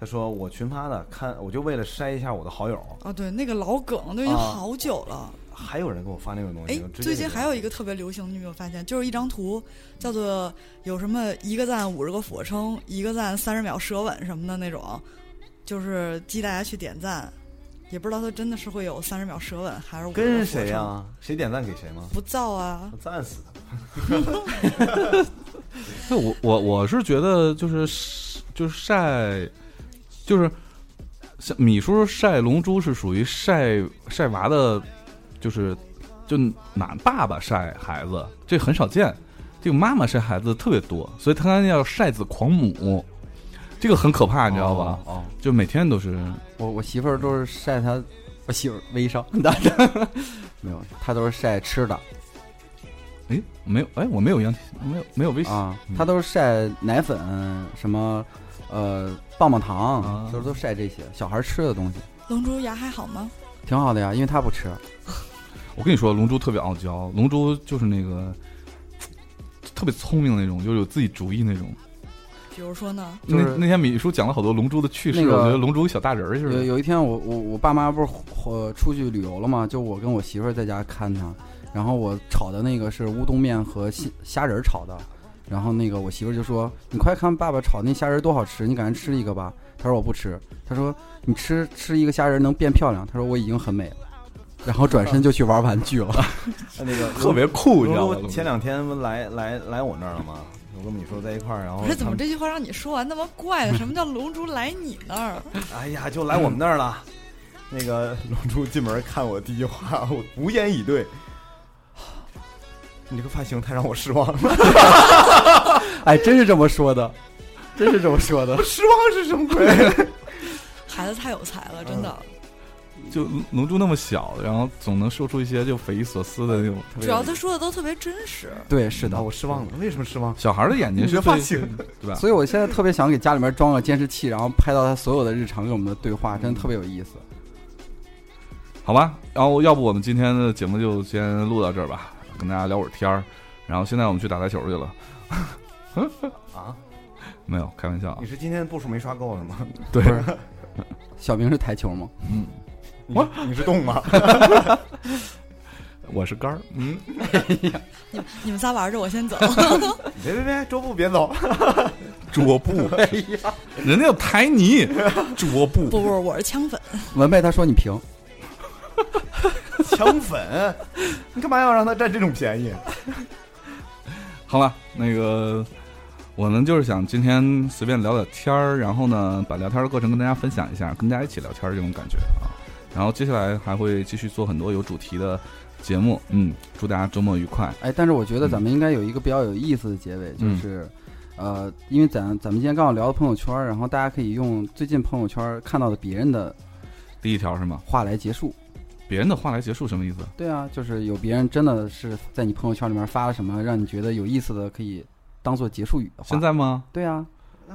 Speaker 4: 他说我群发的，看我就为了筛一下我的好友，
Speaker 2: 哦，对，那个老梗都已经
Speaker 4: 啊
Speaker 2: 好久了。
Speaker 4: 还有人给我发那种东
Speaker 2: 哎
Speaker 4: 西，我，直接
Speaker 2: 最近
Speaker 4: 就
Speaker 2: 还有一个特别流行，你有没有发现？就是一张图，叫做有什么一个赞五十个俯卧撑，一个赞三十秒舌吻什么的那种，就是激大家去点赞。也不知道它真的是会有三十秒舌吻，还是
Speaker 4: 跟谁啊
Speaker 2: 呀、
Speaker 4: 呀、谁点赞给谁吗？
Speaker 2: 不造啊
Speaker 4: 我！赞死他！
Speaker 1: 那我我我是觉得就是就是晒，就是像米叔晒龙珠是属于晒晒娃的，就是就拿爸爸晒孩子，这很少见，这个妈妈晒孩子特别多，所以他刚才叫晒子狂母，这个很可怕，你知道吧？
Speaker 3: 哦，哦
Speaker 1: 就每天都是
Speaker 3: 我我媳妇儿都是晒她，我媳妇儿微 商，没有，她都是晒吃的
Speaker 1: 哎没有哎我没有羊没有没有微信
Speaker 3: 啊
Speaker 1: 嗯，
Speaker 3: 她都是晒奶粉什么，呃，棒棒
Speaker 1: 啊
Speaker 3: 糖，就是都晒这些小孩吃的东西，
Speaker 2: 龙珠牙还好吗？
Speaker 3: 挺好的呀，因为她不吃，
Speaker 1: 我跟你说，龙珠特别傲娇，龙珠就是那个特别聪明那种，就是有自己主意那种。
Speaker 2: 比如说呢？
Speaker 3: 就是
Speaker 1: 那那天米叔讲了好多龙珠的趣事，
Speaker 3: 那个
Speaker 1: 我觉得龙珠跟小大人儿似
Speaker 3: 有
Speaker 1: 的。
Speaker 3: 有一天我我我爸妈不是呃出去旅游了嘛，就我跟我媳妇儿在家看她，然后我炒的那个是乌冬面和虾虾仁儿炒的，然后那个我媳妇儿就说：“你快看爸爸炒那虾仁儿多好吃，你赶紧吃一个吧。”她说：“我不吃。”她说：“你吃吃一个虾仁儿能变漂亮。”她说：“我已经很美了。”然后转身就去玩玩具了。
Speaker 4: 那个
Speaker 1: 特别酷，你知道
Speaker 4: 龙
Speaker 1: 吗
Speaker 4: 珠？前两天不来来来我那儿了吗？我跟你说在一块儿，然后
Speaker 2: 不是，怎么
Speaker 4: 哦他
Speaker 2: 这句话让你说完那么怪啊呢？什么叫龙珠来你那儿？
Speaker 4: 们哎呀，就来我们那儿了。那个龙珠进门看我第一句话，我无言以对。 你这个发型太让我失望了，
Speaker 3: 哎，真是这么说的，真是这么说的。
Speaker 4: 失望是什么鬼？
Speaker 2: 孩子太有才了，真的。
Speaker 1: 就龙珠那么小，然后总能说出一些就匪夷所思的那种。
Speaker 4: 特别
Speaker 2: 主要他说的都特别真实。
Speaker 3: 对，是
Speaker 4: 啊
Speaker 3: 的。
Speaker 4: 我失望了，为什么失望？
Speaker 1: 小孩儿的眼睛
Speaker 4: 你
Speaker 1: 是
Speaker 4: 的发
Speaker 1: 最
Speaker 4: 型
Speaker 1: 对吧？
Speaker 3: 所以我现在特别想给家里面装个监视器，然后拍到她所有的日常跟我们的对话，真的特别有意思。
Speaker 1: 好吧，然后要不我们今天的节目就先录到这儿吧，跟大家聊会儿天儿。然后现在我们去打台球去了，
Speaker 4: 啊？
Speaker 1: 没有开玩笑啊
Speaker 4: 你。是今天步数没刷够是吗？
Speaker 1: 对
Speaker 3: 不是小明是台球吗？
Speaker 4: 你你是动吗？
Speaker 1: 我是杆儿，嗯，
Speaker 2: 你们你们仨玩着，我 先走。
Speaker 4: 别别别，桌布别 走，
Speaker 1: 桌布，哎呀，人家有台泥，桌布，
Speaker 2: 不不，我是枪粉。
Speaker 3: 文贝他说你平，
Speaker 4: 抢粉，你干嘛要让他占这种便宜？
Speaker 1: 好吧，那个我们就是想今天随便聊聊天儿，然后呢，把聊天儿的过程跟大家分享一下，跟大家一起聊天儿这种感觉啊。然后接下来还会继续做很多有主题的节目，嗯，祝大家周末愉快。
Speaker 3: 哎，但是我觉得咱们应该有一个比较有意思的结尾，就
Speaker 1: 嗯
Speaker 3: 是，呃，因为咱咱们今天刚好聊到朋友圈儿，然后大家可以用最近朋友圈儿看到的别人的
Speaker 1: 第一条是吗？
Speaker 3: 话来结束。
Speaker 1: 别人的话来结束什么意思？
Speaker 3: 对啊，就是有别人真的是在你朋友圈里面发了什么让你觉得有意思的，可以当做结束语的话。
Speaker 1: 现在吗？
Speaker 3: 对啊，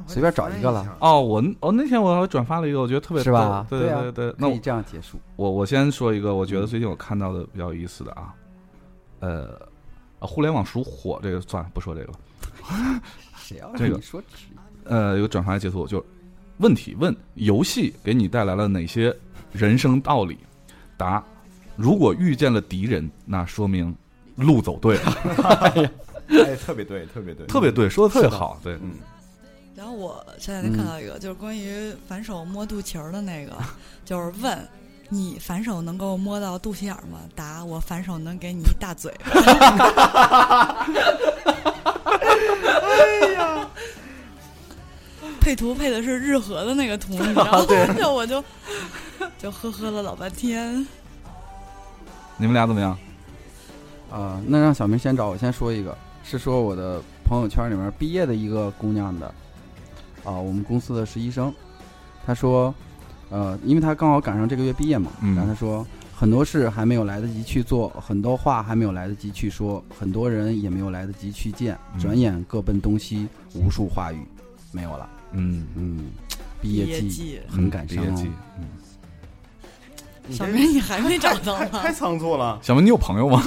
Speaker 3: 随便找一个了
Speaker 1: 哦，我哦那天我还转发了一个，我觉得特别
Speaker 3: 是吧
Speaker 1: 逗对
Speaker 3: 对啊
Speaker 1: 对对，对那
Speaker 3: 可
Speaker 1: 我
Speaker 3: 以这样结束。
Speaker 1: 我我先说一个，我觉得最近我看到的比较有意思的啊，呃，啊互联网属火，这个算了，不说这个了。
Speaker 3: 谁要
Speaker 1: 这
Speaker 3: 让
Speaker 1: 个
Speaker 3: 你说直译
Speaker 1: 呃，有转发截图，就是问题问游戏给你带来了哪些人生道理？答：如果遇见了敌人，那说明路走对了，
Speaker 4: 哎，特别对，特别对，
Speaker 1: 特别对， 说的特别好，对，
Speaker 4: 嗯，
Speaker 2: 然后我前两天看到一个，就是关于反手摸肚脐儿的那个，就是问你反手能够摸到肚脐眼儿吗？答我反手能给你一大嘴巴。哎呀， 配图配的是日和的那个图，你知道吗？ 就我就就呵呵了老半天。
Speaker 1: 你们俩怎么样？
Speaker 3: 啊、那让小明先找我先说一个，是说我的朋友圈里面毕业的一个姑娘的，啊、我们公司的实习生，她说，呃，因为她刚好赶上这个月毕业嘛，
Speaker 1: 嗯
Speaker 3: 然后她说很多事还没有来得及去做，很多话还没有来得及去说，很多人也没有来得及去见，
Speaker 1: 嗯
Speaker 3: 转眼各奔东西，无数话语没有了，
Speaker 1: 嗯，
Speaker 3: 嗯，毕
Speaker 2: 毕
Speaker 3: 业季
Speaker 2: 季，
Speaker 3: 很感伤、
Speaker 1: 毕业季
Speaker 3: 哦。
Speaker 1: 嗯
Speaker 7: 你
Speaker 2: 小啊
Speaker 7: 这
Speaker 2: 明你还没找到
Speaker 7: 太太
Speaker 2: 吗？
Speaker 7: 仓促了，
Speaker 1: 小明，你有朋友吗？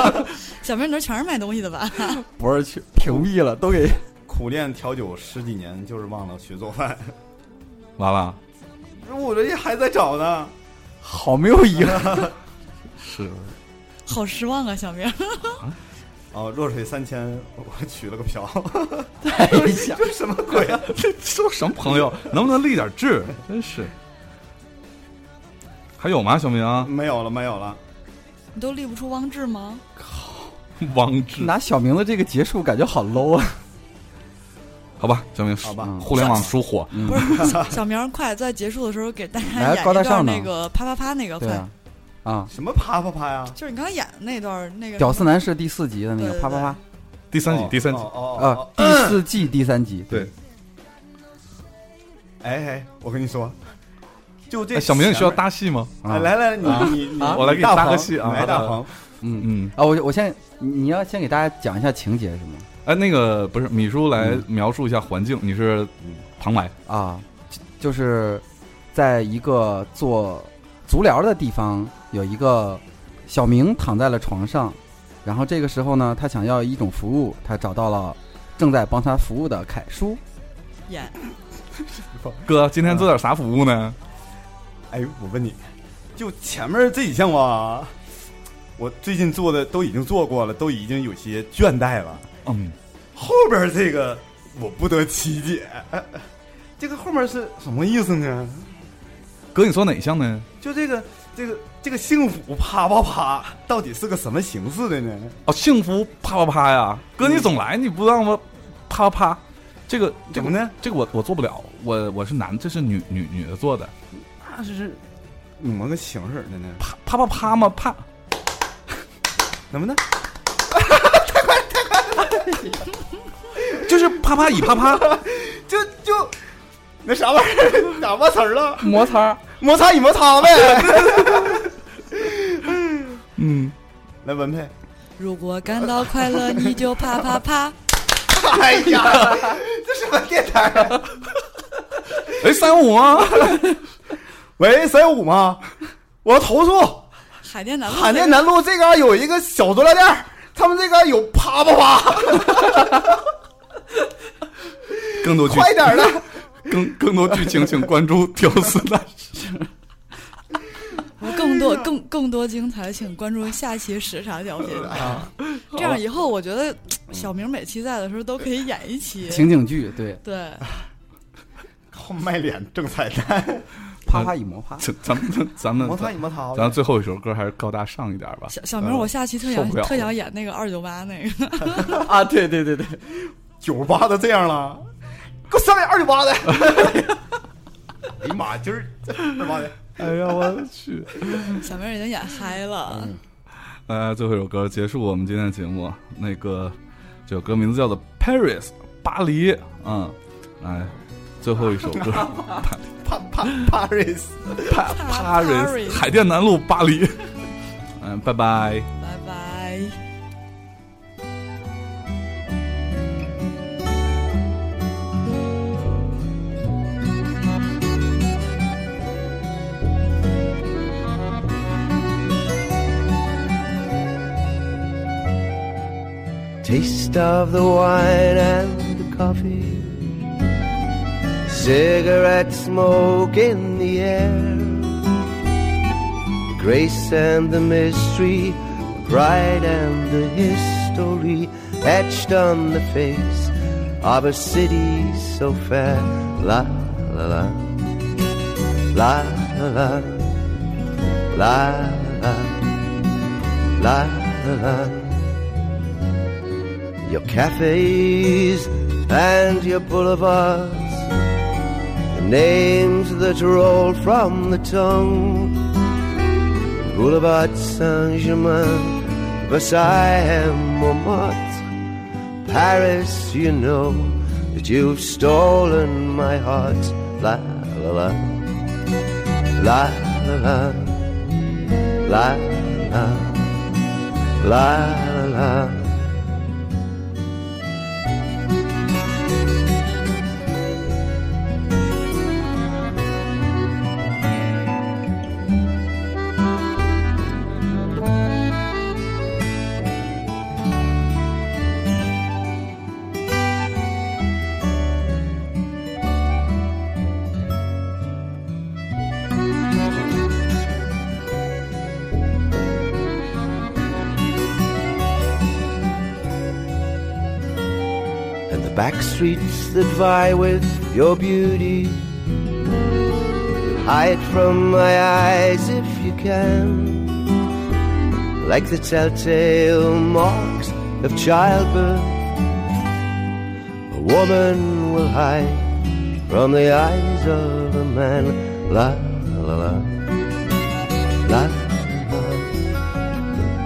Speaker 2: 小明你那全是卖东西的吧？
Speaker 3: 不是去屏蔽了，都给
Speaker 7: 苦练调酒十几年，就是忘了学做 饭。
Speaker 1: 完了，
Speaker 7: 我这还在找呢，
Speaker 3: 好没有遗憾。
Speaker 1: 是
Speaker 2: 好失望啊，小明。
Speaker 7: 哦，弱水三千，我取了个瓢，
Speaker 3: 太 想
Speaker 7: 这什么鬼啊？
Speaker 1: 这都什么朋友？能不能立点志？真是。还有吗，小明？
Speaker 4: 嗯
Speaker 7: 没有了，没有了。
Speaker 2: 你都立不出汪志吗？
Speaker 1: 王志，
Speaker 3: 拿小明的这个结束，感觉好 low 啊！
Speaker 1: 好吧，小明，
Speaker 7: 好吧
Speaker 1: 嗯互联网疏火，
Speaker 3: 嗯
Speaker 2: 不 是，小小明快在结束的时候给大家
Speaker 3: 来
Speaker 2: 演
Speaker 3: 高大
Speaker 2: 一段
Speaker 3: 上呢
Speaker 2: 那个啪啪啪那个
Speaker 3: 对
Speaker 2: 快，
Speaker 3: 啊，啊，
Speaker 7: 什么啪啪啪呀？
Speaker 2: 就是你刚刚演的那段那个
Speaker 3: 《屌丝男士》第四集的那
Speaker 2: 对
Speaker 3: 个
Speaker 2: 对
Speaker 3: 啪啪啪，
Speaker 1: 第三集
Speaker 7: 哦，
Speaker 1: 第三集，
Speaker 7: 哦哦
Speaker 3: 啊
Speaker 7: 哦哦，
Speaker 3: 第四季第三集，
Speaker 1: 对，
Speaker 7: 哎哎，我跟你说，就这
Speaker 1: 哎小明，你需
Speaker 7: 前
Speaker 1: 要
Speaker 7: 面。
Speaker 1: 搭戏吗？
Speaker 7: 哎
Speaker 3: 啊，
Speaker 7: 来来，你
Speaker 3: 啊
Speaker 7: 你你，
Speaker 3: 啊
Speaker 1: 我来给你
Speaker 7: 大
Speaker 1: 搭个
Speaker 7: 鹏
Speaker 1: 戏啊
Speaker 7: 你来大
Speaker 1: 啊
Speaker 7: 鹏，
Speaker 3: 嗯
Speaker 1: 嗯，
Speaker 3: 啊，我我先，你你要先给大家讲一下情节是吗？
Speaker 1: 哎，那个不是米叔来
Speaker 3: 嗯
Speaker 1: 描述一下环境，你是旁白，
Speaker 3: 啊，就就是在一个做足疗的地方，有一个小明躺在了床上，然后这个时候呢，他想要一种服务，他找到了正在帮他服务的凯叔，
Speaker 2: 演，
Speaker 1: 哥，今天做点啥服务呢？
Speaker 7: 哎，我问你，就前面这几项吧，我最近做的都已经做过了，都已经有些倦怠了。
Speaker 1: 嗯，
Speaker 7: 后边这个我不得其解， 这个后面是什么意思呢？
Speaker 1: 哥，你做哪项呢？
Speaker 7: 就这个这个这个幸福啪啪啪，到底是个什么形式的呢？
Speaker 1: 哦，幸福啪啪啪呀！哥，你
Speaker 7: 嗯
Speaker 1: 总来，你不让我啪啪啪，这个这
Speaker 7: 怎
Speaker 1: 个
Speaker 7: 么呢？
Speaker 1: 这个我我做不了，我我是男，这是女女女的做的，
Speaker 7: 那是怎么个形式的呢？
Speaker 1: 啪啪啪啪嘛啪，
Speaker 7: 怎么呢？
Speaker 1: 就是啪啪以啪啪
Speaker 7: 就就那啥玩意儿，哪忘词儿了？
Speaker 3: 摩擦，
Speaker 7: 摩擦与摩擦呗。
Speaker 1: 嗯，
Speaker 7: 来，文佩，
Speaker 2: 如果感到快乐，你就啪啪 啪。
Speaker 7: 哎呀，这什么电台啊？
Speaker 1: 哎，三五啊，
Speaker 7: 喂，三五吗？我要投诉，
Speaker 2: 海淀南路
Speaker 7: 海淀南路这嘎有一个小足疗店儿，他们这嘎有啪啪啪，
Speaker 1: 更多剧
Speaker 7: 快点儿的。
Speaker 1: 更更多剧情，请关注屌丝男士。
Speaker 2: 我更
Speaker 3: 哎
Speaker 2: 多更更多精彩，请关注下期时茶调频。
Speaker 3: 啊
Speaker 2: 这样以后，我觉得小明每期在的时候都可以演一期。
Speaker 3: 情景剧，对，
Speaker 2: 对，
Speaker 7: 靠卖脸挣彩蛋，
Speaker 3: 啪啪以摩擦。
Speaker 1: 咱咱们咱们
Speaker 7: 摩擦与摩擦。
Speaker 1: 咱最后一首歌还是高大上一点吧。
Speaker 2: 小小明，我下期特
Speaker 1: 受
Speaker 2: 想
Speaker 1: 不了了
Speaker 2: 特想演那个二九八那个。
Speaker 3: 啊，对对对对，
Speaker 7: 九十八都这样了，给我上点二九八的。哎呀妈，今儿二九八的。
Speaker 1: 哎呀，我去！
Speaker 2: 小明已经演嗨了，
Speaker 3: 嗯
Speaker 1: 呃，最后一首歌结束我们今天的节目。那个这首歌名字叫做《Paris》，巴黎。嗯，哎，最后一首歌
Speaker 7: 帕帕 Paris，
Speaker 1: Pa- Paris，
Speaker 2: Paris
Speaker 1: 海淀南路巴黎。嗯，拜拜。
Speaker 2: 拜拜。
Speaker 8: Taste of the wine and the coffee. Cigarette smoke in the air. The grace and the mystery. The pride and the history. Etched on the face of a city so fair. La la la. La la la. La la. La la la your cafes and your boulevards, the names that roll from the tongue. Boulevard Saint Germain, Versailles and Montmartre, Paris, you know that you've stolen my heart. La la la, la la la, la la, la la la. and the back streets that vie with your beauty. Hide from my eyes if you can, like the telltale marks of childbirth. A woman will hide from the eyes of a man. La la la, la la,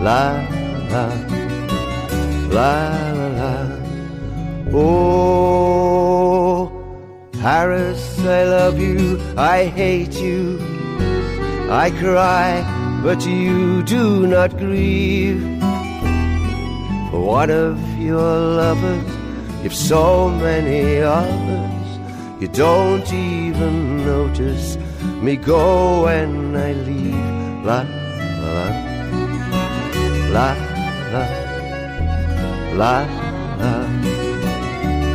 Speaker 8: la la, la la. la. Oh, Paris, I love you, I hate you. I cry, but you do not grieve. For one of your lovers, you've so many others, you don't even notice me go when I leave. La la la, la la, la la.